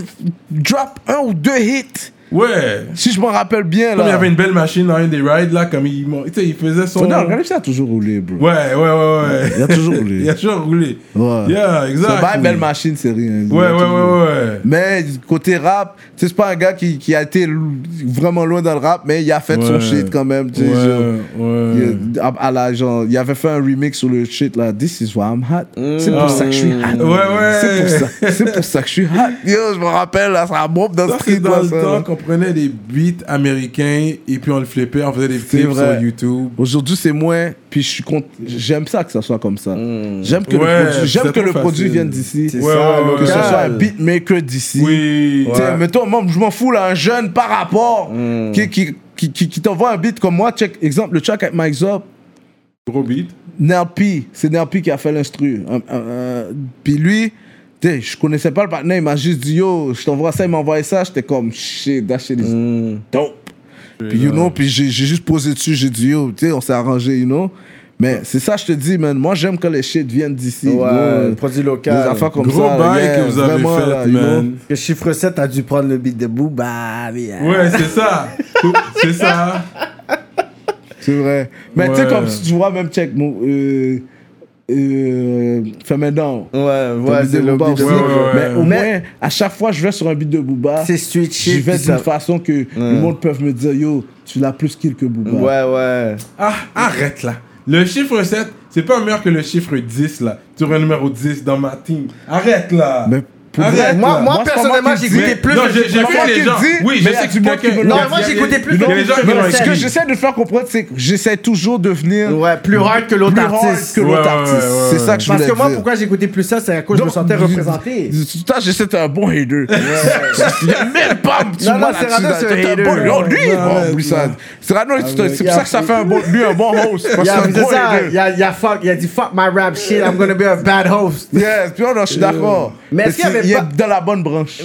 drop un ou deux hits.
Ouais.
Si je me rappelle bien, là.
Comme il y avait une belle machine dans un des rides, là, comme il, tu sais, il faisait son.
Non,
Ouais,
regardez, ça a toujours roulé, bro.
ouais, ouais, ouais.
Il a toujours roulé.
Il a toujours roulé.
Ouais.
Yeah, exact.
C'est pas une belle machine, c'est rien. Il
Ouais,
a
ouais,
toujours-
ouais, ouais.
Mais du côté rap, tu sais, c'est pas un gars qui, qui a été l- vraiment loin dans le rap, mais il a fait son
Ouais.
shit quand même. Tu sais, genre,
Ouais, ouais.
il, à, à la, genre, il avait fait un remix sur le shit là. This is why I'm hot. C'est pour ça que je suis hot.
Ouais, ouais.
C'est pour ça. C'est pour ça que je suis hot. Yo, je me rappelle, là, ça bombe dans
Ça,
ce
c'est
street
dans
là.
le
ça,
temps
là.
qu'on prenait des beats américains et puis on le flippait, on faisait des
C'est
clips
vrai.
sur YouTube.
Aujourd'hui, c'est moins. Puis je suis content. J'aime ça que ça soit comme ça. J'aime que
Ouais,
le produit, j'aime
c'est
que le
trop
produit
facile.
vienne d'ici.
Hmm. C'est
Ouais,
ça,
ouais, ouais.
Que ce
Local.
soit un beatmaker d'ici.
Oui.
Tu sais,
Ouais.
Mettons, moi, je m'en fous, là, un jeune par rapport qui, qui, qui, qui, qui t'envoie un beat comme moi. Check, exemple, le track avec Mike Zop,
Gros beat.
Nerpi. C'est Nerpi qui a fait l'instru. Euh, euh, euh, Puis lui, tu sais, je connaissais pas le partenaire, il m'a juste dit Yo, je t'envoie ça, il m'a envoyé ça. J'étais comme Shit, that shit is dope. Puis, you know, puis j'ai j'ai juste posé dessus, j'ai dit Yo, tu sais, on s'est arrangé, you know. Mais c'est ça, je te dis, man. Moi, j'aime quand les shit viennent d'ici.
Ouais,
gros.
produit
Des
local.
affaires comme
Gros
ça. là,
bail
yeah,
que vous avez
vraiment,
fait,
là, you know.
man.
Que chiffre 7 a dû prendre le beat de Booba. hein. yeah.
Ouais, c'est ça. c'est ça.
C'est vrai. Mais tu sais,
Ouais.
comme si tu vois, même check, mon. Euh, euh, Femme Down.
Ouais,
Ton
ouais,
beat de
c'est le
Booba
beat de
aussi.
Ouais, ouais,
Mais
ouais.
au
Mais-
moins, à chaque fois, je vais sur un beat de Booba.
C'est street shit.
Je vais
puis
d'une
ça-
façon que le monde peut me dire Yo, tu l'as plus kill que Booba.
Ouais, ouais.
Ah, arrête là. Le chiffre 7, c'est pas meilleur que le chiffre 10 là. Tu aurais un numéro 10 dans ma team. Arrête là.
Mais Pour
Arrête,
vrai,
Moi-
là.
moi,
c'est pas
personnellement,
qui
j'ai
dis.
écouté plus
Non,
de-
j'ai j'ai
c'est moi
vu les
qui
gens.
dis,
Oui, je
mais il y
sais
a
que
du monde qui
quelqu'un-
veut le
Non,
il y a-
mais moi,
il y a-
j'écoutais plus
il y a
de-
des gens qui
Non,
l'ont
c'est
Ce que
écrit.
j'essaie de faire comprendre, c'est que j'essaie toujours de venir
Ouais, plus hard que l'autre
plus hard
artiste.
que l'autre
Ouais, ouais,
artiste.
ouais, ouais.
C'est ça que je
Parce
voulais
que moi,
dire.
pourquoi j'écoutais plus ça, c'est à cause que je me
Donc,
sentais
du-
représenté.
Toi, je sais que t'es un bon hater. Il y a même pas un petit
Non, non,
mal là-dessus,
Serrano,
là.
c'est un
T'es un
hater.
bon non, lui, Ouais, bon, ouais, oublie ça. ouais. Serrano,
Ah,
c'est c'est pour
yeah,
ça que ça fait un bon, lui un bon host. Parce que
Il
c'est
a,
un
c'est
bon
ça,
hater.
il a, il a fuck, il a dit fuck my rap shit, I'm gonna be a bad host.
Yes, puis non, je suis d'accord.
Euh, Mais est-ce qu'il y
c'est-
avait
il est
pas-
dans la bonne branche.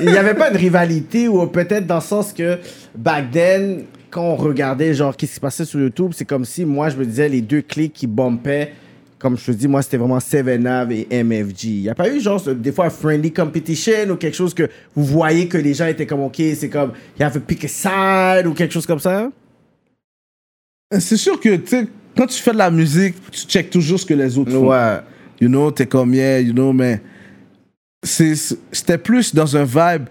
il n'y avait pas une rivalité ou peut-être dans le sens que back then, quand on regardait genre qu'est-ce qui se passait sur YouTube, c'est comme si moi je me disais les deux clics qui bumpaient. Comme je te dis, moi c'était vraiment Seven Ave et MFG. Il n'y a pas eu genre ce- des fois un friendly competition ou quelque chose que vous voyez que les gens étaient comme ok, c'est comme il y avait pick a side ou quelque chose comme ça.
C'est sûr que, tu sais, quand tu fais de la musique, tu checkes toujours ce que les autres font.
Ouais.
You know, t'es comme, yeah, you know, mais c'est- c'était plus dans un vibe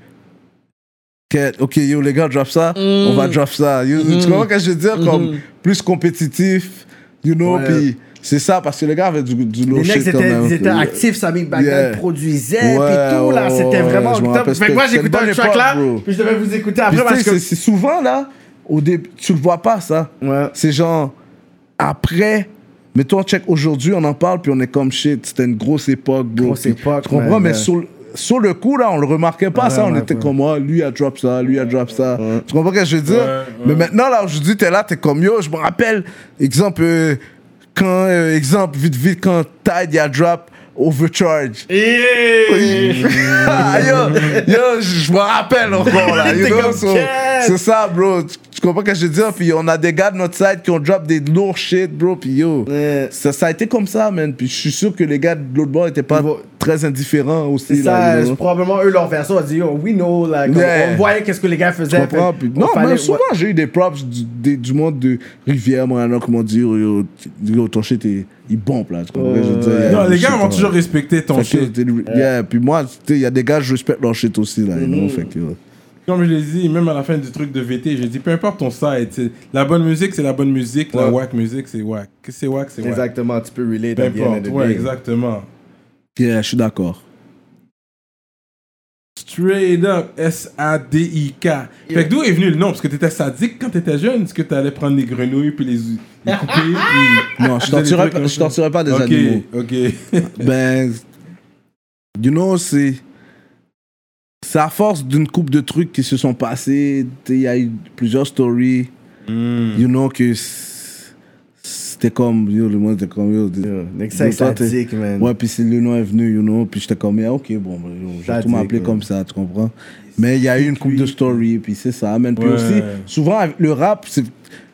que, OK, yo, les gars, drop ça, on
Mm.
va drop ça. You- Tu
Mm-hmm.
comprends ce que je veux dire? Comme plus compétitif, you know,
Ouais.
puis c'est ça, parce que les gars avaient du, du low
Les
Oh, shit
mecs
quand
étaient,
même.
ils étaient actifs, Sami Bagdad
Yeah.
produisait,
Ouais,
puis tout, là,
ouais,
c'était
ouais,
vraiment
je me
au top.
rappelle,
Fait que moi,
c'était- c'était
j'écoutais un
une bonne
track là,
époque, bro.
puis je devais vous écouter
Puis
après
tu
parce
sais,
que...
c'est c'est souvent, là, au début, tu le vois pas, ça.
Ouais.
C'est genre, après, mettons, on check aujourd'hui, on en parle, puis on est comme shit, c'était une grosse époque, bro.
Grosse
Puis,
époque,
Tu comprends,
man,
mais
ouais.
sur, le- sur le coup, là, on le remarquait pas, ça, on était comme, ah, lui a drop ça, lui a drop ça. Tu comprends ce que je veux dire? Mais maintenant, là, aujourd'hui, t'es là, t'es comme, yo, je me rappelle, exemple, euh, quand, euh, exemple, vite, vite, quand Tide, il a drop Overcharge. Ah, yo, yo, je je me rappelle encore là. you
T'es
know,
comme,
so-
yes.
c'est ça, bro. Tu, tu comprends ce que je veux dire? Puis on a des gars de notre side qui ont drop des lourds shit, bro. Puis yo,
Ouais.
ça, ça a été comme ça, man. Puis je suis sûr que les gars de l'autre bord étaient pas
Ils vont-
très indifférents
C'est
aussi.
ça,
là, you
c'est
know.
probablement eux, leur version, on dit, yo, we know, là, comme,
Yeah.
on voyait qu'est-ce que les gars faisaient.
Tu comprends?
fait-
Puis-
on
non,
fallait-
mais souvent,
ouais.
j'ai eu des props du, des- du monde de Rivière, Montréal, comment dire, oh, yo, tu- yo, ton shit, est- il bombe, là. Tu comprends ce que je veux dire?
Non,
Yeah,
les
shit,
gars vont
ouais.
toujours respecter ton
Fait que,
shit.
t'es- yeah, puis moi, tu sais, il y a des gars, je respecte leur shit aussi, là. you know,
Mhm.
fait que, ouais.
Comme je l'ai dit, même à la fin du truc de VT, j'ai dit peu importe ton side, c'est- la bonne musique c'est la bonne musique, la
Ouais.
whack musique c'est whack. Que c'est whack, c'est whack.
Exactement, tu peux relate
Peu
à the end of
importe,
the
ouais,
day.
exactement.
Yeah, je suis d'accord.
Straight up, S-A-D-I-K. Fait que d'où est venu le nom Parce que t'étais sadique quand t'étais jeune Est-ce que t'allais prendre les grenouilles puis les, les couper puis...
Non, je t'en tirerai pas- je t'en tirerai pas des
Ok,
animaux.
ok.
Ben, you know, c'est. C'est à force d'une coupe de trucs qui se sont passés. t'sais, Il y a eu plusieurs stories. You know, que c- c'était comme. Yo, le monde était comme. Yo, t'es-
Next sex,
toi, t'es-
sadique, man.
Ouais, puis c'est- le nom est venu, you know. Puis j'étais comme, yeah, ok, bon, ben, yo, je vais tout
Sadique,
m'appeler
ouais.
comme ça, tu comprends? Mais il y a eu une coupe de stories, puis c'est ça, man. Puis
Ouais.
aussi, souvent, avec le rap, c'est.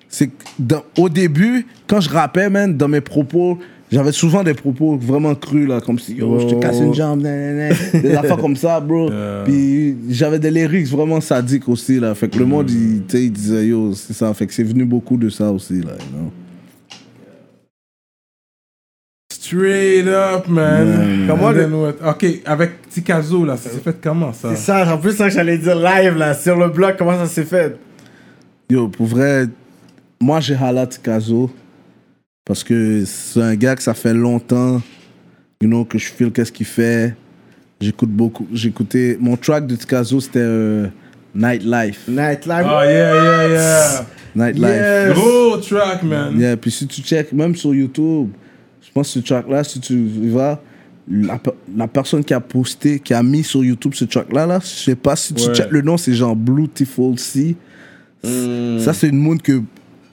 c'est que dans- au début, quand je rappais, man, dans mes propos, j'avais souvent des propos vraiment crus, là, comme si, yo, je te casse une jambe, nan, nan, nan. des affaires comme ça, bro. Puis j'avais des lyrics vraiment sadiques aussi, là. Fait que le monde, il, tu sais, il disait, yo, c'est ça. Fait que c'est venu beaucoup de ça aussi, là, you know.
Straight up, man.
Comment
And
le-
then what? Ok, avec Tikazo, là, ça s'est fait comment ça
C'est ça, en plus, ça que j'allais dire live, là, sur le blog, comment ça s'est fait.
Yo, pour vrai, moi j'ai Halat Kazo parce que c'est un gars que ça fait longtemps, you know, que je file qu'est-ce qu'il fait. J'écoute beaucoup. J'écoutais mon track de Tikazo, c'était euh, Nightlife.
Nightlife.
Oh yeah, yeah, yeah.
Nightlife.
Yes.
Gros track, man.
Yeah, puis si tu check même sur YouTube, je pense que ce track-là, si tu y vas, la, pe- la personne qui a posté, qui a mis sur YouTube ce track-là, là, je sais pas si tu
Ouais.
check le nom, c'est genre Blutiful C.
Hmm.
Ça, c'est une moune que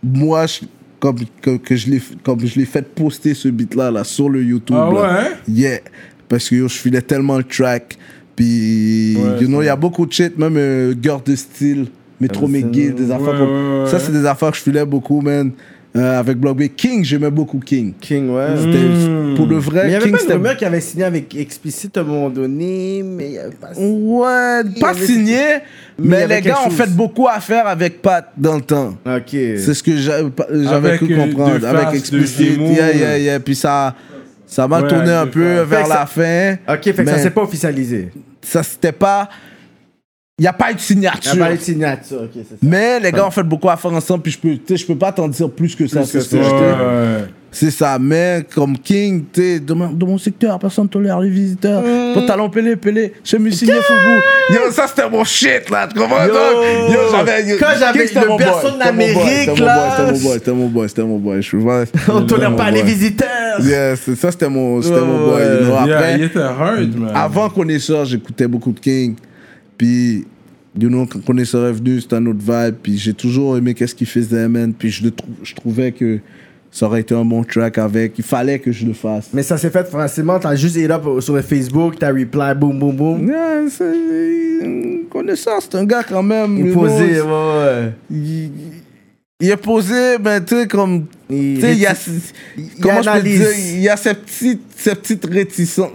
moi, je- comme, comme, que je l'ai f- comme je l'ai fait poster ce beat-là là, sur le YouTube.
Ah
là.
ouais?
Yeah. Parce que yo, je filais tellement le track. Puis,
Ouais,
you know, il y a beaucoup de shit, même euh, Girl de Style, Metro McGill, des affaires
Ouais,
comme
ouais, ouais,
ça.
ouais.
C'est des affaires que je filais beaucoup, man. Euh, avec Block B. King, j'aimais beaucoup King.
King, ouais.
C'était-
Mm.
Pour le vrai,
Mais il y avait
King,
pas une
c'était.
rumeur qui avait signé avec Explicit à un moment donné, mais il y avait pas...
Ouais,
Il y
pas
avait-
signé,
Mais il y
mais
avait
les gars
quelque
ont
chose.
fait beaucoup affaire avec Pat dans le temps.
Ok.
C'est ce que j'a- pa- j'avais
Avec,
cru
euh,
comprendre.
deux faces,
Avec
deux
Explicit.
Gémeaux.
Yeah, yeah, yeah. Puis ça, ça m'a
Ouais,
tourné un
deux
peu
faces.
vers
Fait que
la fin.
Ok, fait que ça
Mais-
s'est pas officialisé.
ça c'était pas il y a pas eu de
Il
signature
n'y a pas eu de signature, ok, c'est ça.
mais les gars ont fait beaucoup à faire ensemble puis je peux tu sais, je peux pas t'en dire plus que ça
Plus
c'est
que
ce que euh,
ça.
je te-
Ouais.
C'est ça, mais comme King, tu sais, de, mon- de mon secteur, personne ne tolère les visiteurs. Pantalon pelé, pelé, chez Musigné Foubou. Mm. Yo, ça c'était mon shit là, tu comprends?
Yo.
donc? j'avais. yo,
Quand
King,
j'avais
c'était
le
mon boy,
perso de
c'était mon boy,
l'Amérique,
c'était mon boy, C'était
là.
mon boy, c'était mon boy, c'était mon boy. Je suis vrai.
On tolère
Mon
pas les
boy.
visiteurs.
Yes, ça c'était mon, c'était mon boy.
Ouais,
you know.
Yeah,
Après,
il était hard, man.
avant Connaisseur, j'écoutais beaucoup de King. Puis, you know, quand Connaisseur est venu, c'était un autre vibe. Puis j'ai toujours aimé qu'est-ce qu'il faisait, man. Puis je, le trou- je trouvais que ça aurait été un bon track avec. Il fallait que je le fasse.
Mais ça s'est fait facilement. T'as juste été là pour- sur le Facebook, t'as reply, boum, boum, boum.
Yeah, c'est- Connaisseur, c'est un gars quand même.
Il
you
posait,
know,
ouais, ouais.
Il, il est posé, mais tu sais, comme. Tu sais, il y a. Comment je peux
analyse. Mm.
dire Il y a cette petite, cette petite réticence.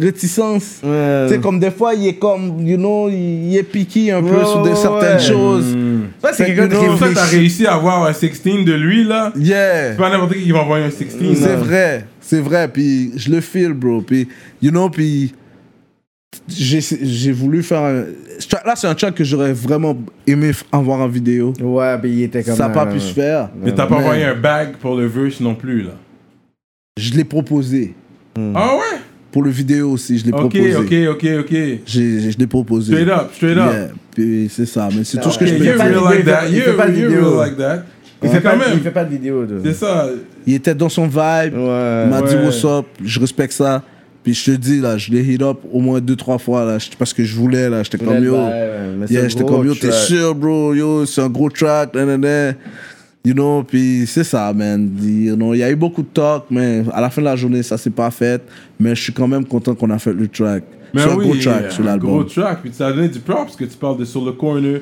réticence.
Euh.
Ouais.
C'est comme des fois, il est comme, you know, il est piqué un peu
Ouais,
sur de
ouais,
certaines
Mm.
ouais.
choses.
Ça, c'est
Fait
quelqu'un
que
de
non,
Pour ça, t'as
réfléchi.
réussi à avoir un 16 de lui, là.
Yeah.
C'est pas n'importe qui qui va envoyer un 16.
C'est
là.
vrai, c'est vrai. Puis je le feel, bro. Puis, you know, puis j'ai j'ai voulu faire un. ce track- Là, c'est un track que j'aurais vraiment aimé f- avoir en vidéo.
Ouais, mais il était comme
Ça n'a pas
euh,
pu se faire.
Mais t'as pas
Mais-
envoyé un bag pour le verse non plus, là.
Je l'ai proposé. Hmm.
Ah ouais?
Pour le vidéo aussi, je l'ai
Ok,
proposé.
ok, ok, ok.
J'ai- j'ai- je l'ai proposé.
Straight up, straight up.
Yeah. Puis c'est ça, mais c'est tout ce que
Ok,
je
Il
peux
fait
you're
pas de
dire.
real like
vidéo,
that.
il fait
You're
pas de
you're
vidéo.
real like that.
Il
Et
fait
c'est
pas-
quand
il
même.
fait pas de vidéo. dude.
C'est ça.
Il était dans son vibe.
Ouais.
Il m'a dit
Euh, Ouais.
what's up, je respecte ça. Puis je te dis là, je l'ai hit up au moins deux trois fois là, je- parce que je voulais là, j'étais comme yo. Yeah, j'étais comme yo, t'es sûr bro, yo, c'est un gros track, nan, nan, nan. You know, puis c'est ça, man. You know, il y a eu beaucoup de talk, mais à la fin de la journée, ça s'est pas fait. Mais je suis quand même content qu'on a fait le track.
Mais
c'est un
oui, euh,
gros track sur
un gros
l'album.
track. Puis ça a donné du prop parce que tu parles de sur le corner.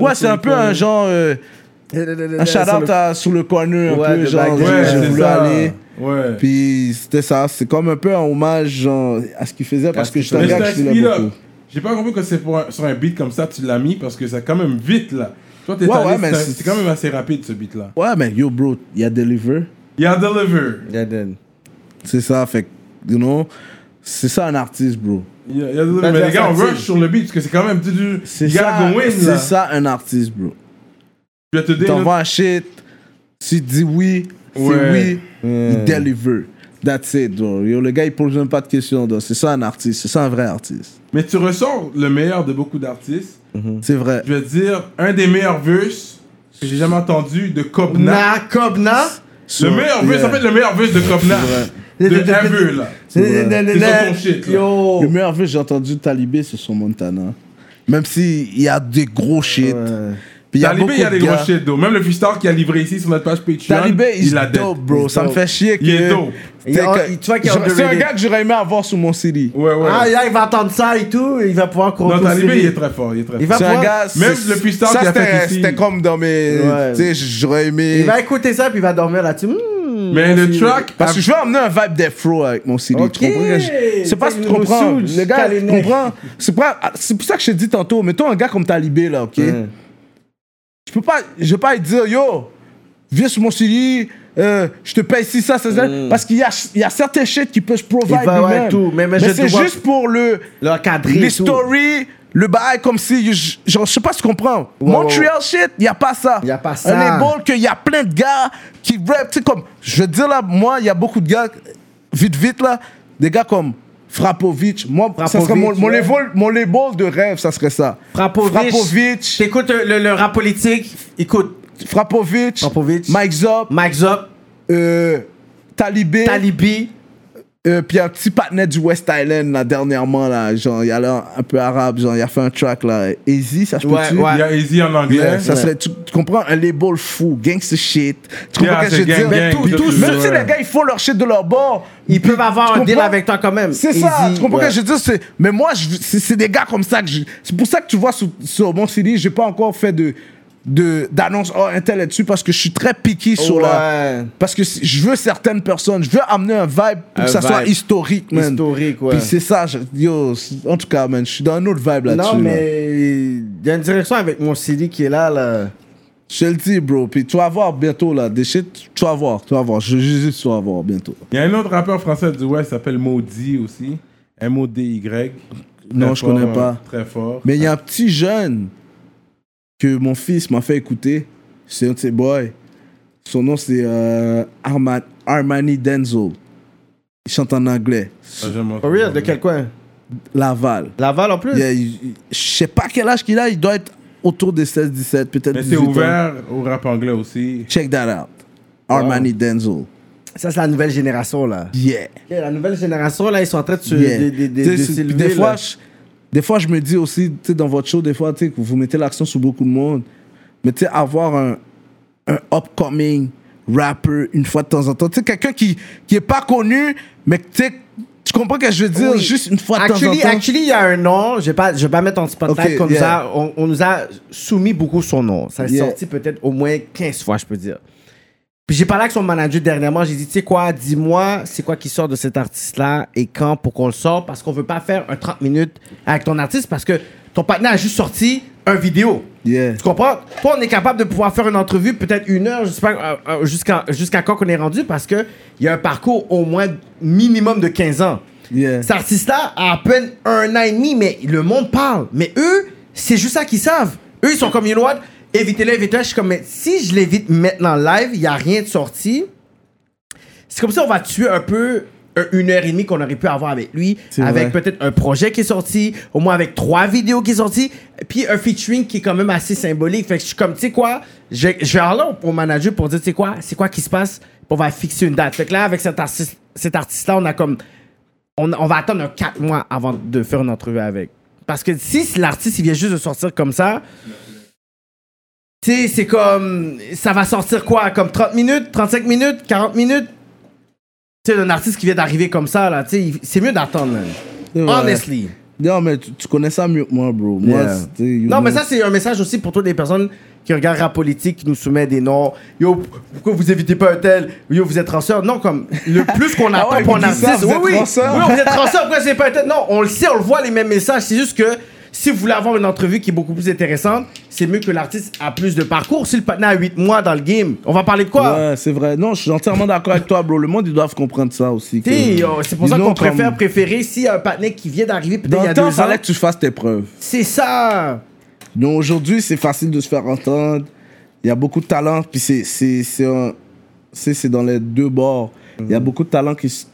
Ouais, c'est un peu un genre, euh, un shout-out à Sous le corner, un
Ouais,
peu
de
genre,
Back
je-
Ouais,
Room,
je
c'est
voulais
ça.
aller.
Ouais.
Puis c'était ça, c'est comme un peu un hommage genre, à ce qu'il faisait parce
ce
que
qu'il
je
Mais
un gars
c'est un
qui s'aimait
speed up.
beaucoup.
J'ai pas compris que c'est pour un- sur un beat comme ça tu l'as mis parce que c'est quand même vite là. Toi t'es
Ouais,
allé-
ouais, mais
c'est-
c'est-
c'est quand même assez rapide ce beat là.
Ouais, mais yo bro, il y a Deliver,
Il y a Deliver.
c'est ça, fait que, you know, c'est ça un artiste bro.
Il y a- il y a Deliver.
Là,
Mais
t'as
les gars on
sorti.
rush sur le beat parce que c'est quand même du du
C'est
you
ça,
gotta go in,
c'est
là.
ça un artiste bro.
Je vais te dire
T'envoies un shit, tu dis oui, c'est
Ouais.
oui, il deliver. That's it, bro. Yo, le gars, il pose même pas de questions. donc C'est ça un artiste, c'est ça un vrai artiste.
Mais tu ressors le meilleur de beaucoup d'artistes.
C'est vrai.
Je vais te dire un des meilleurs verses que j'ai jamais entendu de Copna.
Na, Kobna.
Le meilleur verse, en fait le meilleur verse de Copna. De ever là. sur ton shit, là.
Yo.
Le meilleur vœu que j'ai entendu de Talibé, c'est son Montana. Même s'il y a des gros shit. Puis il y a
Talibé, il y a
beaucoup
des
de
gros
gars-
shit, though. Même le freestyle qui a livré ici sur notre page Patreon,
Talibé, il
il a
est
dead.
dope, bro.
He's
Ça me
dope.
fait chier que.
Il est dope.
T'es
Il y a-
que-
tu vois qu'il y a
J'aurais- C'est un
underrated.
gars que j'aurais aimé avoir sur mon CD.
Ouais, ouais.
Ah, là, il va entendre ça et tout, il va pouvoir
non,
comprendre.
Talibé, il est très fort. Il est très
Il
fort.
va
C'est un
pouvoir-
gars.
Même
c'est-
le freestyle
ça,
qu'il a fait
c'était-
ici.
C'était comme dans mes.
Ouais.
Tu sais, j'aurais aimé.
Il va écouter ça, puis il va dormir là-dessus. Hmm,
Mais le
c'est-
track.
Parce que je veux emmener un vibe d'Afro avec mon CD.
Ok.
Tu comprends? que je- C'est pas
Fait
si tu
que nous
comprends.
saoule,
Le gars, tu
Kalinek.
comprends? C'est pas- c'est pour ça que je te dis tantôt, mettons un gars comme Talibé, là, ok?
Ouais.
Je peux pas, je vais pas lui dire, yo, viens sur mon CD, euh, je te paye ci, ça, ça, ça. Parce qu'il y a, il y a certains shit qui peuvent se provide
Mm. Il va, ouais,
lui-même.
tout. Mais- mais je te
c'est
vois-
juste pour le,
Le cadré et
les
tout.
stories, le bail comme si, je, genre, je sais pas si tu comprends. Montreal shit, il y a pas ça.
Y a pas ça.
Un label qu'il y a plein de gars qui rap, tu sais, comme, je veux dire là, moi, il y a beaucoup de gars, vite, vite là, des gars comme Frapovic. Moi, ça serait mon,
Frapovic,
mon
ouais.
label, mon label de rêve, ça serait ça.
Frapovic.
Frapovic,
T'écoutes euh, le, le rap politique, écoute
Frapovic,
Frapovic.
Mike Zop,
Mike Zop,
euh, Talibé,
Talibé.
euh, puis un petit partenaire du West Island là, dernièrement là, genre il a l'air un peu arabe, genre il a fait un track là, Easy, ça se
Ouais,
peut-tu?
ouais.
Il y a Easy en anglais.
Yeah, ça serait, tu, tu comprends, un label fou, gangster shit. Tu
Yeah,
comprends ce que je
c'est
veux dire?
gang,
Mais
gang,
tout-
tout
tout-
ce que
même
tu
si
veux.
les gars, ils font leur shit de leur bord.
Ils peuvent
tu
avoir un deal
comprends?
avec toi quand même.
C'est ça,
Easy,
tu comprends
ouais.
ce que je veux dire? C'est- Mais moi, je- c'est c'est des gars comme ça que je- C'est pour ça que tu vois sur, sur mon CD, j'ai pas encore fait de de- d'annonce oh un tel est dessus parce que je suis très piqué sur la
Ouais.
parce que si- je veux certaines personnes je veux amener un vibe pour
Un
que ça soit
vibe.
historique man
Historique, ouais.
puis c'est ça je- yo c'est- en tout cas man je suis dans un autre vibe là-dessus
Non,
là.
mais il y a une direction avec mon CD qui est là, là.
Je te le dis, bro. Puis tu vas voir bientôt, là, des shit. Tu vas voir, tu vas voir. Je juste tu vas voir bientôt.
Il y a un autre rappeur français du West qui s'appelle Maudit aussi. M-O-D-Y.
Non,
Très
je
fort,
connais
euh,
pas.
Très fort.
Mais il y a un petit jeune que mon fils m'a fait écouter. C'est un de ses boys. Son nom, c'est euh, Arma- Armani Denzel. Il chante en anglais.
Ça, j'aime moi.
For real, de quel coin
Laval.
Laval en plus
Il y a- il- il- Je sais pas quel âge qu'il a, il doit être autour des 16-17, peut-être
Mais c'est
18 ans.
ouvert au rap anglais aussi.
Check that out. Armani Denzel.
Ça, c'est la nouvelle génération, là.
Yeah.
Ok, la nouvelle génération, là, ils sont en train de se.
Yeah.
de- de- de-
Tu sais,
de
c'est-
s'élever,
puis des,
là.
fois, je, des fois, je me dis aussi, tu sais, dans votre show, des fois, tu sais, que vous mettez l'accent sur beaucoup de monde. Mais tu sais, avoir un, un upcoming rapper une fois de temps en temps, tu sais, quelqu'un qui qui est pas connu, mais que, tu sais, tu comprends ce que je veux dire,
Oui.
juste une fois de
Actually,
temps en temps.
actually, il y a un nom, je vais pas, je vais pas mettre en spotlight,
Ok,
qu'on nous
yeah.
a- on, on nous a soumis beaucoup son nom. Ça est
Yeah.
sorti peut-être au moins 15 fois, je peux dire. Puis j'ai parlé avec son manager dernièrement, j'ai dit, tu sais quoi, dis-moi, c'est quoi qui sort de cet artiste-là et quand pour qu'on le sorte, parce qu'on veut pas faire un 30 minutes avec ton artiste, parce que ton partenaire a juste sorti un vidéo.
Yeah.
Tu comprends? Toi, on est capable de pouvoir faire une entrevue peut-être une heure, je sais pas, euh, euh, jusqu'à jusqu'à quand qu'on est rendu, parce que il y a un parcours au moins minimum de 15 ans.
Yeah.
Cet artiste-là a à peine un an et demi, mais le monde parle. Mais eux, c'est juste ça qu'ils savent. Eux, ils sont comme, you know what? Évitez-le, évitez-le. Je suis comme, mais si je l'évite maintenant live, il n'y a rien de sorti. C'est comme ça, on va tuer un peu euh, une heure et demie qu'on aurait pu avoir avec lui,
C'est
avec
vrai.
peut-être un projet qui est sorti, au moins avec trois vidéos qui sont sorties, puis un featuring qui est quand même assez symbolique. Fait que je suis comme, tu sais quoi, je, je vais en là au manager pour dire, tu sais quoi, c'est quoi qui se passe, puis on va fixer une date. Fait que là, avec cet artiste- cet artiste-là, on a comme on, on va attendre un 4 mois avant de faire une entrevue avec. Parce que si l'artiste il vient juste de sortir comme ça, tu sais, c'est comme. Ça va sortir quoi Comme 30 minutes, 35 minutes, 40 minutes Tu sais, un artiste qui vient d'arriver comme ça, là, tu sais, il- c'est mieux d'attendre, man.
C'est vrai.
Honestly.
Non, mais tu, tu connais ça mieux que moi, bro. Moi,
Yeah.
c'est- you
Non,
know.
mais ça, c'est un message aussi pour toutes les personnes qui regardent Rap Politique, qui nous soumettent des noms. Yo, pourquoi vous évitez pas un tel Yo, vous êtes transeur. Non, comme le plus qu'on attend
Ah ouais,
pour
il
un
dit ça,
artiste.
vous
Oui,
êtes
oui.
transeur.
Oui, vous êtes transeur, pourquoi c'est pas un tel Non, on le sait, on le voit, les mêmes messages. C'est juste que si vous voulez avoir une entrevue qui est beaucoup plus intéressante, c'est mieux que l'artiste a plus de parcours. Si le patin a 8 mois dans le game, on va parler de quoi
Ouais, c'est vrai. Non, je suis entièrement d'accord avec toi, bro. Le monde, ils doivent comprendre ça aussi. que-
T'sais, on- C'est pour ça
Ils
qu'on
ont comme-
préfère préférer si un patinet qui vient d'arriver peut-être
Dans
il y
le
a
temps,
deux ans.
fallait que tu fasses tes preuves.
C'est ça.
Non, aujourd'hui, c'est facile de se faire entendre. Il y a beaucoup de talent. Puis c'est, c'est, c'est, un- c'est, c'est dans les deux bords. Il y
Mm.
a beaucoup de talent qui, s-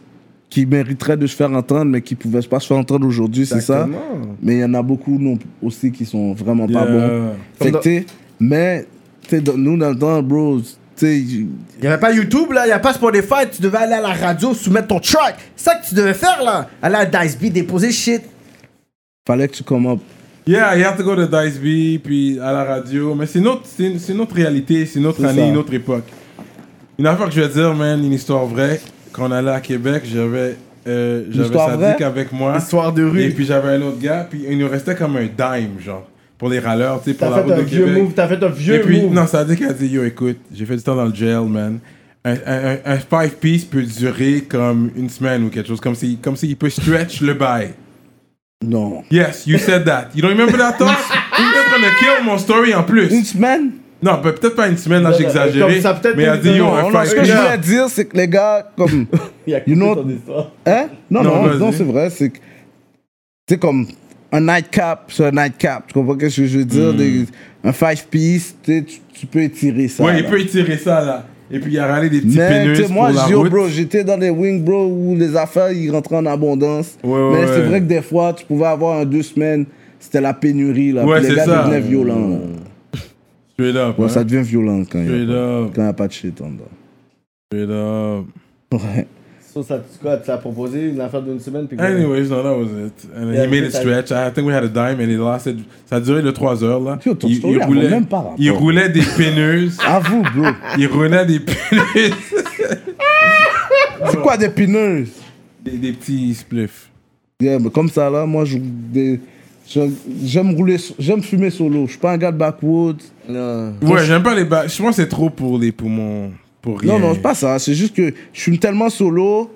qui mériterait de se faire entendre, mais qui ne pouvaient pas se faire entendre aujourd'hui, c'est ça.
Exactement.
Mais il y en a beaucoup non, aussi qui sont vraiment pas
Yeah.
bons. Fait que,
Comme
t'sais, mais t'sais, dans- nous, dans le temps, bro, t'sais, j-
Il n'y avait pas YouTube, là, il n'y a pas Spotify, tu devais aller à la radio, soumettre ton track. C'est ça que tu devais faire, là. Aller à Dice Beat, déposer shit.
fallait que tu commences.
Yeah, you have to go to Dice B, puis à la radio. Mais c'est notre, c'est une- c'est notre réalité, c'est notre
C'est
année,
ça.
notre époque. Une affaire que je vais dire, man, une histoire vraie. Quand on allait à Québec, j'avais euh, j'avais
histoire
Sadiq
vraie?
avec moi.
Histoire de rue.
Et puis j'avais un autre gars, puis il nous restait comme un dime, genre, pour les râleurs, tu sais, pour la
T'as fait
route de
un vieux
Québec.
move, t'as fait un
Et
vieux
puis,
move.
non, ça a dit qu'elle a dit, yo, écoute, j'ai fait du temps dans le jail, man. Un, un, un- un five piece peut durer comme une semaine ou quelque chose, comme si, comme si il peut stretch le bail.
Non.
Yes, you said that. You don't remember that, Toss? You're trying to kill mon story en plus.
Une semaine
Non, peut- peut-être pas une semaine, là, j'ai
Non, non, comme
exagéré.
ça, peut-être
Mais elle a dit, yo,
Non,
un
non, ce
five
que
piece.
je voulais dire, c'est que les gars, comme.
Il a
you know- ton hein? Non,
Non,
non, non,
vas-y.
c'est vrai, c'est que. Tu sais, comme un nightcap sur un nightcap, tu comprends ce que je veux dire?
Hmm.
Des- un five piece, tu, sais, tu- tu peux étirer ça.
Ouais,
là.
il peut étirer ça, là. Et puis, il a râlé des petits
Mais tu
pénus
sais,
pour
moi,
la
je dis, oh,
route.
bro, j'étais dans des wings, bro, où les affaires, ils rentraient en abondance.
Ouais, ouais,
Mais c'est
ouais.
vrai que des fois, tu pouvais avoir en deux semaines, c'était la pénurie, là.
Ouais,
puis les
c'est
gars
ça.
devenaient violents. là.
Straight up,
Bon,
hein.
ça devient violent quand il
Straight
n'y a,
up,
quand il y a pas de shit en dedans.
straight up.
Ouais.
Ça, tu quoi, tu as proposé une affaire d'une semaine, puis
Anyways, no, that was it. And
Yeah,
he made it
ça-
stretch. I think we had a dime and it lasted. Ça a duré de 3 heures là.
Yo, ton story, elle vaut même pas rapport.
il roulait des peineuses.
À vous, bro.
il roulait des peineuses.
C'est quoi des pineuses?
des, des petits spliffs.
Yeah, mais comme ça, là, moi, je- des- je- j'aime rouler, so- j'aime fumer solo. Je suis pas un gars de backwoods.
Ouais, j'aime pas les bas. Je pense que c'est trop pour les poumons. Pour rien.
Non, non, c'est pas ça. C'est juste que je fume tellement solo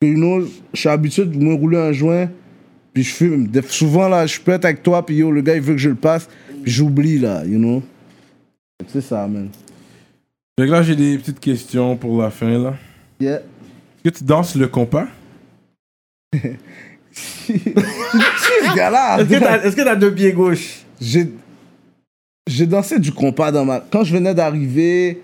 que, you know, je suis habitué de me rouler un joint, puis je fume. Des- souvent, là, je peux être avec toi, puis yo, le gars, il veut que je le passe, puis j'oublie, là, you know. C'est ça, man.
Fait que là, j'ai des petites questions pour la fin là.
Yeah.
Est-ce que tu danses le compas
Ce gars-là,
Ah. Est-ce que t'as- est-ce que t'as deux pieds gauche
j'ai j'ai dansé du compas dans ma quand je venais d'arriver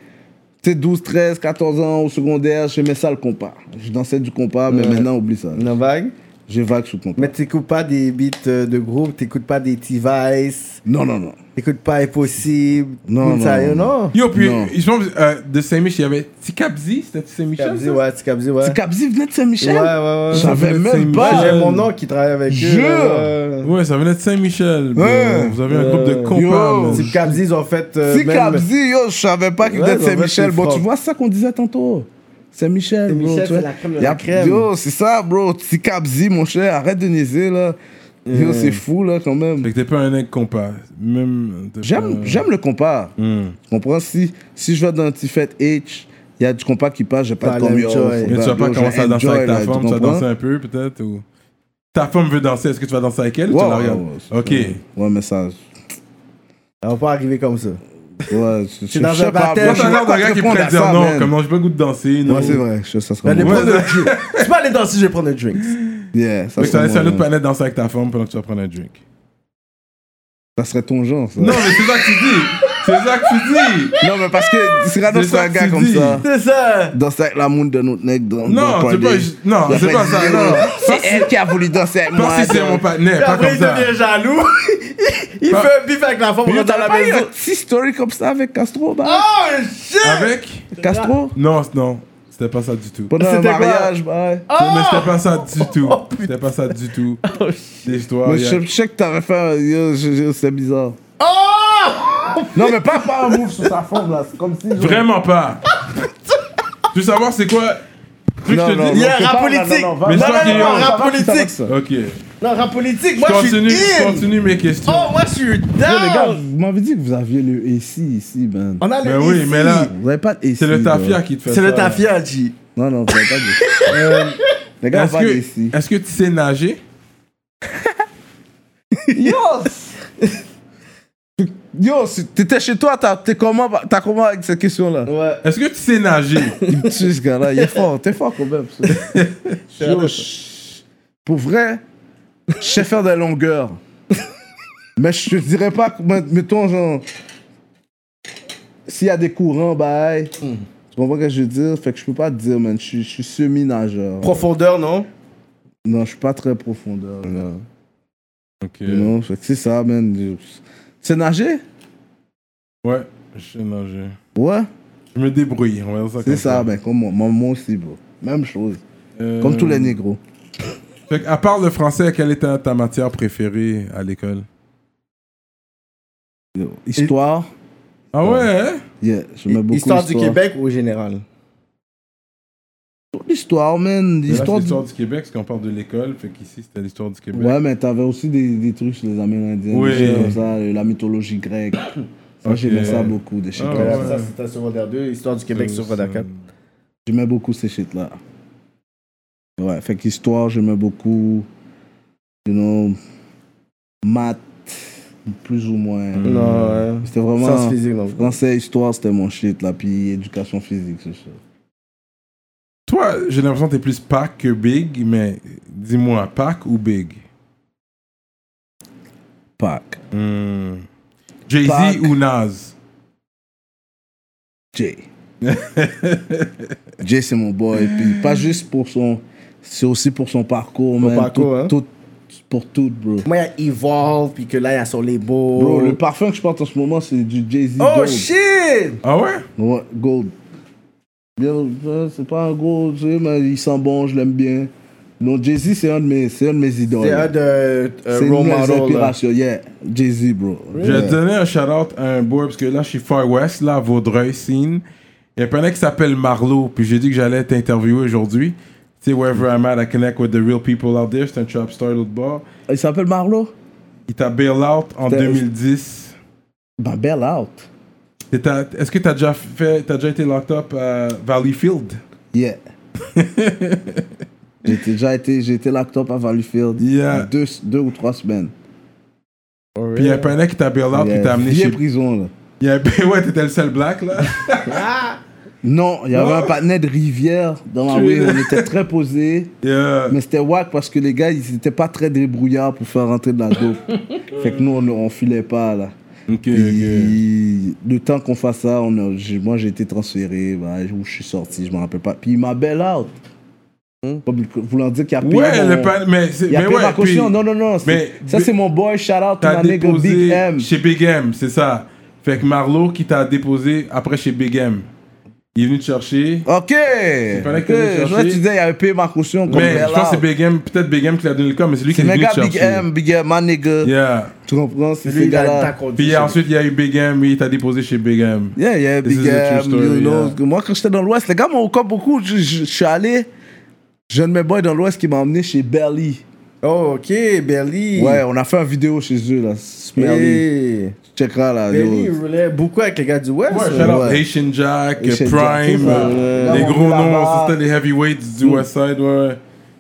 tu tu sais, 12, 13, 14 ans au secondaire, j'aimais ça le compas. Je dansais du compas, mais
Ouais.
maintenant, oublie ça.
Une vague.
Je vague sous compas.
Mais t'écoutes pas des beats euh, de groupe, t'écoutes pas des T-Vice,
Non, non, non.
t'écoutes pas Impossible,
Non,
tout ça,
non,
you
non.
know?
Yo, puis
Non.
je pense euh, de Saint-Michel, il y avait Ticapzi, c'était Saint-Michel.
Ticabzi,
ça?
ouais, Ticabzi, ouais.
C'est Capzi venait de
Ouais,
Saint-Michel
ouais, ouais.
Je
Ouais,
savais même
c'est
pas.
une-
J'ai mon oncle qui travaille avec
Jure.
eux.
Ouais, ça venait de Saint-Michel. bro.
Ouais.
Vous avez un
Euh,
groupe de compas.
yo.
man.
Ticabzi, ils ont fait. euh,
Si
même-
Capzi, yo, je savais pas qu'il
Ouais,
venait de
ils ont fait
Saint-Michel.
une
Bon, tu
frappe.
vois, c'est ça qu'on disait tantôt. Saint-Michel, bro.
Saint-Michel,
tu vois.
c'est la crème de
Y a-
la crème.
Yo, c'est ça, bro. Si Capzi, mon cher, arrête de niaiser, là. Yo, c'est fou, là, quand même.
Fait que t'es pas un mec compas. Même. t'es
J'aime
pas-
j'aime le compas.
Hmm.
Tu comprends? Si, si je vais dans un petit fête H, il y a du compas qui passe, j'ai pas
T'as
de comme yo.
l'enjoy.
faut
Mais tu vas pas
yo,
commencer
je
à danser avec ta
Ben, enjoy, Bah, là,
femme, tu vas
comprends?
danser un peu peut-être ou... Ta femme veut danser, est-ce que tu vas danser avec elle ou
Ouais,
tu la
ouais,
regardes
ouais, c'est
Ok.
ça. Ouais, mais ça.
On va pas arriver comme ça.
Ouais, je, je
dans
sais
un
pas,
baptême.
Moi,
bro,
t'as
je
Ouais,
sais
l'air
pas
d'un gars qui
répondre
pourrait
à
dire
ça,
non,
man.
comment je veux goût de danser, non.
Ouais, c'est vrai. Je, ça sera
Allez
mon-
Ouais,
prendre
ça-
un drink. Tu peux aller danser, je vais prendre un drink.
Yeah, ça
Fait que tu vas
sera
laisser
mon-
un autre planète danser avec ta femme pendant que tu vas prendre un drink.
Ça serait ton genre, ça.
Non, mais c'est ça que tu dis C'est ça que tu dis
Non, mais parce que Cyrano,
C'est
c'est
ça
un
que
gars
tu
comme
dis.
ça.
C'est ça!
Danser avec la moune de notre nec dans
Non,
dans le
c'est pas,
party.
non,
Il a
c'est pas
dit,
ça,
yo,
non.
C'est elle qui a voulu danser avec moi.
Pas si c'est
donc.
mon partenaire,
Puis
pas
après,
comme
il
ça.
devient jaloux. il
Pas-
fait un bif avec la femme, on
Yo,
rentre
T'as
à la
pas eu un
maison.
petit story comme ça avec Castro, bah?
Oh shit!
Avec
Castro?
Non, non, c'était pas ça du tout.
Pendant un
C'était quoi Oh.
mariage, bah.
Mais c'était pas ça du tout. C'était pas ça du tout. L'histoire.
Mais
il y a-
je je sais que t'avais fait un. yo, je- je- C'est bizarre.
Oh!
Non, mais pas pas un move sur sa forme, là. C'est comme si. genre-
Vraiment pas. Tu veux savoir c'est quoi Tu veux que
Non,
je te
non,
dise
non,
Yeah,
c'est
rap
pas- non,
politique.
non, non,
Mais je
non,
crois
non,
qu'il y a-
non, ça
rap
va, ça va,
politique.
ça va.
Ok.
Non, rap politique, moi je suis
Continue,
in!
continue mes questions.
Oh, moi je suis down!
Yo, les
Ah.
gars, vous m'avez dit que vous aviez le ici, ici, man.
On a
Mais
le
Ben oui,
ici.
mais là,
Vous avez pas de AC,
c'est le
gars.
tafia qui te fait ça.
C'est le tafia, G.
Non, non, vous avez pas de. Euh, les gars,
Est-ce
pas d'ici.
que, est-ce que tu sais nager
Yo, si t'étais chez toi, t'as t'es comment, t'as comment avec cette question-là
Ouais.
Est-ce que tu sais nager
Il me tue ce gars-là, il est fort, t'es fort quand même. ça. Yo, je- pour vrai, je sais faire des longueurs. Mais je te dirais pas, que, met- mettons, genre, s'il y a des courants, bah, hey, tu comprends ce que je veux dire Fait que je peux pas te dire, man, je suis- je suis semi-nageur.
Profondeur, non?
Non, je suis pas très profondeur. Non,
Ok.
non fait que c'est ça, man. C'est nager
Ouais, je sais nager.
Ouais.
Je me débrouille, on va dire ça
C'est
comme
ça, ben, comme moi, moi- moi aussi, bro. Même chose.
Euh,
Comme tous les négros.
fait que à part le français, quelle était ta matière préférée à l'école
Histoire.
Ah ouais hein?
Yeah, j'aimais beaucoup
Histoire
l'histoire.
du Québec ou général?
L'histoire, man.
Là, c'est
L'histoire du...
L'histoire du Québec, parce qu'on parle de l'école, fait qu'ici c'était l'histoire du Québec.
Ouais, mais t'avais aussi des, des trucs sur les Amérindiens.
Oui.
Des choses comme ça, euh, la mythologie grecque. Ça,
Ok.
j'aimais ça beaucoup, des shit
Ah
comme
ouais.
ça.
Ça, c'était secondaire 2, Histoire du
Euh,
Québec, secondaire
Mm.
4.
J'aimais beaucoup ces shit-là. Ouais, fait qu'histoire, j'aimais beaucoup. You know, maths, plus ou moins.
Non, ouais.
C'était vraiment...
Science physique, non.
Français, histoire, c'était mon shit, là. Puis éducation physique, ce shit.
Toi, j'ai l'impression que t'es plus Pac que Big, mais dis-moi, Pac ou Big
Pac.
Hmm. Jay-Z
Pac.
ou Nas
Jay. Jay, c'est mon boy.
Hmm.
Puis pas juste pour son. C'est aussi pour son parcours, man.
parcours,
Tout-
hein.
tout- pour tout, bro.
Moi, il y a Evolve, puis que là, il y a son label.
Bro, le parfum que je porte en ce moment, c'est du Jay-Z
Oh
Gold.
shit!
Ah ouais
Ouais, gold. Yo, euh, C'est pas un gros, tu sais, mais il sent bon, je l'aime bien. Non, Jay-Z, c'est un de mes, c'est un de mes idoles.
C'est un de
C'est
euh,
une de
role
mes
model. là.
inspirations. Yeah, Jay-Z, bro.
Je vais
Yeah.
te donner un shout-out à un boy, parce que là, je suis Far West, là, à Vaudreuil, scene. Il y a un mec qui s'appelle Marlo, puis j'ai dit que j'allais t'interviewer aujourd'hui. Tu sais, wherever I'm at, I connect with the real people out there. C'est un trap star l'autre bord.
Il s'appelle Marlo?
Il t'a bail out en
C'était-
2010.
Bah, Bell Out.
Et t'as- Est-ce que t'as déjà fait, t'as déjà été locked up à Valleyfield?
Yeah. J'étais déjà été, j'ai été laptop à Valleyfield
Yeah.
deux, deux ou trois semaines.
Puis il y a un mec qui t'a bail out,
Yeah,
puis t'a amené
vieille
chez.
prison là.
Il y a un- ouais, t'étais le seul black là.
Non, il y avait un partenaire de rivière dans la rue. On était très posés.
Yeah.
Mais c'était wack parce que les gars, ils n'étaient pas très débrouillards pour faire rentrer de la dope. fait que nous, on, on filait pas là.
Ok, ok.
Puis, le temps qu'on fasse ça, on a- j'ai- moi j'ai été transféré, bah, où je suis sorti, je m'en rappelle pas. Puis il m'a bail out. Pas bu- Voulant dire qu'il a payé.
Ouais,
mon-
le pan, mais c'est-
Il a
mais
payé
ouais,
ma
puis
caution. non, non, non. c'est-
mais-
ça, c'est mon boy. Shout out to
t'as
my nigga Big
déposé
M.
chez Big M, c'est ça. Fait que Marlo qui t'a déposé après chez Big M, il est venu te chercher.
Ok.
fallait que
Ok,
j'aille
je vois,
chercher.
tu disais, il avait payé ma caution. comme
mais
bail
je pense que c'est
out.
Big M, peut-être Big M qui l'a donné le cas, mais c'est lui qui
C'est
est venu
méga
te chercher.
Big M, Big M, my nigga.
Yeah.
Tu comprends? C'est
Lui,
ces
il a
gars-là.
t'accorder.
Puis il y a- ensuite, il y a eu Big M, oui, il t'a déposé chez Big M.
Yeah, yeah,
This
Big
is a
M,
true story,
you know.
yeah.
Moi, quand j'étais dans l'Ouest, les gars m'ont encore beaucoup. Je, je- je suis allé, j'ai un de mes boys dans l'Ouest qui m'a emmené chez Berly.
Oh, ok, Berly.
Ouais, on a fait une vidéo chez eux, là. Berly.
Berly.
Tu checkeras, là.
Berly,
yo.
il roulait beaucoup avec les gars du West.
Ouais,
euh.
shout out
ouais.
Haitian Jack,
Haitian Jack,
Prime,
c'est ça.
euh,
Ouais.
les
Ouais.
gros noms,
Là-bas.
c'était les heavyweights
Mm.
du West Side, ouais.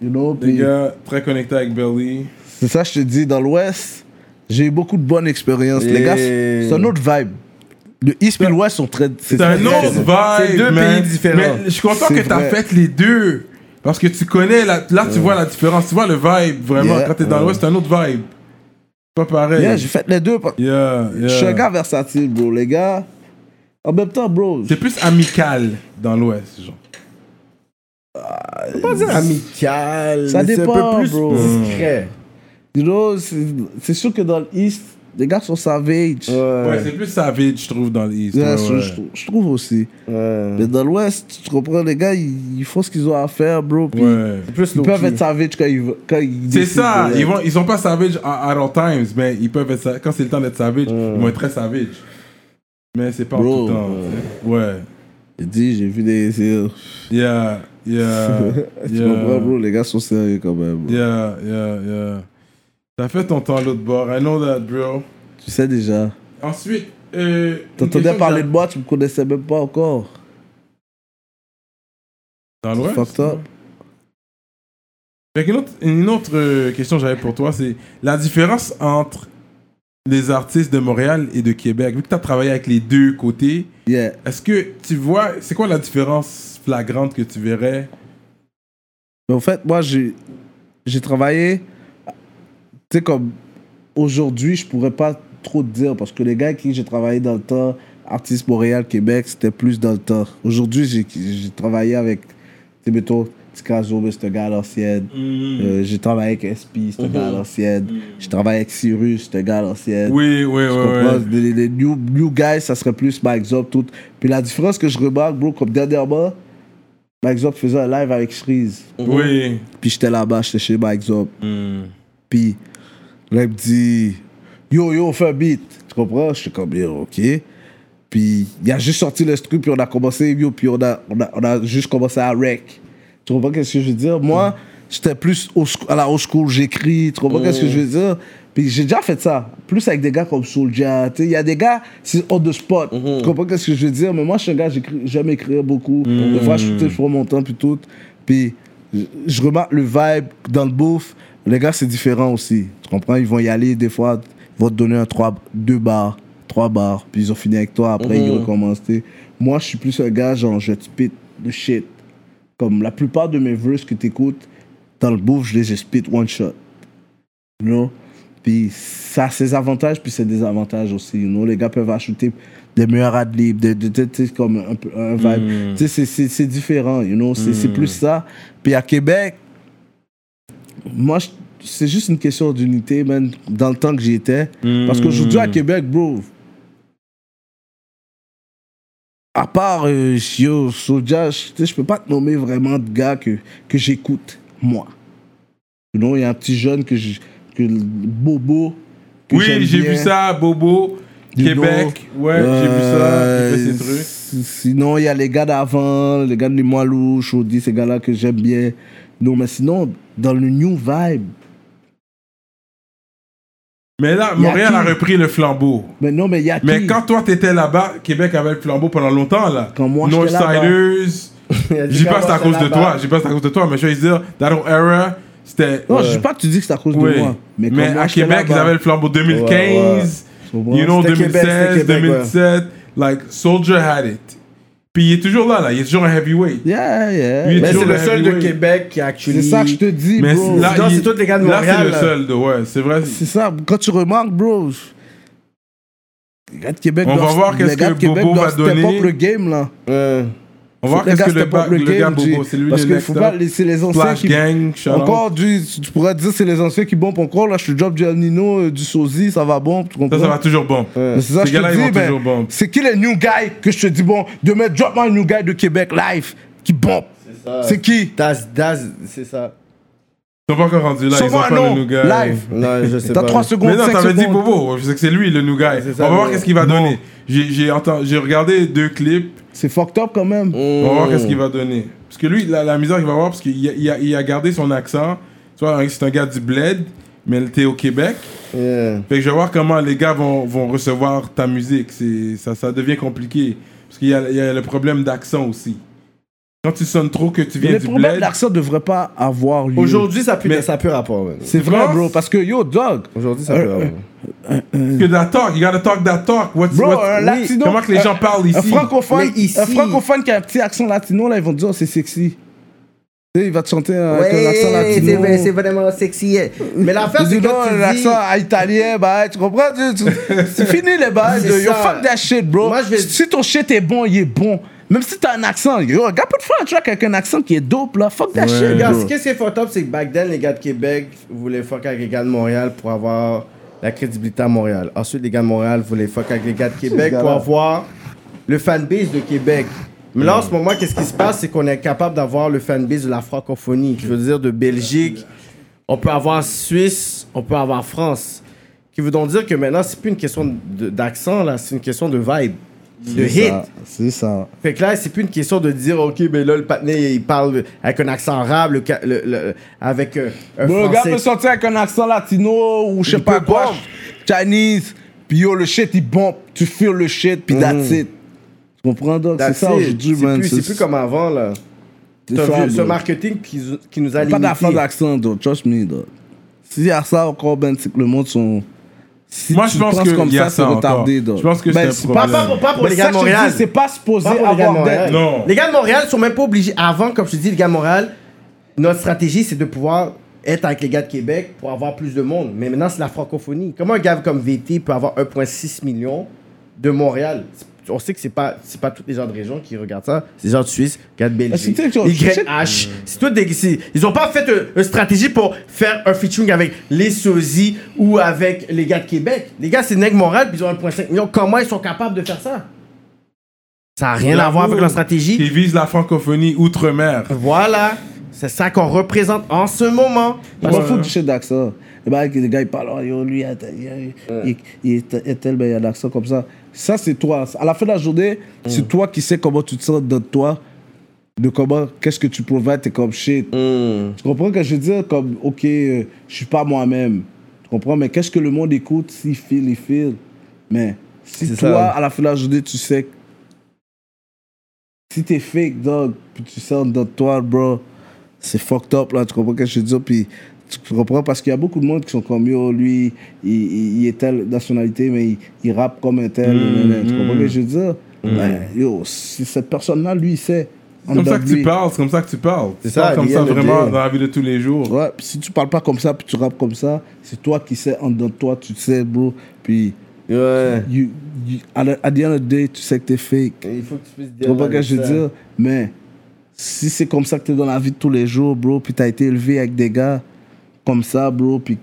You know,
Les
puis
gars, très connectés avec Belly.
c'est ça, je te dis, dans l'Ouest, j'ai eu beaucoup de bonnes expériences. Les gars, c'est c'est un autre vibe. Le East et l'Ouest sont très.
C'est un
très
autre
différent.
vibe.
C'est deux
man.
pays différents.
Mais je suis content que
C'est
tu as
vrai.
fait les deux. Parce que tu connais, la- là, tu vois la différence. Tu vois le vibe, vraiment.
Yeah.
Quand t'es dans l'Ouest, c'est un autre vibe. C'est Pas pareil.
Yeah, j'ai fait les deux. parce-
Yeah, yeah.
Je suis un gars versatile, bro. Les gars, en même temps, bro.
C'est plus amical dans l'Ouest, genre.
pas dire amical.
Ça
mais C'est un
dépend,
peu plus
bro.
discret.
You know, c'est c'est sûr que dans l'East, les gars sont savage.
Ouais, c'est plus savage, je trouve, dans l'East.
Yeah,
ouais,
je,
ouais.
je trou- je trouve aussi.
Ouais.
Mais dans l'Ouest, tu comprends, les gars, ils, ils font ce qu'ils ont à faire, bro. Puis
Ouais.
Plus
Ils
low-key.
peuvent être savage quand ils, ve- quand ils
C'est
décident
ça,
de-
ils, vont, ils sont pas savage à, at all times, mais ils peuvent être sa- quand c'est le temps d'être savage, ils vont être très savage. Mais c'est pas en
Bro,
tout temps. tu sais. Ouais.
Je dis, j'ai vu des. c'est-
Yeah, yeah.
Tu
yeah.
comprends, bro, les gars sont sérieux quand même. bro.
Yeah, yeah, yeah. T'as fait ton temps à l'autre bord. I know that, bro.
Tu sais déjà.
Ensuite, euh, une question
T'entendais
que
parler
j'ai-
de moi, tu me connaissais même pas encore.
dans l'Ouest.
Fucked up.
Fait qu'une autre, une autre euh, question que j'avais pour toi, c'est la différence entre les artistes de Montréal et de Québec. Vu que t'as travaillé avec les deux côtés,
Yeah.
Est-ce que tu vois, c'est quoi la différence flagrante que tu verrais
Mais en fait, moi, j'ai j'ai travaillé. Tu sais, comme aujourd'hui, je pourrais pas trop te dire parce que les gars avec qui j'ai travaillé dans le temps, Artistes Montréal, Québec, c'était plus dans le temps. Aujourd'hui, j'ai- j'ai travaillé avec, tu sais, mettons, Ticazo, mais c'est un gars à l'ancienne.
Mm-hmm.
Euh, j'ai travaillé avec SP, c'est un gars à l'ancienne. J'ai travaillé avec Cyrus, c'est un gars à l'ancienne.
Oui, oui,
Tu comprends? Les, les new, new guys, ça serait plus Mike Zop. Tout. Puis la différence que je remarque, bro, comme dernièrement, Mike Zop faisait un live avec Shreeze.
Oui.
Puis j'étais là-bas, j'étais chez Mike Zop. Puis là, il me dit Yo, yo, fais un beat. Tu comprends? Je suis comme Yo, ok. Puis il a juste sorti le truc, puis on a commencé, yo, puis on a, on a, on a juste commencé à rec. Tu comprends qu'est-ce que je veux dire? Moi, j'étais plus au, sc- à la haute school, j'écris. Tu comprends qu'est-ce que je veux dire? Puis j'ai déjà fait ça, plus avec des gars comme Soulja. tu sais, Il y a des gars, c'est on the spot. Tu comprends qu'est-ce que je veux dire? Mais moi, je suis un gars, j'écris- j'aime écrire beaucoup. Des fois, je tu sais, je prends mon temps, puis tout. Puis je- je remarque le vibe dans le bouffe. Les gars, c'est différent aussi. Tu comprends? Ils vont y aller, des fois, ils vont te donner un trois, deux bars, trois bars, puis ils ont fini avec toi. Après, ils recommencent. tu sais. Moi, je suis plus un gars, genre, je te pite de shit. Comme la plupart de mes verses que t'écoutes, dans le bouffe, je les ai spit one shot. You know? Puis ça a ses avantages, puis ses désavantages aussi. You know? Les gars peuvent acheter des meilleurs ad libs, des, des- des- tu sais, comme un, peu- un vibe. Tu sais, c'est- c'est- c'est différent, you know? c'est c'est plus ça. Puis à Québec, moi, je- c'est juste une question d'unité, man, dans le temps que j'y étais.
Hmm.
Parce qu'aujourd'hui, à Québec, bro, à part euh, Yo, Soulja, je tu sais, je peux pas te nommer vraiment de gars que, que j'écoute, moi. You know, il y a un petit jeune que, je- que le Bobo. que j'aime
Oui, j'ai
bien.
vu ça, Bobo,
You
Québec.
know,
Ouais,
euh,
j'ai vu ça. J'ai fait ces trucs.
s- Sinon, il y a les gars d'avant, les gars de Limoilou, Chaudy, ces gars-là que j'aime bien. Non, mais sinon, dans le new vibe,
Mais là,
y a
Montréal a
qui
repris le flambeau.
Mais non, mais il y a
Mais
qui
quand toi t'étais là-bas, Québec avait le flambeau pendant longtemps là.
Quand moi, j'étais là-bas.
Northsiders. J'y passe à cause de toi. J'y passe à cause de toi. Mais je vais dire, that old era, c'était.
Non, je dis pas que tu dis que c'est à cause
Oui.
de moi.
Mais,
Mais, quand moi,
à
j'étais
Québec, ils
là-bas,
avaient le flambeau 2015,
Ouais, ouais.
you know,
C'était Québec,
2016,
c'était Québec, ouais.
2017. Like, Soldier had it. Puis il est toujours là, là. Il est toujours un heavyweight.
Yeah, yeah.
Lui, il est
Mais
toujours
c'est le
le
seul de
heavyweight.
Québec qui a actually.
c'est ça que je te dis,
Mais
bro.
là,
Non,
il-
c'est tous les gars de
Là, c'est
Montréal,
le
là.
seul, de- ouais, c'est vrai.
C'est ça. Quand tu remarques, bro, Les gars de Québec
On va
doivent-
voir qu'est-ce
les gars de
que
Québec
Bobo va
doivent step
donner.
up le game, là.
Euh,
On va voir
Les
qu'est-ce
gars
que le,
step
ba-
up
le gars
game, G.
Bobo, c'est lui
Parce
le
qu'il faut
next
pas
up.
laisser les anciens
Flash
qui...
Gang, shout out.
Encore, du, tu tu pourras dire c'est les anciens qui bombent encore. Là, je suis le job du El Nino, euh, du Sozi, ça va bon. Tu
Ça,
comprends?
ça va toujours bon.
Mais C'est ça,
Ces
je
gars-là,
te
ils vont
dis, ben,
toujours bomb.
c'est qui les new guys que je te dis, bon, demain, drop my new guy de Québec live qui bombe.
ça.
C'est qui
Daz, Daz, c'est ça.
Ils sont pas encore rendus là, ils ont
Sauve
pas
un nom,
le nougat.
live.
Non, je sais
T'as
pas.
3 secondes,
Mais non,
5
t'avais
secondes.
dit Bobo, je sais que c'est lui le nougat.
c'est
on
ça,
va voir
mais-
qu'est-ce qu'il va donner. J'ai j'ai entendu- j'ai regardé deux clips,
C'est fucked up quand même.
on va voir
Mm.
qu'est-ce qu'il va donner. Parce que lui, la, la misère qu'il va avoir, parce qu'il a, il a- il a gardé son accent. Tu vois, c'est un gars du bled, mais t'es au Québec.
Yeah.
Fait que je vais voir comment les gars vont, vont recevoir ta musique. C'est- Ça, ça devient compliqué. Parce qu'il y a, il y a le problème d'accent aussi. Quand tu sonnes trop que tu viens
Les
du
problèmes
bled,
d'accent devrait pas avoir lieu.
Aujourd'hui, ça pue,
Mais-
ça pue rapport, man.
C'est vrai,
penses?
bro, parce que yo, dog.
Aujourd'hui, ça pue
Euh,
rapport.
que that talk, you gotta talk that talk. What's,
Bro,
what's-
un
oui,
latino-
Comment que les gens parlent
Un
ici
francophone,
Mais ici-
un francophone qui a un petit accent latino, là, ils vont te dire, oh, c'est sexy. Tu sais, il va te chanter euh, avec un accent latino.
vraiment sexy. Mais l'affaire,
Dis
c'est
non,
que tu dis...
l'accent italien, bah, tu comprends? tu- tu- C'est fini les bails.
C'est
de Yo,
ça.
fuck that shit, bro.
Moi, je vais-
Si- Si ton shit est bon, il est bon. Même si t'as un accent, yo, regarde, pas de faire un track avec un accent qui est dope, là. Fuck that shit,
Regarde, ce
bro.
qui est fort top, c'est que back then, les gars de Québec voulaient fuck avec les gars de Montréal pour avoir la crédibilité à Montréal. Ensuite, les gars de Montréal voulaient fuck avec les gars de Québec pour avoir le fanbase de Québec. Mais là, en ce moment, qu'est-ce qui se passe? C'est qu'on est capable d'avoir le fanbase de la francophonie, qui veut dire de Belgique. On peut avoir Suisse, on peut avoir France. Qui veut donc dire que maintenant, c'est plus une question de- d'accent, là, c'est une question de vibe, de hit.
C'est ça.
Fait que là, c'est plus une question de dire, OK, ben là, le patiné, il parle avec un accent arabe, le, ca- le- le- avec euh, un
Bro, regarde,
français.
me sortir avec un accent latino ou je sais
Il
pas
peut
quoi.
bomb.
Chinese. Puis yo, le shit, il bombe. Tu feel le shit, puis that's it. Tu comprends, donc? C'est
That's
ça
it.
aujourd'hui,
C'est
man.
plus- C'est plus comme avant, là.
c'est
T'as
ça,
vu ce
bro.
marketing qui, qui nous a
Pas d'affaire
limités.
d'accent, dog. Trust me, dog. S'il y a ça encore, ben, c'est que le monde sont. Si
Moi,
tu
je pense
penses
que
comme
il y a
ça, c'est
ça
retardé,
encore.
dog.
Je pense que c'est un
pas-
Pas, pas- pas pour
Mais
les
ça,
gars de
je te dis,
Montréal.
C'est pas supposé
Pas pour les gars de
avoir
Montréal.
d'être.
Non.
Les gars de Montréal sont même pas obligés. Avant, comme je te dis, les gars de Montréal, notre stratégie, c'est de pouvoir être avec les gars de Québec pour avoir plus de monde. Mais maintenant, c'est la francophonie. Comment un gars comme VT peut avoir 1,6 million de Montréal C'est- on sait que c'est pas c'est pas tous les gens de région qui regardent ça, c'est les gens de Suisse, gars de
Est-ce que
Belgique,
tu sais que-
YH, c'est tout des c'est- ils ont pas fait euh, une, stratégie pour faire un featuring avec les sosies ou avec les gars de Québec. Les gars c'est nègre Montréal, puis ils ont 1.5 million. Comment ils sont capables de faire ça Ça a rien à voir avec leur stratégie.
Qui vise la francophonie outre-mer.
Voilà, c'est ça qu'on représente en ce moment.
On
Parce
s'en
que-
fout du shit d'accent. Et ben, les gars, ils parlent, oh, yo, lui, il, a- il a- il- il est- est tel, ben, il a l'accent comme ça. Ça, c'est toi. À la fin de la journée,
Mm.
c'est toi qui sais comment tu te sens dans toi, de comment, qu'est-ce que tu provides, t'es comme shit.
Mm.
Tu comprends que je veux dire, comme, ok, euh, je suis pas moi-même. Tu comprends, mais qu'est-ce que le monde écoute s'il file, il file. Mais si
C'est
toi,
ça.
à la fin de la journée, tu sais. que- Si t'es fake, dog, puis tu sens dans toi, bro, c'est fucked up, là. Tu comprends ce que je veux dire? Puis tu comprends parce qu'il y a beaucoup de monde qui sont comme yo, lui, il, il- il est telle nationalité, mais il, il rappe comme un tel.
Mm,
nanana. tu comprends ce que je veux dire? Ben, yo, si cette personne-là, lui, il sait.
C'est comme ça que tu
Lui.
parles, c'est comme ça que tu parles. C'est
ça,
comme
bien
ça
le
vraiment
dire.
dans la vie de tous les jours.
Ouais, puis si tu parles pas comme ça, puis tu rappes comme ça, c'est toi qui sais, en dedans de toi, tu sais, bro. Puis,
Ouais.
you, you, at, the, at the end of the day, tu sais que t'es fake.
Il faut que tu puisses dire.
Tu comprends ce que
avec
je veux
ça.
dire? Mais si c'est comme ça que t'es dans la vie de tous les jours, bro, puis t'as été élevé avec des gars comme ça, bro, puis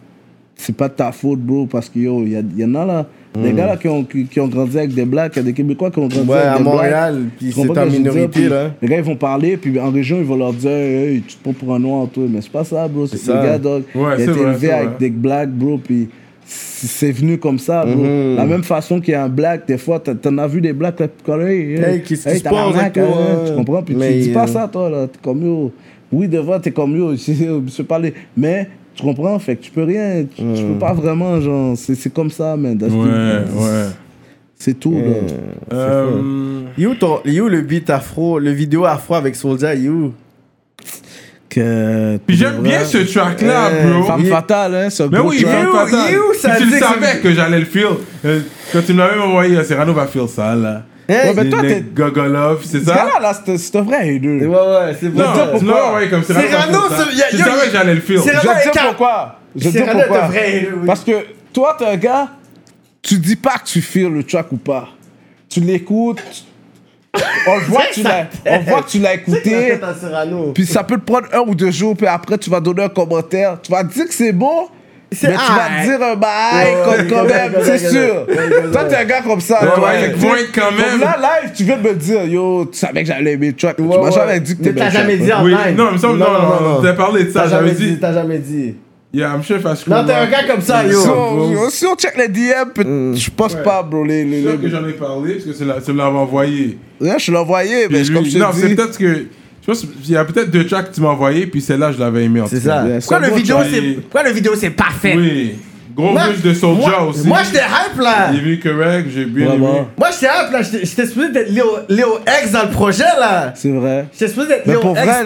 c'est pas de ta faute, bro, parce que yo, il y, a- y en a là, des gars là qui ont, qui, qui ont grandi avec des blacks, il y a des Québécois qui ont grandi
Hmm. Ouais,
avec
à
des blacks.
Montréal, puis
Tu
c'est
comprends
ta
ce que je veux dire? Puis
minorité, là.
Les gars, ils vont parler, puis en région, ils vont leur dire, hey, tu te prends pour un noir, toi. Mais c'est pas ça, bro. C'est
C'est ça.
les gars, dog.
Ouais,
ils
c'est
étaient
vrai, c'est
élevés
vrai.
avec des blacks, bro, puis c- c'est venu comme ça, bro.
Mhm.
La même façon qu'il y a un black, des fois, t'en- t'en as vu des blacks, là, puis quand, hey, hey,
Hey, qu'est-ce qui se passe
tabarnak,
avec toi,
hein,
hein?
Tu comprends? Puis
Mais,
tu dis
euh,
pas ça, toi, là. T'es comme, yo. Oui, devant, t'es comme, yo, je sais parler. Mais, tu comprends? Fait que tu peux rien. Tu, tu
Mm.
peux pas vraiment, genre, c'est c'est comme ça, man. That's
Ouais,
the-
ouais.
C'est tout, là.
Mm.
Euh,
You, ton, you le beat afro, le vidéo afro avec Soulja, you.
Que-
Puis j'aime bien ce track-là,
Euh,
bro.
Femme
Il-
fatale, hein, ce
Mais
gros
oui,
track.
Femme
You-
Fatale.
you,
Puis
ça
tu
dit
le
que
savais
c'est-
que j'allais le feel. Euh, quand tu me l'avais envoyé, euh, Cyrano va feel ça, là.
Hey,
Ouais, mais
Les-
toi,
les
t'es-
Gogolov, c'est
Ce
ça?
gars-là, là, c'est c'est un vrai hater.
Ouais, ouais, c'est
Non,
vrai.
tu l'as envoyé comme Cyrano. va
Cyrano,
feel ça.
c'est- y a-
Tu
y a-
savais que j'allais le feel.
Cyrano-
Je vais te
Écarte.
dire pourquoi. Je vais te dire
Cyrano est
pourquoi.
un vrai hater, oui.
Parce que toi, t'es un gars Tu dis pas que tu fais le track ou pas. Tu l'écoutes. On le voit, que tu l'as- on voit que tu l'as écouté. Puis ça peut te prendre un ou deux jours, puis après tu vas donner un commentaire. Tu vas dire que c'est ah, bon, mais tu
C'est
vas
aïe.
dire un bail
Ouais, ouais,
comme quand
ouais,
même,
ouais,
c'est
ouais,
sûr.
ouais, ouais,
Toi,
ouais.
t'es un gars comme ça.
Ouais,
toi.
ouais,
Fait que
point
tu-
quand même.
Comme là, live, tu viens de me dire, yo, tu savais que j'allais aimer le track. mais tu m'as jamais dit que
Mais
t'aimais
t'as
le track.
jamais dit en
Oui,
live.
non, mais ça, non, non, non, t'as parlé de ça,
T'as
j'avais
jamais
dit.
dit, t'as jamais dit.
Yeah, I'm sure if I scroll
Non, t'es un
back-
gars comme ça,
Si
yo. Mm.
on, si on check les DM, peut- je pense
Ouais.
pas, bro. Les, les-
Je suis sûr que
les-
j'en ai parlé parce que c'est la- tu me l'avais envoyé.
Là, je l'ai envoyé, mais
Puis
comme
lui-
je
non,
te
c'est
dis.
peut-être que. Je pense qu'il y a peut-être deux tracks que tu m'as envoyé, puis celle-là, je l'avais aimé en
C'est
tout cas.
ça.
Yeah,
Pourquoi
c'est
le
bon,
vidéo,
tu vois,
c'est-
il-
pourquoi le vidéo, c'est parfait?
Oui. Gros
Moi-
rush de Soulja
moi-
aussi.
Moi, j'étais hype, là.
J'ai vu correct, j'ai bien
Vraiment.
aimé.
Moi, j'étais hype, là. J'étais j'étais supposé être Léo, Léo X dans le projet, là.
C'est vrai.
J'étais supposé être
Mais
Léo
pour
X.
vrai,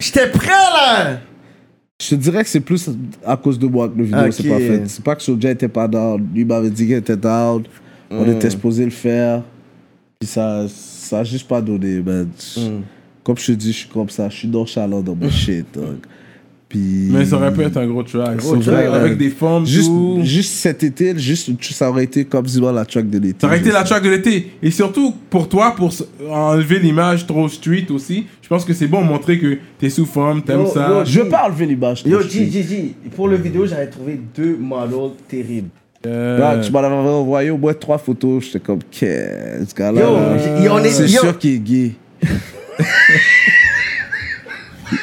J'étais prêt, là.
je te dirais que c'est plus à cause de moi que le vidéo
Ok.
c'est pas fait. C'est pas que Soulja était pas down. Lui m'avait dit qu'il était down. On
Mm.
était supposé le faire. Puis ça, ça a juste pas donné, man.
Mm.
Comme je te dis, je suis comme ça. Je suis nonchalant dans mon shit, dog. Puis.
Mais ça aurait pu être un gros track.
Gros
C'est
track,
vrai, avec
ouais.
des formes,
Juste,
tout.
juste cet été, juste, ça aurait été comme souvent la track de l'été.
Ça aurait été
juste.
la track de l'été. Et surtout, pour toi, pour s- enlever l'image trop street aussi, je pense que c'est bon de montrer que t'es sous forme, t'aimes
Yo,
ça.
yo,
Je veux pas enlever l'image.
Yo,
je suis-
G, G, G, pour le vidéo, j'avais trouvé deux models terribles.
Euh,
Ouais, tu m'en avais envoyé au moins trois photos. J'étais comme, qu'est-ce que là,
Yo,
là,
j- on est-
c'est
yo.
sûr qu'il est gay.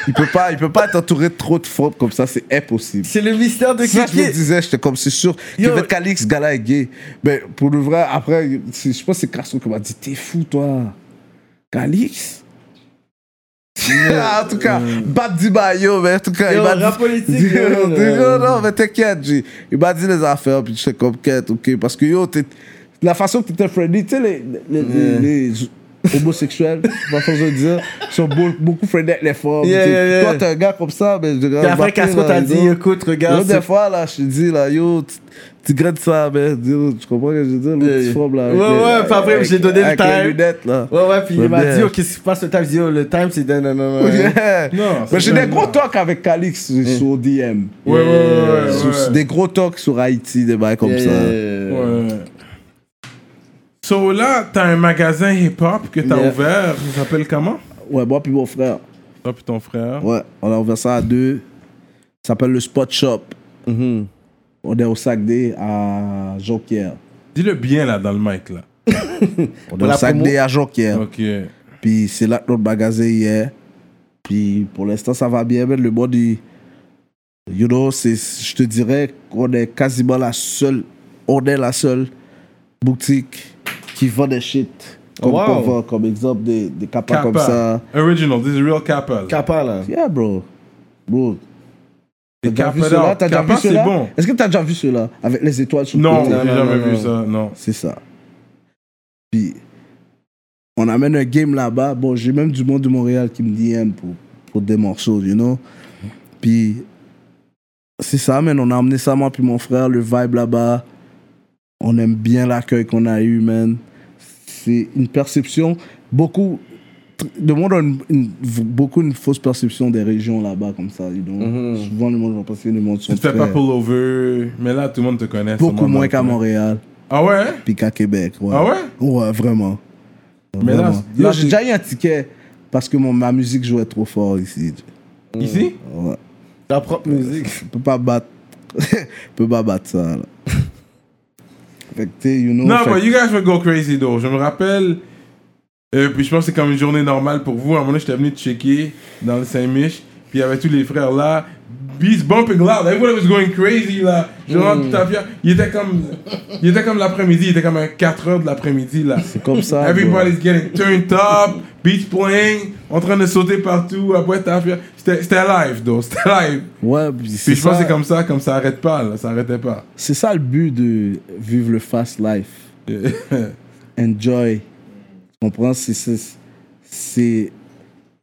il peut pas, il peut pas être entouré de trop de femmes comme ça, c'est impossible.
C'est le mystère de
Ça, je me
Kiki.
disais, j'étais comme, c'est sûr,
Yo.
Kevin Calix, ce gars-là est gay. Mais pour le vrai, après, c'est- je pense que c'est Castro qui m'a dit, t'es fou, toi. Calix en tout cas, Bab dit bah yo, mais en tout cas,
Euh. Yo,
il m'a
rap
dit-
politique,
Yo,
yo,
non,
euh,
non, mais t'inquiète, j'ai- il m'a dit les affaires, puis j'étais comme, quête, ok, parce que yo, t'es- la façon que t'étais friendly, tu sais, les, les, les- les homosexuels, ma façon de dire, sont beau- beaucoup friendly avec les femmes.
Yeah,
tu sais.
yeah, yeah.
Toi, t'es un gars comme ça, mais je
Puis après, Casco t'a dit, écoute, regarde.
L'autre des fois, là, je te dis, là, yo, tu- tu grattes ça, mais yo, tu comprends ce que je veux dire? L'autre
Ouais.
petit forme, là.
Ouais, ouais, puis après, j'ai donné le
Avec
time.
les lunettes, là.
Ouais, ouais, puis il
Ouais,
m'a
bien.
dit, oh, qu'est-ce qui se passe le time? J'ai dit, oh, le time, c'est non, non, non. non.
Yeah.
Non,
mais
c'est
j'ai
pas
des
grave.
gros talks avec Calix
Mm.
sur- sur DM.
Ouais, ouais, ouais.
Sur- sur
ouais.
Des gros talks sur Haïti, des bails comme
Yeah,
ça.
yeah, yeah.
Ouais. Euh. So là, t'as un magasin hip-hop que t'as
Yeah.
ouvert, ça s'appelle comment
Ouais, moi puis mon frère.
Toi puis ton frère.
Ouais, on a ouvert ça à deux. Ça s'appelle le Spot Shop.
Mm-hmm.
On est au Saguenay à Jonquière.
Dis-le bien là dans le mic là.
On est
Pour
au
la
Saguenay à Jonquière.
Ok.
Puis c'est là que notre magasin hier. Puis pour l'instant, ça va bien, mais le monde, il- you know, c'est, je te dirais qu'on est quasiment la seule, on est la seule boutique qui vend des shit. Comme,
Wow.
qu'on vend, comme exemple, des, des capas
Kappa.
comme ça.
Original, this is real Kappa. là.
Kappa, là.
Yeah, bro. Bro.
Des
T'as déjà
Kappa
vu ceux-là?
down.
T'as déjà vu
Kappa, c'est
ceux-là?
bon.
Est-ce que t'as déjà vu ceux-là Avec les étoiles sur le
Non,
côté.
j'ai
non, non,
jamais
non,
vu
non.
ça, non.
C'est ça. Puis, on amène un game là-bas. Bon, j'ai même du monde de Montréal qui me DM pour, pour des morceaux, you know. Puis, c'est ça, man. On a emmené ça, moi, puis mon frère, le vibe là-bas. On aime bien l'accueil qu'on a eu, man. C'est une perception. Beaucoup. tr- Le monde a une, une- beaucoup une fausse perception des régions là-bas, comme ça. you know. Souvent, le monde va penser que les mondes sont
Mm-hmm. Tu te fais
très-
pas pullover, mais là tout le monde te connaît.
beaucoup
sûrement,
moins
donc,
qu'à
ouais.
Montréal,
Ah ouais
puis qu'à Québec. ouais.
Ah ouais
Ouais, vraiment.
Mais là,
Vraiment.
là,
Yo,
t'es-
j'ai déjà eu un ticket parce que mon, ma musique jouait trop fort ici.
Ici
Ouais.
Ta propre musique.
Je peux pas battre. Je peux pas battre ça. Là. Fait que, tu sais, you know.
Non,
fait
but
que-
you guys will go crazy though. Je me rappelle, euh, puis je pense que c'est comme une journée normale pour vous. À un moment donné, j'étais venu checker dans le Saint-Mich, puis il y avait tous les frères là. Beast bumping loud, everyone was going crazy là. Je
Hmm.
rentre tout à fait. Il était comme, il était comme l'après-midi, il était comme à 4h de l'après-midi là.
c'est comme ça.
Everybody's getting turned up, beats playing, en train de sauter partout, après t'as fait. C'était c'était live though, c'était live.
bro. Ouais, puis c'est
Puis je pense que
ça,
c'est comme ça, comme ça arrête pas là, ça arrêtait pas.
c'est ça le but de vivre le fast life. Enjoy. Tu comprends? C'est- c'est- C'est.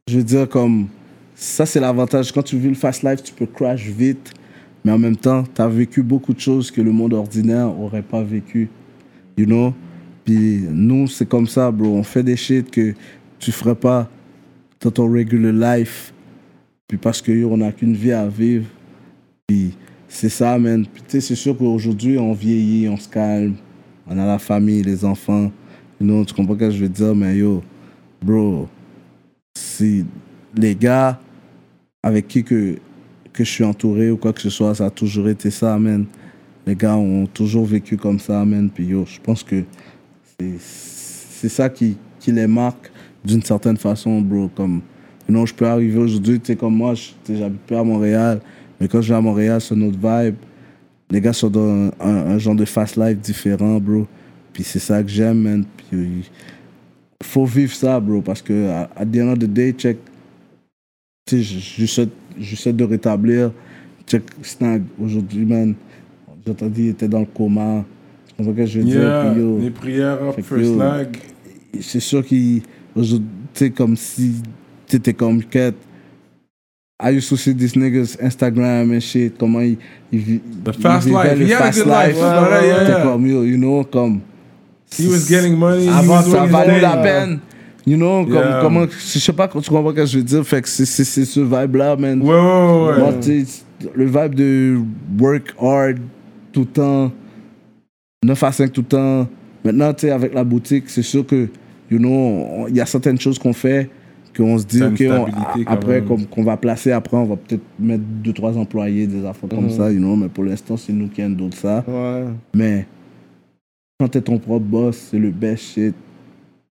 Je veux dire, comme. Ça, c'est l'avantage. Quand tu vis le fast life, tu peux crash vite. Mais en même temps, tu as vécu beaucoup de choses que le monde ordinaire aurait pas vécu. You know? Puis nous, c'est comme ça, bro. On fait des shit que tu ferais pas dans ton regular life. Puis parce que yo, on n'a qu'une vie à vivre. Puis C'est ça, man. Puis, tu sais, c'est sûr qu'aujourd'hui, on vieillit, on se calme, on a la famille, les enfants. Non, tu comprends ce que je veux dire, mais yo, bro, si les gars avec qui que, que je suis entouré ou quoi que ce soit, ça a toujours été ça, man. Les gars ont toujours vécu comme ça, man. Puis yo, je pense que c'est- c'est ça qui, qui les marque d'une certaine façon, bro. Comme, non, je peux arriver aujourd'hui, tu sais, comme moi, je- tu sais, j'habite pas à Montréal, mais quand je vais à Montréal, c'est notre vibe. Les gars sont dans un, un- un genre de fast life différent, bro. Puis c'est ça que j'aime, man. Puis euh, faut vivre ça, bro, parce que à à the end of the day, check, tu sais, je- je souhaite- je souhaite de rétablir. Check Snag, aujourd'hui, man, j'ai dit, il était dans le coma. Tu comprends ce que je veux dire?
Yeah,
Puis, yo,
les prières up
Fait que
first
yo.
lag.
c'est sûr qu'il. Tu sais, comme si. Tu étais comme quête. I used to see these niggas Instagram and shit. Comment ils. ils
The fast life. He had a good life.
C'est
Ouais, ouais, ouais, yeah.
comme, yo, you know, comme.
He was getting money. he
Avant,
was
ça
doing
valait
his
la
thing.
peine. You know, comme.
Yeah.
comment, je sais pas, tu comprends ce que je veux dire. Fait que c'est- c'est c'est ce vibe-là, man.
Ouais, ouais, ouais.
Moi, tu sais, le vibe de work hard tout le temps, 9 à 5 tout le temps. Maintenant, tu sais, avec la boutique, c'est sûr que, you know, on- il y a certaines choses qu'on fait qu'on se dit,
T'as une
OK, on-
stabilité quand
après,
même.
comme- qu'on va placer, après, on va peut-être mettre 2-3 employés, des affaires comme
Mhm.
ça, you know, mais pour l'instant, c'est nous qui d'autres ça.
Ouais.
Mais quand t'es ton propre boss, c'est le best shit.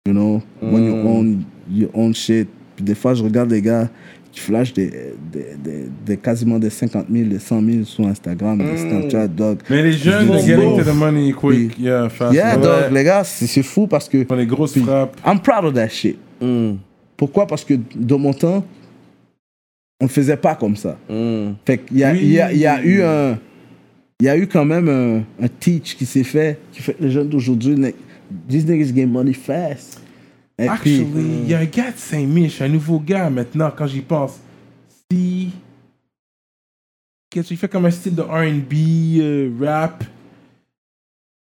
You know, when you own your own shit. Puis des fois, je regarde les gars qui flashent des, des, des, des- quasiment des 50 000, des 100 000 sur Instagram, des Snapchat, dog.
Mais les jeunes,
Bon,
they're getting
bon.
to the money quick. Yeah, fast.
Yeah,
Ouais.
dog, les gars, c'est c'est fou parce que
Ils font des grosses
Puis-
frappes.
I'm proud of that shit. Mm, Pourquoi? Parce que dans mon temps, on ne faisait pas comme ça. Fait qu'il y a, il y, a, il y a eu un. Il y a eu quand même un, un teach qui s'est fait, qui fait que les jeunes d'aujourd'hui, ne- these niggas get money fast. Et
Actually,
puis, euh,
il y a un gars de Saint-Mich, un nouveau gars maintenant, quand j'y pense. Si. Qu'est-ce qu'il fait comme un style de RB, euh, rap
Je sais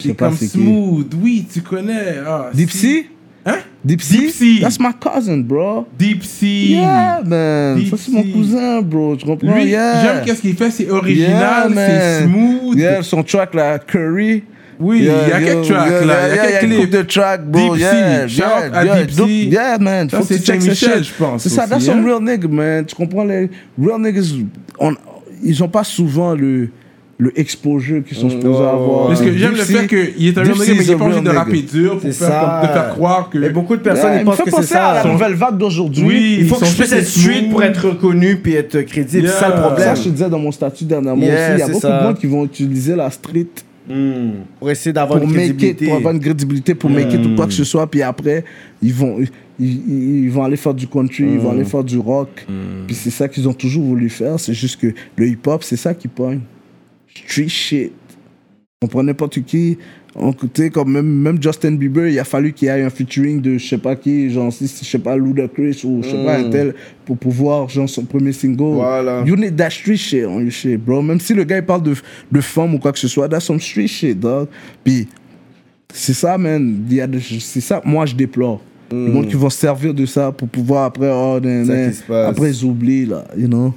C'est
pas
comme
c'est qui.
smooth, oui, tu connais. Ah, si-
Dipsy?
Hein
Dipsy?
Dipsy.
That's my cousin, bro.
Deep Sea.
Yeah, man. Ça,
Dipsy.
c'est mon cousin, bro. Tu comprends?
Lui,
yeah.
j'aime qu'est-ce qu'il fait, c'est original,
Yeah,
c'est
man.
smooth.
Yeah, son track, là, Curry.
Oui, il y a quelques tracks là, il y a quelques
Il y a une couple
clips.
de tracks, bro.
Deep
yeah,
Sea, shout out
yeah,
à
yeah,
Deep Sea.
dope- yeah, man.
Ça,
Faut que
c'est
tu checkes ce
Saint-Michel,
shit.
je pense
C'est ça,
aussi,
that's some
hein.
real nigga, man. Tu comprends, les real niggas, on- ils ont pas souvent le, le exposure qu'ils sont supposés avoir.
Parce que j'aime
Deep
le
Sea-
fait qu'il est un real
Deep
nigga,
Sea
mais
Euh, is
il est
a
pas obligé
real
de
nigga.
rapper dur pour
C'est
faire, comme,
ça.
te faire croire que.
Et beaucoup de personnes,
Ouais,
ils
il me
pensent
fait
que c'est
penser
ça.
à la
Son-
nouvelle vague d'aujourd'hui.
Oui,
Il faut que
Ils
je
sont
puisse
tous
être street pour être reconnu puis être crédible.
Yeah.
C'est ça le
Ça,
problème.
je te disais dans mon statut dernièrement
Yeah,
aussi, il y a
c'est
beaucoup
ça.
de monde qui vont utiliser la street
Pour essayer d'avoir
pour
une
make it,
crédibilité. Hmm.
pour avoir une crédibilité, pour make it ou quoi que ce soit. Puis après, ils vont, ils- ils, ils vont aller faire du country, ils vont
Hmm.
aller faire du rock. Puis c'est ça qu'ils ont toujours voulu faire. C'est juste que le hip-hop, c'est ça qui pogne. Street shit. On prend n'importe qui. On coûtait comme même, même Justin Bieber, il a fallu qu'il y ait un featuring de je sais pas qui, genre si si je sais pas Ludacris ou je sais pas un tel pour pouvoir genre son premier single.
Hmm. Voilà.
You need that street shit on your shit, bro. Même si le gars il parle de, de femme ou quoi que ce soit, that's some street shit, dog. Puis c'est ça, man. Il y a des- C'est ça, que moi, je déplore. Le monde qui va se servir de ça pour pouvoir après, oh, nan,
Hmm. ça
nan.
qui se passe.
après ils oublient, là, you know.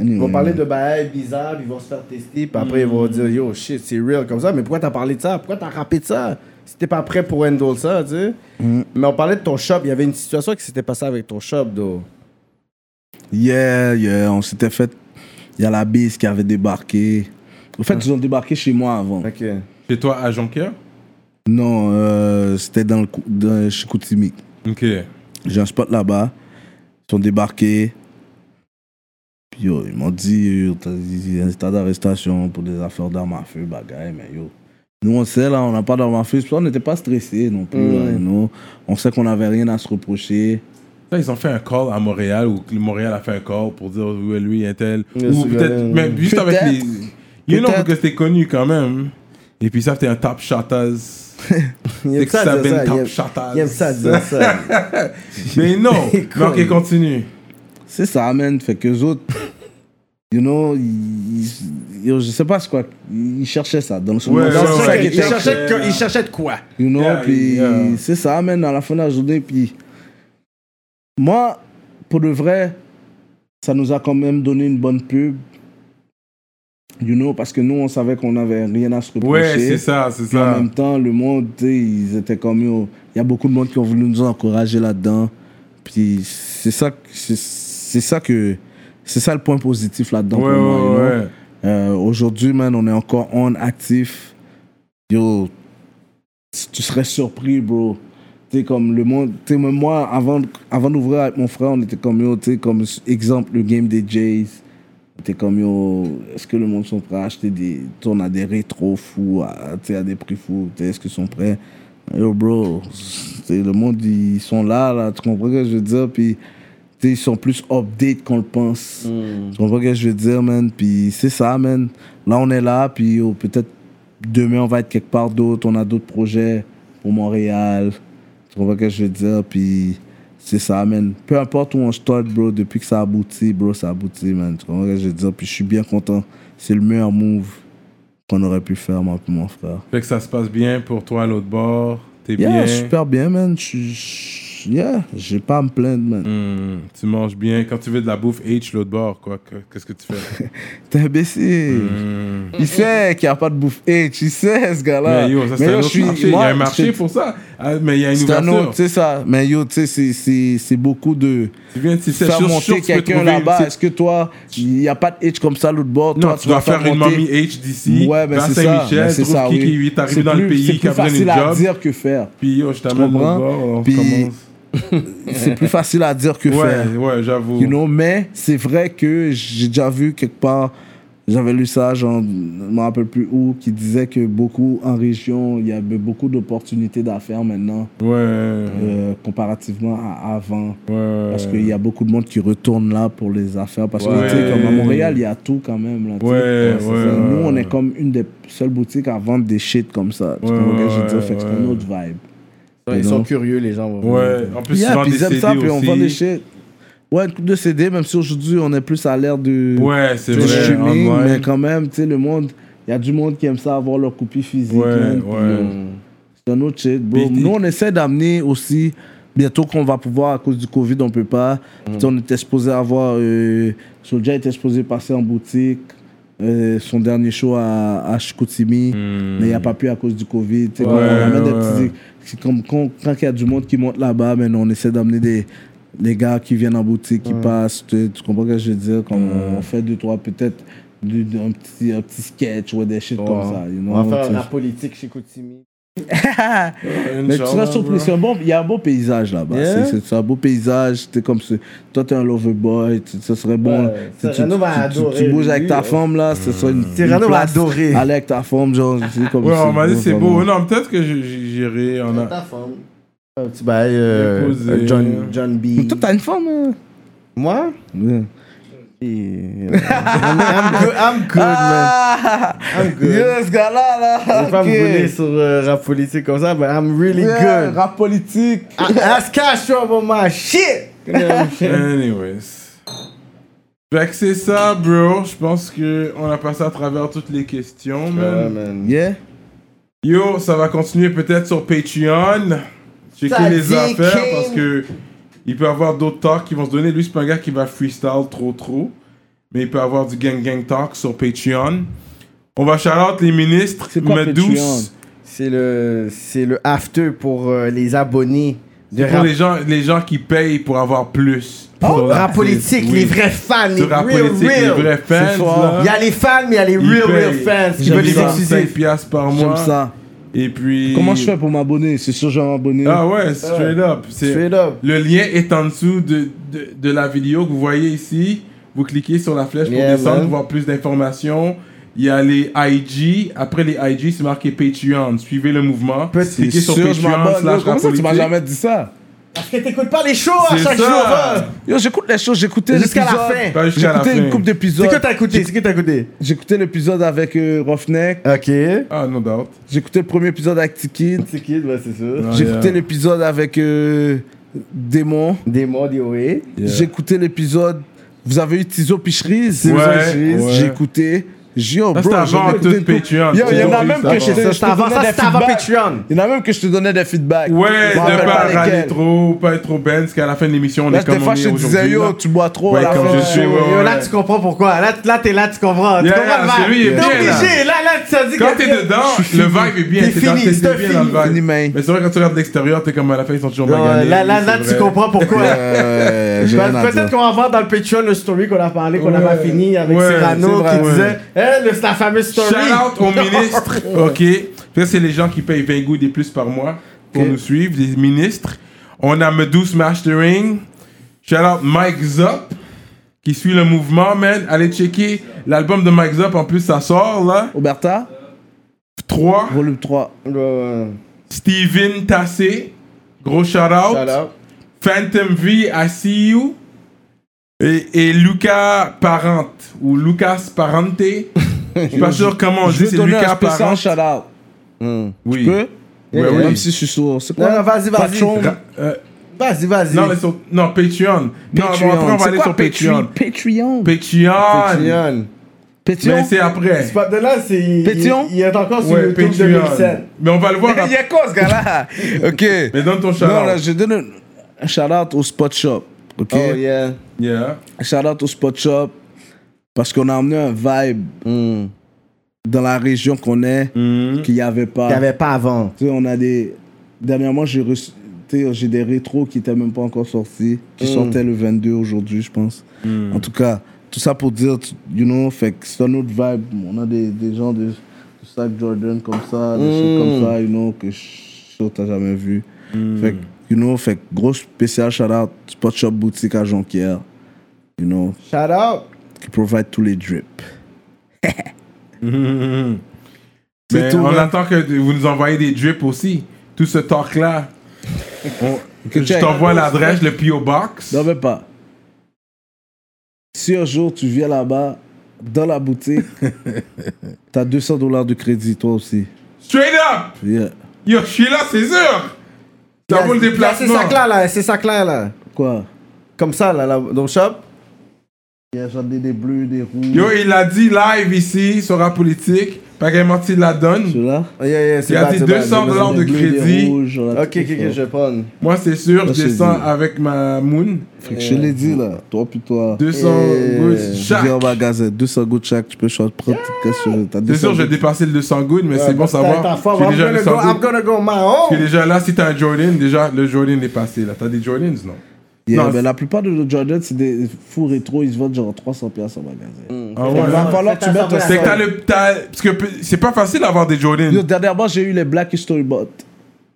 Anyway,
Ils vont parler
man.
Hmm.
de bail bizarre, puis ils vont se faire tester, puis après ils vont dire yo shit, c'est real comme ça, mais pourquoi t'as parlé de ça Pourquoi t'as rappé de ça Si t'es pas prêt pour handle ça, tu sais.
Hmm.
Mais on parlait de ton shop, il y avait une situation qui s'était passée avec ton shop, do.
Yeah, yeah, on s'était fait. Il y a la bise qui avait débarqué. Au fait, ils ont débarqué chez moi avant.
Ok.
Chez toi, à Jonquière
Non, euh, c'était dans le, cou- dans- chez Koutimi.
Ok.
J'ai un spot là-bas. Ils sont débarqués. Puis yo, ils m'ont dit, yo, t'as- il y a un état d'arrestation pour des affaires d'armes à feu, bagaille, mais yo. Nous, on sait, là, on n'a pas d'armes à feu. C'est pour ça qu'on n'était pas stressés non plus. là, you know. On sait qu'on n'avait rien à se reprocher.
Ça, ils ont fait un call à Montréal, ou que Montréal a fait un call pour dire oui, lui, un tel.
Yeah,
ou
ce
peut-être
gars-là,
même juste avec
Peut-être.
les. You know,
Peut-être.
que c'était connu quand même. Et puis ça, t'es un top shotters.
Il
C'est
aime
que
ça
ça
dire
vient
ça.
top
Il aime-
shotters.
il aime ça dire ça.
Mais non
Cool.
Ok, continue.
C'est ça, man. Fait qu'eux autres, you know, ils, ils- yo, je sais pas c'est quoi. Ils cherchaient ça. Dans le
Ouais,
dans le
Non, c'est
sac,
ça,
ouais,
ils
il
étaient-
cherchait de- il cherchait de quoi
You know,
Yeah,
puis
yeah.
c'est ça, man, à la fin de la journée. Puis moi, pour de vrai, ça nous a quand même donné une bonne pub. You know, parce que nous, on savait qu'on n'avait rien à se reprocher.
Ouais, c'est ça, c'est
Puis en
ça.
même temps, le monde, tu sais, ils étaient comme yo. Il y a beaucoup de monde qui ont voulu nous encourager là-dedans. Puis c'est ça, que- c'est c'est ça que. C'est ça le point positif là-dedans.
Ouais,
pour moi,
ouais,
you know.
ouais.
Euh, Aujourd'hui, man, on est encore on actif. Yo, tu- tu serais surpris, bro. Tu sais, comme le monde. Tu sais, même moi, avant, avant d'ouvrir avec mon frère, on était comme yo, tu sais, comme exemple, le game des Jays. T'es comme yo, est-ce que le monde sont prêts à acheter des. tu sais, On a des rétros fous, à, tu sais, à des prix fous, tu sais, est-ce qu'ils sont prêts Yo, bro, tu sais, le monde, ils sont là, là, tu comprends ce que je veux dire Puis, tu sais, ils sont plus update qu'on le pense. Tu comprends ce que je veux dire, man Puis, c'est ça, man. Là, on est là, puis yo, peut-être demain, on va être quelque part d'autre, on a d'autres projets pour Montréal. Tu comprends ce que je veux dire Puis c'est ça, man. Peu importe où on start, bro, depuis que ça aboutit, bro, ça aboutit, man. Tu comprends ce que je veux dire Puis je suis bien content. C'est le meilleur move qu'on aurait pu faire, moi et mon frère.
Fait que ça se passe bien pour toi à l'autre bord. T'es
Yeah,
bien.
super bien, man. Je suis... Yeah, j'ai pas à me plaindre, man.
Hmm, tu manges bien. Quand tu veux de la bouffe, H l'autre bord, quoi. Que- Qu'est-ce que tu fais?
T'es imbécile.
Hmm.
Il sait qu'il n'y a pas de bouffe. Hey, tu sais, ce gars-là.
Mais yo, ça, c'est un
yo,
autre
je suis-
marché. il y
moi,
a un marché
je-
pour ça. Ah, mais il y a une
C'est un autre,
ouverture.
tu sais ça. Mais yo, tu sais, c'est- c'est c'est beaucoup de...
Tu viens de
faire monter quelqu'un là-bas. Est-ce que toi, il n'y a pas de hitch comme ça l'autre bord
Non,
toi,
tu dois
vas
faire une
monter-
mommy H d'ici.
Ouais, ben
va à
c'est ça. ben
Saint-Michel,
c'est
trouve
ça,
qui
oui.
qui est
C'est
arrivé dans
plus-
le pays,
C'est
qui
plus
a pris
facile
une
à
job.
dire que faire.
Puis yo, je t'amène
Tu comprends?
l'autre bord, on
Puis-
commence.
C'est plus facile à dire que faire.
Ouais, ouais, j'avoue.
You know, mais c'est vrai que j'ai déjà vu quelque part, j'avais lu ça, genre, je ne me rappelle plus où, qui disait que beaucoup en région, il y avait beaucoup d'opportunités d'affaires maintenant,
Ouais,
euh, comparativement à avant.
ouais.
Parce qu'il y a beaucoup de monde qui retourne là pour les affaires. Parce que,
Ouais.
tu sais, comme à Montréal, il y a tout quand même. Là, tu sais.
Ouais,
c'est
ouais,
ça.
ouais,
Nous, on
ouais.
est comme une des seules boutiques à vendre des shit comme ça. Tu
Ouais,
comprends ce que je veux
ouais,
dire? Fait que c'est une
ouais.
autre vibe.
Ils sont curieux, les gens.
Ouais, en plus,
Yeah,
tu vends
puis
des
ils aiment
CD
ça, puis on
aussi.
vend des shit. Ouais, une coupe de CD, même si aujourd'hui, on est plus à l'ère de,
Ouais, c'est
de
vrai.
streaming.
online.
Mais quand même, tu sais, le monde... Il y a du monde qui aime ça, avoir leur copie physique.
Ouais,
man, puis,
ouais.
euh, C'est un autre shit, bro.
Puis-
Nous, on essaie d'amener aussi, bientôt qu'on va pouvoir, à cause du Covid, on peut pas. Tu
Mm.
sais, On était supposé avoir. Euh, Soulja était supposé passer en boutique. euh, son dernier show à, à Chicoutimi, mais il n'y a pas pu à cause du Covid. Tu sais,
Mm. Ouais,
on amène des
ouais.
petits- c'est comme quand quand il y a du monde qui monte là-bas, mais nous, on essaie d'amener des les gars qui viennent en boutique, qui passent. Tu, tu comprends ce que je veux dire? Comme on fait deux, trois, peut-être du- un petit, un petit sketch ou des shit comme ça. you know,
On va faire
tu-
la politique chez Koutimi.
mais tu seras surpris, c'est un bon, il y a un beau paysage là-bas.
Yeah.
C'est- C'est c'est un beau paysage, t'es comme ce, toi t'es un lover boy, tu- ça serait bon.
Ouais,
Tu- tu,
Cyrano va
tu- tu-
adorer,
tu bouges avec
lui, hein.
ta
ouais.
femme là, ce serait une.
Cyrano
une
va
place.
adorer.
Aller avec ta femme, genre, c'est comme
Ouais, on m'a dit c'est beau.
vraiment-
Non, peut-être que j- j- j'irai en a.
Ta femme. Un petit bail, euh,
Déposé.
John, John
Mais
B.
toi t'as une femme, hein?
Moi?
Ouais.
Et, euh, I'm, I'm good, I'm good, man.
Ah,
I'm good.
Yo, ce gars-là
Je
là!
vais pas me
ok.
brûler sur euh, rap politique comme ça, but I'm really
Yeah,
good.
Rap politique!
I- That's cash over my shit. You know what I'm saying?
Anyways. Fait que c'est ça, bro. Je pense que on a passé à travers toutes les questions,
Euh,
Ouais,
man.
man.
Yeah?
Yo, ça va continuer peut-être sur Patreon. Checker
Ça
les
dit
affaires
King.
parce que il peut avoir d'autres talks qui vont se donner. Lui, c'est pas un gars qui va freestyle trop trop. Mais il peut avoir du gang gang talk sur Patreon. On va shout out les ministres.
C'est quoi
Medous.
Patreon?
C'est le, c'est le after pour euh, les abonnés de
C'est pour
rap, Oh,
les gens, les gens qui payent pour avoir plus.
Oh,
Pour l'artiste,
rap politique,
oui.
les vrais fans, les
Sur rap
real,
politique, les
real.
vrais
C'est
fans.
fort.
là.
Il y a les fans, mais il y a les
Ils
real, real
payent.
fans qui
J'aime
veulent les
ça.
exclusifs.
5 piastres par
J'aime
mois.
ça.
Et puis.
Comment je fais pour m'abonner? C'est sûr, je vais m'abonner.
Ah ouais, straight up. C'est-
Straight up.
Le lien est en dessous de, de, de la vidéo que vous voyez ici. Vous cliquez sur la flèche pour
Yeah,
descendre,
man.
pour voir plus d'informations. Il y a les IG. Après les IG, c'est marqué Patreon. Suivez le mouvement.
C'est
Cliquez sur
sûr, je
Patreon
m'abonne.
slash
Comment ça, tu m'as
rapolitique.
jamais dit ça?
Parce que t'écoutes pas les shows à
C'est
chaque
ça.
jour. hein.
Yo, j'écoute les choses, j'écoutais
Jusqu'à la
l'épisode.
fin.
Pas
J'ai
jusqu'à la
écouté
fin.
une coupe d'épisodes.
C'est que t'as écouté, c'est que t'as écouté.
J'écoutais l'épisode avec euh, Roughneck.
Ok.
Ah, no doubt.
J'écoutais le premier épisode avec Tikid.
C'est qui, bah, c'est ça.
Ah,
J'écoutais
yeah.
l'épisode avec euh, Démon.
Démon, DOA.
Yeah.
J'écoutais l'épisode. Vous avez eu Tizo Picheries.
Ouais, ouais.
J'ai écouté. Yo,
Ça,
oh, bro,
c'était
je
avant
vais
tout
écouter-
Patreon.
Yo, il y en a
Oui,
même
ça hein.
que je
va.
te je te
C'était avant-
donnais
ça,
des
c'était avant
feedbacks.
Patreon.
Il y en a même que je te donnais des feedbacks.
Ouais,
Je me
ne
rappelle
pas râler
lesquels.
trop, pas être trop benz, qu'à la fin de l'émission, on
Là,
est comme
des
on
fois,
est
je te
aujourd'hui.
disais,
là.
yo, tu bois trop.
Ouais,
à la
comme
fin.
je suis, ouais, ouais.
Yo, là, tu comprends pourquoi. Là, là, t'es là, tu comprends. Tu
Yeah,
comprends le
parce que
vibe.
lui, il est
T'es
bien, là.
obligé. Là, là, tu as dit
Quand
que-
t'es dedans, le vibe est bien.
T'es
T'es dans-
fini,
t'es-
c'est
t'es bien dans le
fini,
vibe.
man.
Mais c'est vrai, quand tu regardes de l'extérieur, t'es comme à la fin, ils sont toujours
Non,
maganés.
Là, là, là,
c'est Bah,
tu
vrai.
comprends pourquoi.
Euh, j'ai
Pe-
rien à dire.
Peut-être qu'on va voir dans le Patreon le story qu'on a parlé, qu'on
Ouais.
a pas fini avec
Ouais,
Cyrano
c'est vrai,
qui
ouais.
disait Eh, le- c'est la fameuse story.
Shout out au ministre, ok. Parce que c'est les gens qui payent 20 gouttes et plus par mois pour
Ok.
nous suivre, les ministres. On a Medus Mastering. Shout out Mike Zop qui suit le mouvement, man. Allez checker l'album de Mike Zop. En plus, ça sort là.
Oberta,
3.
volume 3.
Ouais, ouais.
Steven Tassé. Gros shout out.
Shout out.
Phantom V, I see you. Et, et Luca Parente ou Lucas Parente. Je suis pas sûr comment on
Je
dit,
vais
c'est
donner un
Lucas
spécial
Parente.
shout-out.
Oui.
Tu peux
Ouais, oui.
Même si je suis sourd. C'est
Non,
quoi
non, vas-y, vas-y.
Patreon.
Ra- euh,
Vas-y, vas-y.
Non, mais sur, non, Patreon. Non,
Patreon.
après, on va
C'est
aller
quoi
sur
Patreon?
Patreon.
Patreon.
Patreon.
Patreon.
Mais
Patreon.
c'est après.
C'est pas de là, c'est. il-
Pétion?
Il il est encore sur
Ouais,
le tour
Patreon.
2007.
Mais on va le voir
Il
après.
y a quoi ce gars-là Ok.
Mais donne ton
Non, là,
shout-out.
je donne un- un shout-out au Spot Shop. Ok.
Oh yeah.
Yeah.
Un shout-out au Spot Shop. Parce qu'on a amené un vibe
Hmm.
dans la région qu'on est
Mm.
qu'il n'y avait pas.
Qu'il y avait pas avant.
Tu sais, on a des. Dernièrement, j'ai reçu. tu sais, J'ai des rétros qui n'étaient même pas encore sortis, qui
Hmm.
sortaient le 22 aujourd'hui, je pense. En tout cas, tout ça pour dire, tu- you know, fait que c'est un autre vibe. On a des, des gens de, de Sac Jordan comme ça,
Hmm.
des choses comme ça, you know, que tu t'as jamais vu.
Hmm.
Fait que, you know, fait que gros spécial shout out Spot Shop Boutique à Jonquière, you know,
Shout out.
qui provide tous les drips.
Mm.
C'est
Mais
tout, hein.
on
man.
attend que vous nous envoyez des drips aussi. Tout ce talk-là. On- Je
check.
t'envoie l'adresse, le P.O. Box.
Non, mais pas. Si un jour tu viens là-bas, dans la boutique, t'as 200 dollars de crédit, toi aussi.
Straight up!
Yeah.
Yo, je suis là, c'est sûr! Ça vaut le
C'est
déplacement.
ça là, là. C'est ça là, là.
Quoi
Comme ça, là, là, dans le shop.
Il y a genre des, des bleus, des rouges.
Yo, il a dit live ici sur la politique. Pas qu'il ait menti de la donne.
Ceux-là
Oh, yeah, yeah, c'est
Il a
bad,
dit
c'est bad.
200
J'ai
dollars
besoin
de
Des bleus, des
crédit.
rouges, genre la
Ok, ok, ok,
truc,
je
là.
vais prendre.
Moi, c'est sûr,
Là,
je
c'est
descends
dit.
avec ma moon.
Fait que je te l'ai dit là, toi puis toi.
200
Et-
gouttes
Eh, Je viens au
chaque.
magasin, 200 gouttes chaque, tu peux choisir, prendre qu'est-ce que tu veux. T'as
C'est
200
sûr, j'ai
gouttes.
dépassé le 200 gouttes, mais c'est bon
T'as
savoir.
fort,
J'ai
I'm
déjà
gonna go,
200
I'm
gouttes.
gonna go
Puis
my own.
déjà là, si t'as un Jordan, déjà le Jordan est passé là. T'as des Jordans, non?
Yeah,
Non,
mais
c'est-
la plupart de nos Jordan, c'est des fous rétro, ils se vendent genre 300$ piastres au magasin.
Ah
Il va
ouais.
falloir que tu mettes un
C'est que t'as le. t'as- Parce que p- c'est pas facile d'avoir des
Yo,
Jordans.
dernièrement, j'ai eu les Black History Bot.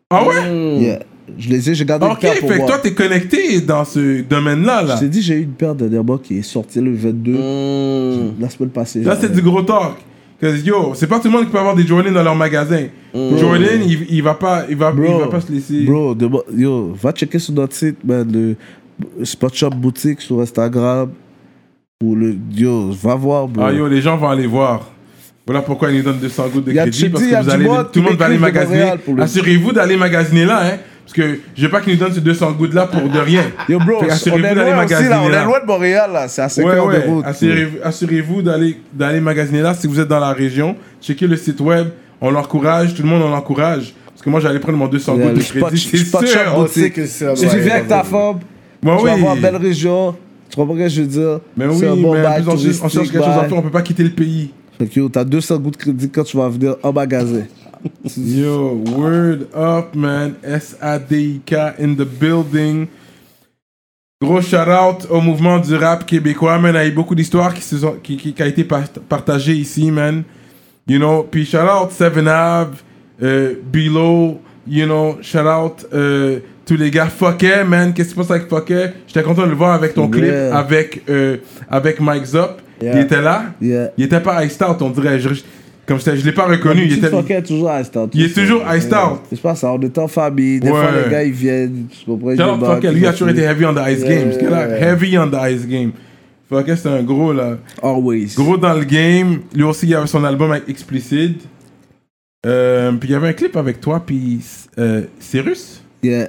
Ah ouais?
Yeah. Je les ai, j'ai gardé
Ok,
une paire
fait
pour
que
moi.
toi, t'es connecté dans ce domaine-là.
Je
là.
t'ai dit, j'ai eu une paire dernièrement qui est sortie le 22
Mm.
la semaine passée.
Mmh. Là,
genre.
c'est du gros talk. Cause yo, c'est pas tout le monde qui peut avoir des Jordan dans leur magasin. Jordan, il, il va pas, il va, il va pas se laisser.
Bro, dema- yo, va checker sur notre site, man, le Spot Shop Boutique sur Instagram. Ou le. Yo, va voir, bro.
Ah yo, les gens vont aller voir. Voilà pourquoi ils nous donnent 200 gouttes de
Y a
crédit
Chidi,
parce
y a
que vous
du
allez,
monde
tout le monde
qui
va aller
m'écrivent de
magasiner.
Montréal pour le-
Assurez-vous d'aller magasiner là, hein, parce que je veux pas qu'ils nous donnent ces 200 gouttes là pour de rien.
Yo, bro, on
Fait
est
assurez-vous
loin
d'aller
aussi,
magasiner
là. On
là.
est loin de Montréal, là. C'est à 5
Ouais,
heures
ouais.
de route.
Assurez- Assurez-vous d'aller d'aller magasiner là si vous êtes dans la région. Checkez le site web. On l'encourage, tout le monde on l'encourage. Parce que moi j'allais prendre mon 200
Yeah,
gouttes
le
de crédit,
spot-
c'est
spot shop
sûr.
boutique.
sait que c'est
Si tu viens avec ta femme,
Bah
tu vas
oui.
voir belle région. Tu comprends ce que je veux dire?
Mais
C'est
oui,
un bon
mais en
bail
plus, on cherche- on cherche
touristique,
quelque chose à
bail.
faire, on peut pas quitter le pays.
Fait que yo, t'as 200 gouttes de crédit quand tu vas venir en magasin.
Yo, word up, man. S-A-D-I-K in the building. Gros shout out au mouvement du rap québécois, man. Il y a eu beaucoup d'histoires qui, se sont- qui, qui, qui a été par- partagées ici, man. You know, puis shout out Seven Ave, euh, Below, you know, shout out euh, tous les gars. Fucké, man. Qu'est-ce qui se passe avec Fucké? J'étais content de le voir avec ton clip,
Yeah.
avec, euh, avec Mike Zop.
Yeah.
Il était là.
Yeah.
Il était pas Ice Out, on dirait. Je, je- comme je, t'ai- je l'ai pas reconnu.
Tu
Ah, Il
te
était,
fuckais toujours à Star.
il est toujours iced out.
C'est pas ça, on est en famille. Des fois,
Ouais.
les gars, ils viennent. Tu comprends? ils
Shout out
débarquent,
Fucker,
ils
lui a
ont
toujours été
fini.
heavy on the ice game. Parce que là, heavy on the ice game. Fucker, c'est un gros là.
Always.
Gros dans le game. Lui aussi, il avait son album avec Explicit. Euh, puis il y avait un clip avec toi, puis euh, Cyrus.
Yeah.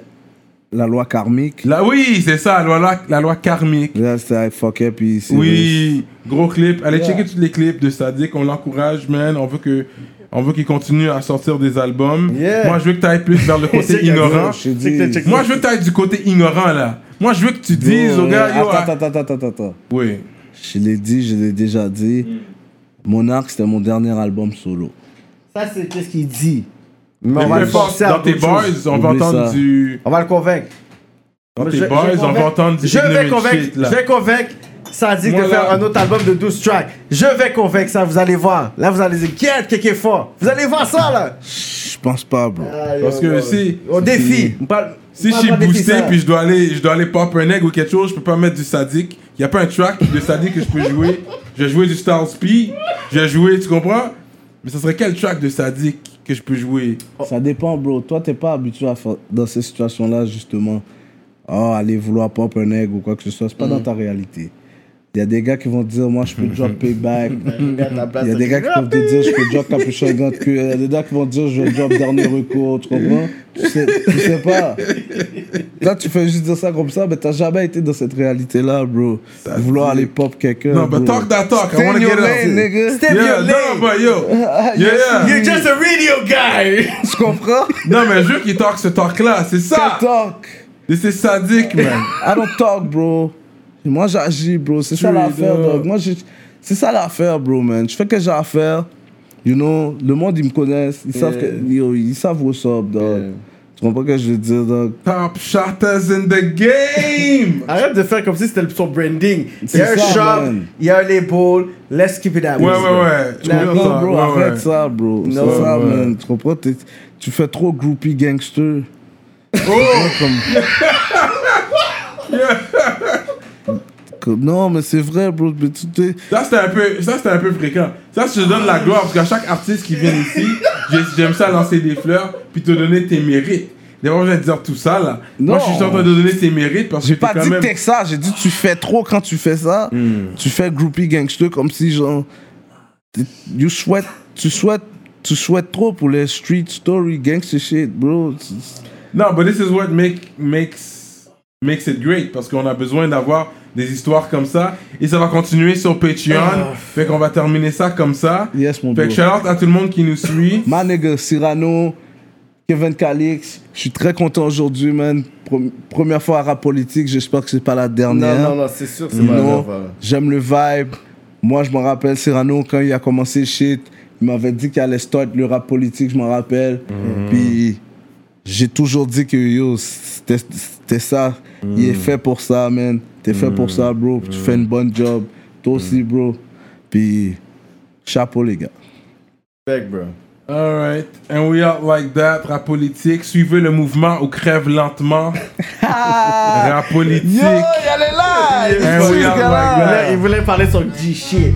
la loi karmique.
Là, oui, c'est ça, la loi, la loi karmique.
Là, ça ah, fuck up. Puis c'est-
Oui, gros clip. Allez checker tous les clips de Sadik. On l'encourage, man. On veut que, on veut qu'il continue à sortir des albums.
Yeah.
Moi, je veux que tu ailles plus vers le côté ignorant.
Je te dis-
Check, check, check.
Moi, je veux que tu ailles du côté ignorant là. Moi, je veux que tu
Yo,
dises aux gars, yo,
Attends,
ah-
attends, attends, attends, attends.
oui,
Je l'ai dit, je l'ai déjà dit. Monarch, c'était mon dernier album solo.
Ça, c'est qu'est-ce qu'il dit. Mais
Mais
on va
peu
le
importe,
forcer à
dans tes
d'autres
bars,
choses.
on va
Oublie
entendre
ça.
du.
On va le convaincre.
Dans
Je-
tes
je
bars, on
convainc-
va entendre du.
Je vais
ignorant
convaincre.
shit, là.
Je vais convaincre. Ça dit de
Moi, là-
faire un autre album de 12 tracks. Je vais convaincre ça, vous allez voir. Là, vous allez dire, qui est qui est fort Vous allez voir ça, là.
Je pense pas,
Ah.
bro.
Parce que si,
On défie. On parle-
si
on
je
parle
suis
pas défi,
boosté
ça.
puis je dois aller, je dois aller pop un egg ou quelque chose, je peux pas mettre du Sadik. Y a pas un track de Sadik que je peux jouer. Je vais jouer du Star Speed. Je vais jouer, tu comprends Mais ça serait quel track de Sadik que je peux jouer
Ça dépend, bro. Toi, t'es pas habitué à faire dans ces situations-là, justement. Oh, aller vouloir pop un egg ou quoi que ce soit. C'est pas dans ta réalité. Il y a des gars qui vont te dire, moi, je peux drop payback. Il y a des gars qui peuvent te dire, je peux drop capuchon Gant de cul. Il y a des gars qui vont te dire, je drop dernier recours. Tu comprends tu sais, tu sais pas. Là, tu fais juste dire ça comme ça, mais t'as jamais été dans cette réalité-là, bro. Vouloir aller pop quelqu'un.
Non, but
bro.
talk that talk. I wanna
Stay in
get it
your lane,
out.
nigga.
Stay-
Yeah,
your
non,
lane.
but yo, yeah, yeah.
You're just a radio guy.
Tu comprends
Non, mais je veux qu'il talk ce talk là, c'est ça.
Talk, talk.
This is Sadik, man.
I don't talk, bro. Moi, j'agis, bro. C'est ça
True,
l'affaire,
dog.
dog. Moi, je- c'est ça l'affaire, bro, man. Je fais que j'ai à faire. You know, le monde, ils me connaissent. Ils savent que, yo, ils savent what's up, dog. Tu comprends ce que je veux dire, dog?
Top shotters in the game.
Ah,
Arrête de faire comme si c'était son branding. Il y a un
C'est ça,
shop,
man.
il y a les balls. Let's keep it at
Ouais, ouais, ouais. Je
La
Non,
comprends ça,
bro,
ouais,
arrête
ouais.
ça, bro. C'est
Non.
ça,
Ouais.
man. Tu comprends? T'es- tu fais trop groupie gangster.
Oh,
Que- Non, mais c'est vrai, bro. Mais tu t'es-
ça c'était un peu, ça c'était un peu fréquent. Ça je te donne la gloire parce qu'à chaque artiste qui vient ici, j'ai- j'aime ça lancer des fleurs puis te donner tes mérites. D'abord je vais te dire tout ça là. Moi
Non.
je suis en train de donner tes mérites parce que
J'ai
t'es
pas
quand
dit que
même.
t'es que ça, j'ai dit tu fais trop quand tu fais ça. Tu fais groupie gangster comme si genre. t'es- You souhaites, tu souhaites, tu souhaites trop pour les street story gangster shit, bro. C'est-
Non, but this is what make, makes makes it great parce qu'on a besoin d'avoir des histoires comme ça et ça va continuer sur Patreon. Fait qu'on va terminer ça comme ça.
Ah. Yes, mon
Fait que
bro.
shout out à tout le monde qui nous suit.
Ma nigga Cyrano, Kevin Calix, je suis très content aujourd'hui, man. Pre- Première fois à rap politique, j'espère que c'est pas la
Non,
dernière.
non, non, c'est sûr, c'est
You
pas
know,
grave.
j'aime le vibe. Moi, je me rappelle Cyrano, quand il a commencé le shit, il m'avait dit qu'il allait start le rap politique, je m'en rappelle. Puis, j'ai toujours dit que yo, c'était c'était ça. Il est fait pour ça, man. T'es fait pour ça, bro. Tu fais une bonne job. Toi aussi, bro. Puis, chapeau, les gars.
Respect, bro.
Alright, and we out like that, rap politique. Suivez le mouvement ou crève lentement. rap politique.
elle est là!
Oh,
And we out like
Là,
that.
il voulait parler sur G shit.